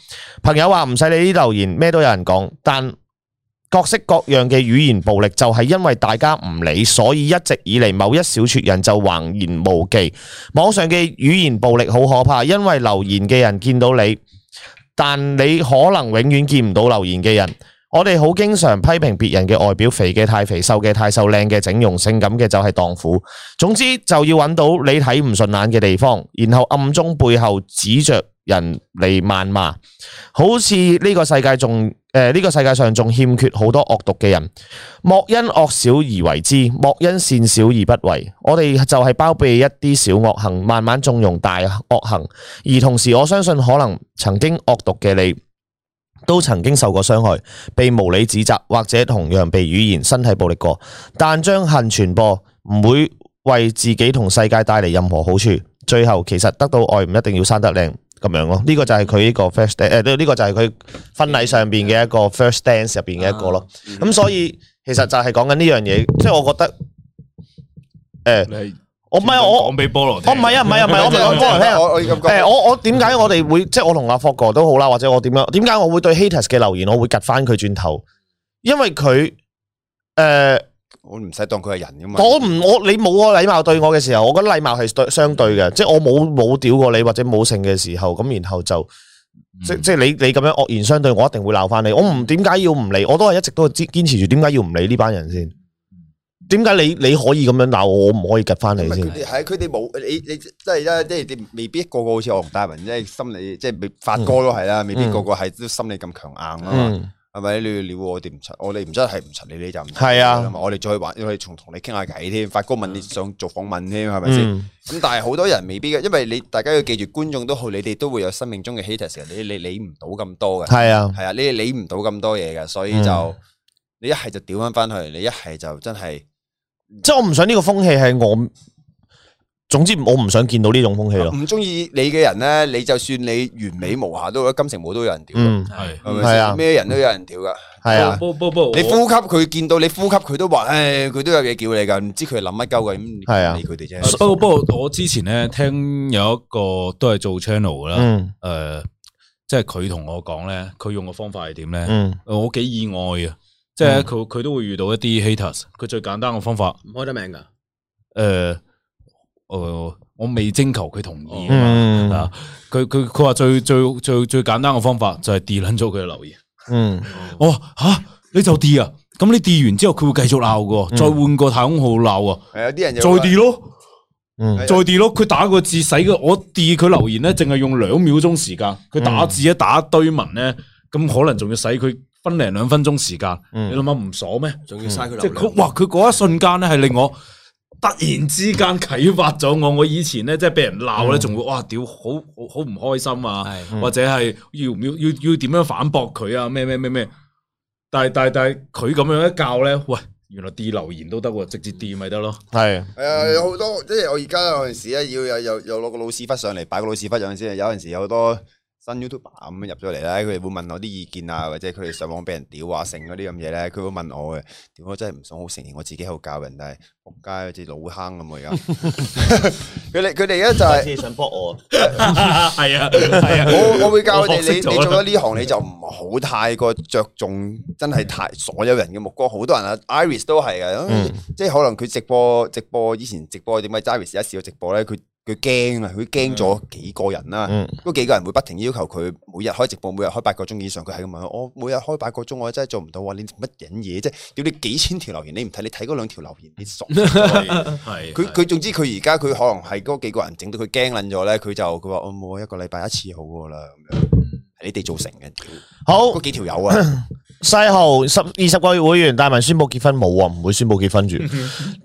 Speaker 1: 朋友話唔使理啲留言，咩都有人講，但各式各樣嘅語言暴力就係因為大家唔理，所以一直以嚟某一小撮人就橫言無忌。網上嘅語言暴力好可怕，因為留言嘅人見到你，但你可能永遠見唔到留言嘅人。我哋好經常批評別人嘅外表，肥嘅太肥，瘦嘅太瘦，靚嘅整容，性感嘅就係蕩婦。總之就要揾到你睇唔順眼嘅地方，然後暗中背後指着人嚟謾罵，好似呢個世界仲誒呢個世界上仲欠缺好多惡毒嘅人。莫因惡小而為之，莫因善小而不為。我哋就係包庇一啲小惡行，慢慢縱容大惡行。而同時，我相信可能曾經惡毒嘅你，都曾經受過傷害，被無理指責，或者同樣被語言、身體暴力過。但將恨傳播，唔會為自己同世界帶嚟任何好處。最後，其實得到愛唔一定要生得靚咁樣咯。呢、個就係佢呢個 first dance，呃呢、個就係佢婚禮上邊嘅一個 first dance 入邊嘅一個咯。咁、所以其實就係講緊呢樣嘢，即係我覺得，誒、我唔係我。
Speaker 5: 讲俾菠萝
Speaker 1: 我唔係啊，唔係啊，唔係我唔係講過嚟聽啊。
Speaker 2: 我我
Speaker 1: 誒，
Speaker 2: 咁講，
Speaker 1: 我我點解我哋會即係我同阿霍哥都好啦，或者我點樣？點解我會對 haters 嘅留言我會趌翻佢轉頭？因為佢誒、呃
Speaker 2: 我唔使當佢係人噶嘛。
Speaker 1: 我唔我你冇個禮貌對我嘅時候，我覺得禮貌係對相對嘅，即係我冇冇屌過你或者冇性嘅時候，咁然後就。
Speaker 2: 嗯
Speaker 1: 即即係你你咁樣惡言相對，我一定會鬧翻你。我唔點解要唔理？我都係一直都堅堅持住，點解要唔理呢班人先？點解你你可以咁樣鬧我，我唔可以趌翻你
Speaker 2: 唔係
Speaker 1: 先
Speaker 2: 佢？哋係佢哋冇你你即係咧，即係你未必個個好似我同大文，即係心理即係未發哥都係啦，未必個個係都心理咁強硬啊嘛。
Speaker 1: 嗯，
Speaker 2: 係咪你要撩我哋唔出，我哋唔出係唔出你你就唔出
Speaker 1: 係啊
Speaker 2: 啦嘛我哋再玩，我哋仲同你傾下偈添。發哥問你想做訪問添，係咪先？
Speaker 1: 嗯，
Speaker 2: 咁但係好多人未必嘅，因為你大家要記住，觀眾都好，你哋都會有生命中嘅 haters，嘅你你理唔到咁多嘅，
Speaker 1: 係啊，
Speaker 2: 係啊，你哋理唔到咁多嘢嘅，
Speaker 1: 嗯
Speaker 2: 所以就你一係就屌翻翻去，你一係就真係
Speaker 1: 即系我唔想呢個風氣係我，總之我唔想見到呢種風氣咯。
Speaker 2: 唔中意你嘅人咧，你就算你完美無瑕都好，金城武都有人屌，
Speaker 1: 嗯，
Speaker 5: 系
Speaker 2: 係咪
Speaker 1: 係啊
Speaker 2: 先？咩人都有人屌噶，
Speaker 1: 係啊，
Speaker 6: 不不不，
Speaker 2: 你呼吸佢見到你呼吸佢都話，唉，佢都有嘢叫你噶，唔知佢係諗乜鳩嘅，咁
Speaker 1: 係啊
Speaker 2: 你佢哋
Speaker 5: 不
Speaker 2: 啫。
Speaker 5: 過不過我之前咧聽有一個都係做 channel 噶啦，
Speaker 1: 嗯
Speaker 5: 诶，即係佢同我講咧，佢用嘅方法係點咧？
Speaker 1: 嗯，
Speaker 5: 我幾意外嘅，即係佢佢都會遇到一啲 haters，佢最簡單嘅方法，
Speaker 4: 唔開得名噶，
Speaker 5: 诶、呃，我未徵求佢同意
Speaker 1: 嗯
Speaker 5: 啊，佢佢佢話最最最最簡單嘅方法就係 delete 撚咗佢嘅留言。
Speaker 1: 嗯，
Speaker 5: 我話吓你就 delete 啊，咁你 delete 完之後佢會繼續鬧嘅喎，再換個太空號鬧啊，
Speaker 2: 係有啲人
Speaker 5: 再
Speaker 2: 就會話
Speaker 5: delete 咯。
Speaker 1: 嗯
Speaker 5: 再 delete 咯，佢打個字使嘅，我 delete 佢留言咧，淨係用兩秒鐘時間，佢打字一
Speaker 1: 嗯
Speaker 5: 打一堆文咧，咁可能仲要使佢分零兩分鐘時間，
Speaker 1: 嗯
Speaker 5: 你諗下唔爽咩？
Speaker 4: 仲要嘥佢
Speaker 5: 即係佢，哇！佢嗰一瞬間咧，係令我突然之間啟發咗我。我以前咧，即係俾人鬧
Speaker 1: 嗯
Speaker 5: 咧，仲會哇屌，好好好唔開心啊，或者係要唔要要要點樣反駁佢啊？咩咩咩咩？但係但係但係佢咁樣一教咧，喂，原來 D 留言都得喎，直接 D 咪 得咯。
Speaker 1: 係
Speaker 2: 係啊，有好多即係我而家有陣時咧，要有有有攞個老屎忽上嚟擺個老屎忽，有陣時有陣時有好多新 YouTuber 咁樣入咗嚟咧，佢哋會問我啲意見啊，或者佢哋上網俾人屌啊、成嗰啲咁嘢咧，佢會問我嘅。屌，我真係唔想好承認我自己喺度教人，但係仆街好似老坑咁我而家。佢哋佢哋咧就係、
Speaker 1: 你想搏我？
Speaker 5: 系啊，系啊，
Speaker 2: 我我会教佢
Speaker 5: 我
Speaker 2: 哋，
Speaker 5: 學
Speaker 2: 你
Speaker 5: 識
Speaker 2: 你
Speaker 5: 咗
Speaker 2: 做
Speaker 5: 啦
Speaker 2: 咗呢行你就唔好太過着重，真係太所有人嘅目光。好多人啊，Iris 都係嘅，
Speaker 1: 嗯
Speaker 2: 即係可能佢直播直播以前直播點解 Iris 一試到直播咧，佢佢驚啊，佢驚咗幾個人啦。
Speaker 1: 嗯
Speaker 2: 嗰幾個人會不停要求佢每日開直播，每日開八個鐘以上，佢係咁問我：每日開八個鐘，我真係做唔到啊！你乜撚嘢啫？屌你幾千條留言，你唔睇，你睇嗰兩條留言，你傻咗啊你
Speaker 5: 系
Speaker 2: 佢佢總之佢而家佢可能係嗰幾個人整到佢驚撚咗咧，佢就佢話我冇啊一個禮拜一次好噶啦咁樣，
Speaker 1: 嗯
Speaker 2: 係你哋造成嘅，屌
Speaker 1: 好
Speaker 2: 嗰，幾 條友啊，
Speaker 1: 世豪十二十个月会员，大文宣布结婚冇啊，唔会宣布结 婚住。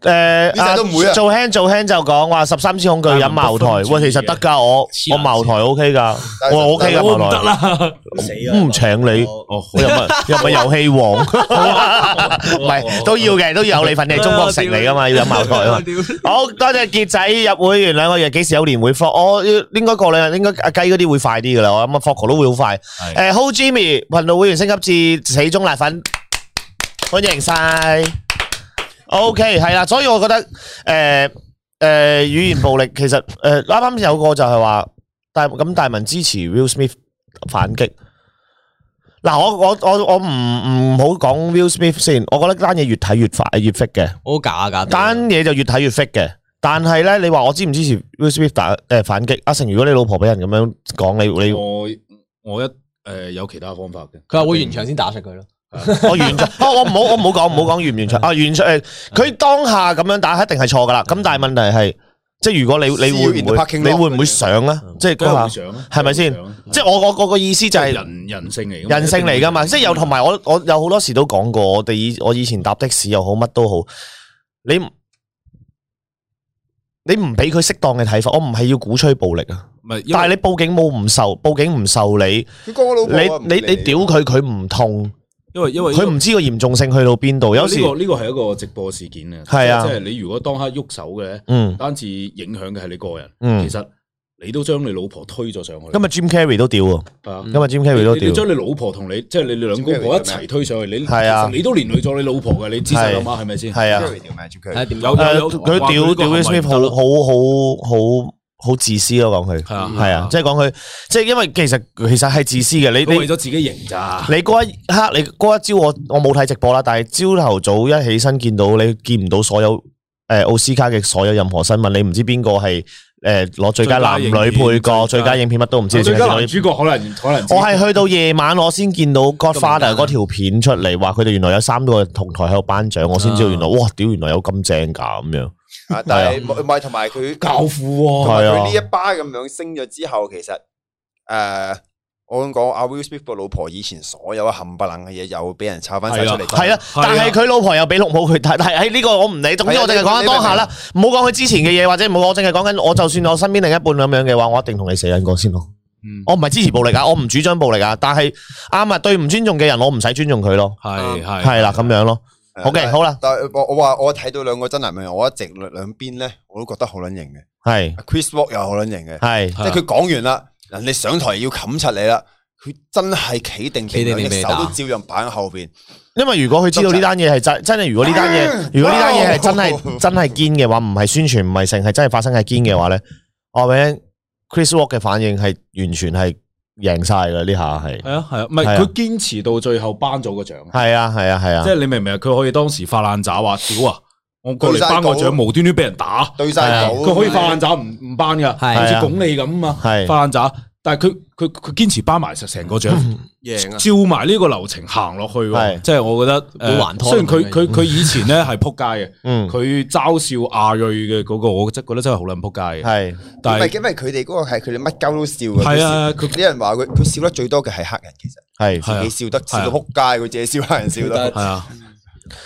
Speaker 1: 诶，
Speaker 2: 呢世都唔會啊
Speaker 1: 做輕做輕就講話十三千恐懼飲茅台，
Speaker 5: 大文不分主義
Speaker 1: 喂，其實得㗎，我
Speaker 5: 線
Speaker 1: 我茅台 O K 㗎，
Speaker 2: 但係
Speaker 1: 我啊 O K 㗎
Speaker 5: 我唔
Speaker 1: 茅
Speaker 5: 得
Speaker 1: 台，
Speaker 5: 啦，
Speaker 3: 死
Speaker 1: 唔請你，
Speaker 5: 哦，
Speaker 1: 又咪又咪遊戲王，唔係都要嘅，都要有你份，你係中國城嚟㗎嘛，要飲茅台啊嘛。好多謝傑仔入會員兩個月，幾時有年會 f 我應該過兩日，應該阿雞嗰啲會快啲㗎啦，我諗阿 Fogo 都會好快。誒，Ho Jimmy 頻道會員升級至死忠辣粉，歡迎晒。OK，係啦，所以我覺得誒誒語言暴力其實呃誒啱啱有個就係話大咁大文支持 Will Smith 反擊。嗱，我我我我唔唔好講 Will Smith 先，我覺得單嘢越睇越快越 fit 嘅。
Speaker 4: 好假啊噶，
Speaker 1: 單嘢就越睇越 fit 嘅。但係咧，你話我支唔支持 Will Smith 打誒反擊？阿成，如果你老婆俾人咁樣講你，你
Speaker 5: 哦
Speaker 6: 我我一诶有其他方法嘅，
Speaker 4: 佢話會完場先打出佢咯。
Speaker 1: 我完場，哦我唔好我唔好講唔好講完唔完場啊完場誒，佢當下咁樣打一定係錯噶啦。咁但係問題係，即係如果你你
Speaker 2: See you
Speaker 1: 會
Speaker 2: in
Speaker 1: 唔會
Speaker 2: the parking lot
Speaker 1: 你會唔會想咧？即係
Speaker 6: 梗係會
Speaker 1: 嗰下，
Speaker 5: 啊
Speaker 6: 想啦，
Speaker 1: 係咪先
Speaker 6: 梗係會想啦
Speaker 1: 即係我我我個意思就係。
Speaker 6: 人人性嚟㗎嘛，
Speaker 1: 人性嚟噶嘛，
Speaker 6: 一定會
Speaker 1: 即係
Speaker 5: 嗯
Speaker 1: 有同埋我我有好多時都講過，我哋以我以前搭的士又好，乜都好，你唔你唔俾佢適當嘅睇法，我唔係要鼓吹暴力啊，
Speaker 5: 唔系，
Speaker 1: 但係你報警冇唔受，報警唔受理，
Speaker 2: 佢個個老婆啊
Speaker 1: 你你你屌，佢，佢唔痛，
Speaker 5: 因为因为
Speaker 1: 佢唔知個嚴重性去到邊度，有時
Speaker 6: 呢個呢個係一個直播事件啊，
Speaker 1: 係啊
Speaker 6: 即係你如果當刻喐手嘅，
Speaker 1: 嗯
Speaker 6: 唔單止影響嘅係你個人，
Speaker 1: 嗯
Speaker 6: 其實你都將你老婆推咗上去，
Speaker 1: 今日 Jim Carrey 都屌啊，
Speaker 6: 係啊
Speaker 5: 嗯
Speaker 1: 今日 Jim Carrey 都
Speaker 6: 你你
Speaker 1: 屌
Speaker 6: 將，你老婆同你即係你兩公婆一齊推上去，你
Speaker 1: 係啊
Speaker 6: 其實你都連累咗你老婆嘅，你知晒啦嘛，係咪先？
Speaker 1: 係啊，
Speaker 4: 睇下點
Speaker 5: 有
Speaker 1: 誒
Speaker 5: 有
Speaker 1: 佢屌屌 Will Smith 好好好好好自私咯，講佢
Speaker 5: 係啊
Speaker 1: 係啊，即係講佢即係因為其實其實係自私嘅，你
Speaker 6: 佢
Speaker 1: 你
Speaker 6: 為。咗自己贏咋，
Speaker 1: 你嗰一刻，你嗰一朝我我冇睇直播啦，但係朝頭早一起身見到你見唔到所有诶奧斯卡嘅所有任何新聞，你唔知邊個係诶攞最佳男女配
Speaker 5: 最佳
Speaker 1: 角、
Speaker 5: 影片
Speaker 1: 最佳影片乜都唔知。
Speaker 6: 最佳男
Speaker 1: 淨係見
Speaker 6: 主角可能可能
Speaker 1: 到我係去到夜晚我先見到 Godfather
Speaker 5: 咁簡單
Speaker 1: 嗰條片出嚟，話佢哋原來有三個人同台喺度頒獎，我先知道原來哇屌原來有咁正㗎咁樣。
Speaker 2: 啊但係唔係同埋佢
Speaker 6: 教父喎
Speaker 2: 同。埋
Speaker 1: 係啊
Speaker 2: 哦佢呢一巴咁樣升咗之後，其實诶。我咁講，阿 Will Smith 個老婆以前所有冚唪唥嘅嘢，又俾人抄翻晒出嚟。
Speaker 1: 係啦，啊但係佢老婆又俾綠帽佢睇，但係喺呢個我唔理，總之
Speaker 2: 啊係啊
Speaker 1: 我淨係講緊
Speaker 2: 你明唔明
Speaker 1: 當下啦，唔好講佢之前嘅嘢，或者唔好講，我淨係講緊我就算我身邊另一半咁樣嘅話，我一定同你死緊過先咯。
Speaker 2: 嗯
Speaker 6: 嗯
Speaker 1: 我唔係支持暴力啊，我唔主張暴力啊，但係啱啊，對唔尊重嘅人，我唔使尊重佢咯，
Speaker 5: 系系
Speaker 1: 係啦咁樣咯。
Speaker 2: 係啊
Speaker 1: OK，好啦，
Speaker 2: 但係我我話我睇到兩個真男人，我一直兩邊咧我都覺得好撚型嘅。
Speaker 1: 係
Speaker 2: Chris Rock 又好撚型嘅，
Speaker 1: 係
Speaker 2: 即係佢講完啦，嗱你上台要冚柒你啦，佢真係企定
Speaker 4: 企
Speaker 2: 定，
Speaker 4: 定定
Speaker 2: 兩隻
Speaker 4: 俾你
Speaker 2: 手
Speaker 4: 打
Speaker 2: 都照樣擺喺後邊。
Speaker 1: 因為如果佢知道呢單嘢係真真係，如果呢單 嘢如果呢單嘢係真係真係堅嘅話，唔係宣傳唔係成係真係發生係堅嘅話咧，我話俾你聽 Chris Rock 嘅反應係完全係贏晒㗎呢下係
Speaker 5: 系。啊系啊，唔系
Speaker 1: 係啊
Speaker 5: 佢
Speaker 6: 佢堅持到最後頒咗個獎，
Speaker 1: 係啊係啊係啊
Speaker 5: 即。系你明唔明啊？佢可以當時發爛渣話屌啊！我過嚟頒個
Speaker 2: 佢晒稿
Speaker 5: 獎，無端端俾人打，
Speaker 2: 對
Speaker 1: 係啊
Speaker 2: 晒狗，
Speaker 6: 佢可以發爛渣唔唔頒噶，
Speaker 4: 係
Speaker 6: 好
Speaker 1: 係啊
Speaker 6: 似拱你咁啊嘛，
Speaker 1: 係
Speaker 6: 發爛渣。但係佢佢佢堅持頒埋成成個獎，
Speaker 3: 贏啊！
Speaker 6: 照埋呢個流程行落去
Speaker 1: 嗯係
Speaker 6: 喎。即係我覺得，呃
Speaker 4: 會
Speaker 5: 誒
Speaker 4: 還拖
Speaker 6: 雖然佢
Speaker 4: 咁樣
Speaker 6: 佢佢以前咧係撲街嘅，
Speaker 1: 嗯，
Speaker 6: 佢嘲笑亞裔嘅嗰個，我真覺得真係好撚撲街嘅。
Speaker 1: 系
Speaker 6: 但
Speaker 2: 唔
Speaker 6: 係
Speaker 2: 係因為佢哋嗰個係佢哋乜鳩都笑嘅。
Speaker 6: 係啊
Speaker 2: 佢笑啲人話佢佢笑得最多嘅係黑人，其實
Speaker 1: 系
Speaker 5: 係啊
Speaker 2: 自己笑得
Speaker 5: 係啊
Speaker 2: 笑到撲街，佢自己笑黑人笑
Speaker 6: 但
Speaker 2: 到
Speaker 6: 係。
Speaker 5: 係啊，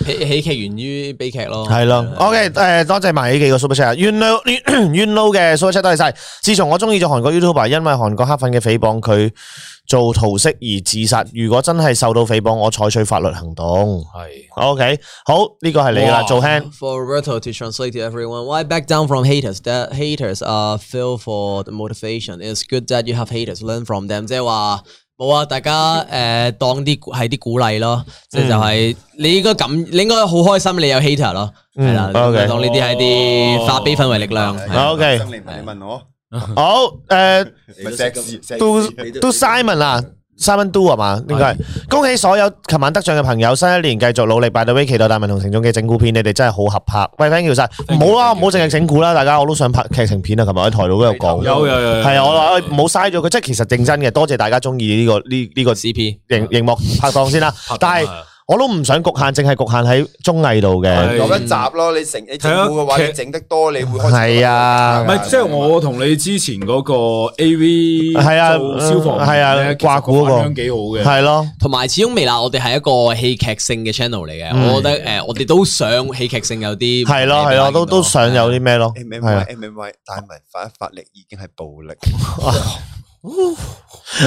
Speaker 4: 喜喜剧源于悲劇咯，
Speaker 1: 系咯，OK，诶，多謝埋呢幾個 super chat 啊，Yun Lo ，Yun Lo 嘅 super chat 多謝晒。自從我中意咗韓國 YouTuber，因為韓國黑粉嘅誹謗佢做圖式而自殺。如果真係受到誹謗，我採取法律行動。
Speaker 5: 系
Speaker 1: OK，好，呢個係你啦，
Speaker 5: 哇
Speaker 1: 做 hand。
Speaker 4: For Roberto to translate to everyone, why back down from haters? That haters are feel for the motivation. It's good that you have haters. Learn from them. 即係話冇啊，大家誒、
Speaker 1: 嗯
Speaker 4: 呃、當啲係啲鼓勵咯。即係就係、你應該咁，你應該好開心你有 hater 咯。係啦、
Speaker 1: 嗯哦 OK 哦
Speaker 4: 當呢啲係啲化悲憤為力量。係啊
Speaker 1: OK
Speaker 2: 生你問你問我，
Speaker 1: 好，诶，
Speaker 2: 咪石屎石
Speaker 1: 都
Speaker 2: 屎
Speaker 1: 都 Simon Ờ. 啊。Simon à Do 係嘛？應該係恭喜所有琴晚得獎嘅朋友，新一年繼續努力。By the way，期待大文同成總嘅整蠱片，你哋真係好合拍。喂，thank you 晒，唔
Speaker 5: Thank you，
Speaker 1: 好啦，唔
Speaker 5: thank
Speaker 1: 好淨係整蠱啦，大家我都想拍劇情片啊。琴日喺台度都有講。
Speaker 5: 有有有
Speaker 1: 系啊，我話哎唔好嘥咗佢，即係其實認真嘅，多謝大家中意呢個呢呢个
Speaker 4: CP
Speaker 1: 荧荧幕拍檔先啦。
Speaker 6: 啊
Speaker 1: 但係我都唔想局限，淨係局限喺綜藝度嘅
Speaker 5: 係。
Speaker 2: 攞一集咯，你成你整蠱嘅話，
Speaker 5: 睇下
Speaker 2: 你整得多，你會開始
Speaker 1: 係啊
Speaker 2: 覺
Speaker 5: 唔
Speaker 2: 得有價
Speaker 5: 係
Speaker 2: 㗎
Speaker 5: 即係我同你之前嗰個 A V
Speaker 1: 係啊
Speaker 5: 消防
Speaker 1: 係啊掛鼓嗰個
Speaker 5: 咁幾好嘅，
Speaker 1: 係咯，
Speaker 4: 同埋始終微辣，我哋係一個戲劇性嘅 channel 嚟嘅。我覺得誒、呃我哋都想戲劇性有啲
Speaker 1: 嗯係咯，係咯，都都想有啲咩咯。
Speaker 2: M M
Speaker 1: 係
Speaker 2: Y
Speaker 1: 啊
Speaker 2: M M Y，大文發一發力已經係暴力。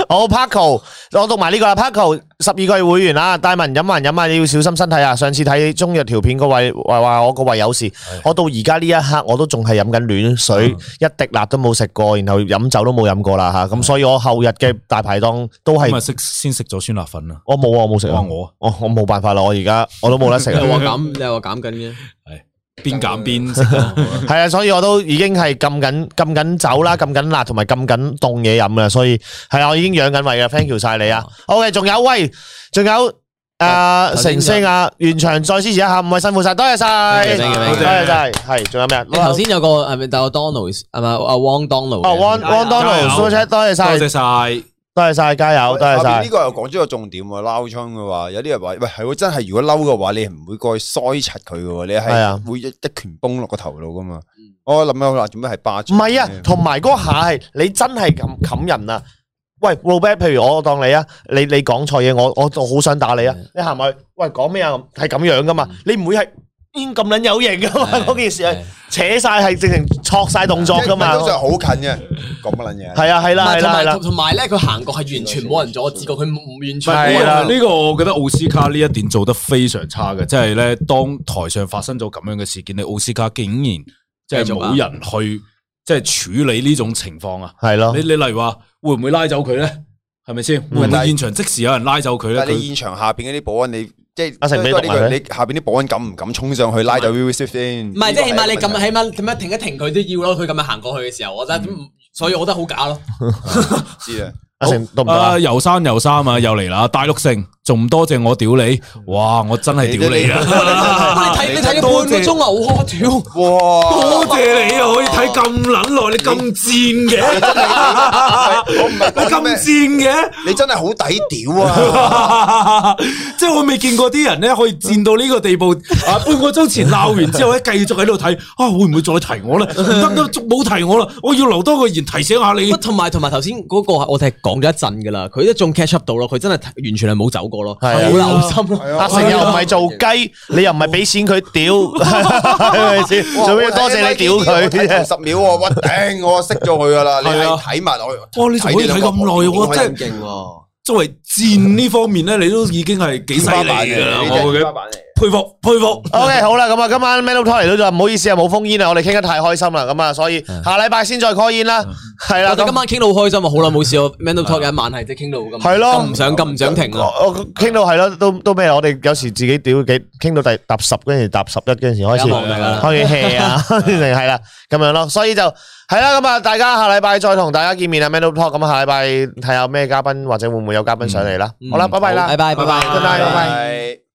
Speaker 1: 好 Paco，我讀埋呢個啦，Paco 十二個月會員啦，大文飲埋飲埋，你要小心身體啊！上次睇中藥條片個胃話話我個胃有事，我到而家呢一刻我都仲係飲緊暖水，一滴辣都冇食過，然後飲酒都冇飲過啦吓，咁所以我後日嘅大排檔都係
Speaker 5: 咁啊食先食咗酸辣粉啊，
Speaker 1: 我冇啊，我冇食啊，
Speaker 5: 哇我
Speaker 1: 我我冇辦法啦，我而家我都冇得食
Speaker 4: 你
Speaker 1: 啊，
Speaker 4: 話減，你話減緊嘅。
Speaker 5: 邊減邊食咯，
Speaker 1: 係啊，所以我都已經係禁緊禁緊酒啦，禁緊辣同埋禁緊凍嘢飲啦，所以係啊，我已經養緊胃嘅，thank you 晒你啊，OK，仲有喂，仲有。诶，
Speaker 4: 頭先
Speaker 1: 成星啊，完場再支持一下，五位辛苦晒，多謝晒，
Speaker 4: Thank you, thank you,
Speaker 1: 多
Speaker 4: thank you.
Speaker 1: 謝晒，係仲有咩啊？
Speaker 4: 你頭先有個係咪有 Donald 係咪阿 à, Wong Donald？
Speaker 1: 哦，Won Won
Speaker 5: 加
Speaker 1: Donald
Speaker 5: 油
Speaker 1: Super Chat，多謝
Speaker 5: 多
Speaker 1: 晒，
Speaker 5: 謝晒。
Speaker 1: 多謝晒，加油，多謝
Speaker 2: 下邊
Speaker 1: 晒
Speaker 2: 呢。個又講咗個重點喎，撈春嘅話，有啲人話：喂，係喎，真係如果嬲嘅話，你唔會過去腮柒佢嘅喎，你
Speaker 1: 係啊嗯
Speaker 2: 係會一一拳崩落個頭度噶嘛。我諗諗啦，做咩係霸
Speaker 1: 唔
Speaker 2: 住？
Speaker 1: 係啊，同埋嗰下係你真係冚冚人啊！喂，Robert，譬如我當你啊，你你講錯嘢，我我我好想打你啊！你行埋去，喂，講咩啊？係咁樣噶嘛，你唔會係嗯咁撚有型噶嘛？
Speaker 4: 係
Speaker 1: 嗰件事係
Speaker 4: 係
Speaker 1: 扯晒係直情錯晒動作
Speaker 2: 即係
Speaker 1: 噶嘛？
Speaker 2: 通常好近 嘅，講乜撚嘢啊？
Speaker 1: 係啊，係啦，係啦，
Speaker 4: 同
Speaker 1: 係
Speaker 4: 埋
Speaker 1: 啦
Speaker 4: 同，同埋咧，佢行過係完全冇人阻止過，佢唔完全冇
Speaker 1: 係
Speaker 4: 人
Speaker 1: 啦
Speaker 5: 呢個我覺得奧斯卡呢一點做得非常差嘅，即係咧，當台上發生咗咁樣嘅事件，你奧斯卡竟然即係
Speaker 4: 繼續啊
Speaker 5: 冇人去即係處理呢種情況啊！
Speaker 1: 係咯
Speaker 5: 你。你例如話會唔會拉走佢咧？係咪
Speaker 1: 嗯
Speaker 5: 先？會唔
Speaker 2: 但係
Speaker 5: 會現場即時有人拉走佢咧？
Speaker 2: 但係你
Speaker 5: 佢
Speaker 2: 現場下邊嗰啲保安，你即係
Speaker 1: 阿成俾
Speaker 2: 都係呢
Speaker 1: 讀埋
Speaker 2: 個
Speaker 1: 佢
Speaker 2: 你下邊啲保安敢唔敢衝上去拉走 Will Smith 先？
Speaker 4: 唔係，即係起碼你
Speaker 2: 呢個係一個問
Speaker 4: 咁，
Speaker 2: 題
Speaker 4: 起碼點樣停一停佢都要咯。佢咁樣行過去嘅時候，我真係唔，所以我覺得好假咯。
Speaker 2: 知啊。
Speaker 1: 阿成讀唔讀啊
Speaker 5: 啊，？游山游山啊，又嚟啦！大陸城仲唔多謝我屌你？哇！我真係屌你啊啦！
Speaker 4: 你睇你睇咗半個鐘啊，我屌！
Speaker 2: 哇！
Speaker 5: 多謝你啊！可以睇咁撚耐，你咁賤嘅，
Speaker 2: 我唔係講咩
Speaker 5: 你咁賤嘅。
Speaker 2: 你真係好抵屌啊！
Speaker 5: 即系我未见过啲人咧可以战到呢个地步，啊半个钟前闹完之后咧，继续喺度睇，啊会唔会再提我咧？唔得都冇提我啦，我要留多个言提醒下你
Speaker 4: 不。同埋同埋頭先嗰個，我哋係講咗一陣噶啦，佢都仲 catch up 到咯，佢真係完全係冇走過咯，
Speaker 1: 係
Speaker 4: 好
Speaker 1: 啊
Speaker 4: 留心咯。
Speaker 1: 阿成又唔係做雞，你又唔係俾錢佢屌，係咪先？ 做咩要多謝你屌佢啫？
Speaker 2: 十秒喎，我頂，我熄咗佢噶啦。你
Speaker 5: 係啊
Speaker 2: 睇埋我，
Speaker 5: 哇！你仲可以睇咁耐，我真系
Speaker 3: 勁喎，
Speaker 5: 作为战呢方面咧，你都已经系几犀利噶啦，我嘅佩服佩服。
Speaker 1: OK，好啦，咁啊，今晚 Melo Talk 嚟到就唔好意思啊，冇封煙啊，我哋傾得太開心啦，咁啊，所以
Speaker 4: 嗯
Speaker 1: 下禮拜先再 call 煙啦，係啦，
Speaker 4: 我哋今
Speaker 1: 咁
Speaker 4: 晚傾到好開心啊，好耐冇試過 mental talk 有一晚係即係傾到咁，
Speaker 1: 係咯
Speaker 4: 咁唔想咁唔想停啊。
Speaker 1: 我我傾到係咯，都都咩？啊我哋有時自己屌幾，傾到第搭十跟住搭十一跟住開始
Speaker 4: 有望㗎啦
Speaker 1: 開始 hea 啊，係啦，咁樣咯，所以就係啦，咁啊，大家下禮拜再同大家見面啊，Melo Talk，咁下禮
Speaker 4: Ừ.
Speaker 1: 拜睇下有咩嘉賓或者會唔會有嘉賓上嚟啦，好啦，拜拜啦，
Speaker 4: 嗯好拜拜拜拜
Speaker 1: 拜拜拜拜。
Speaker 2: 拜。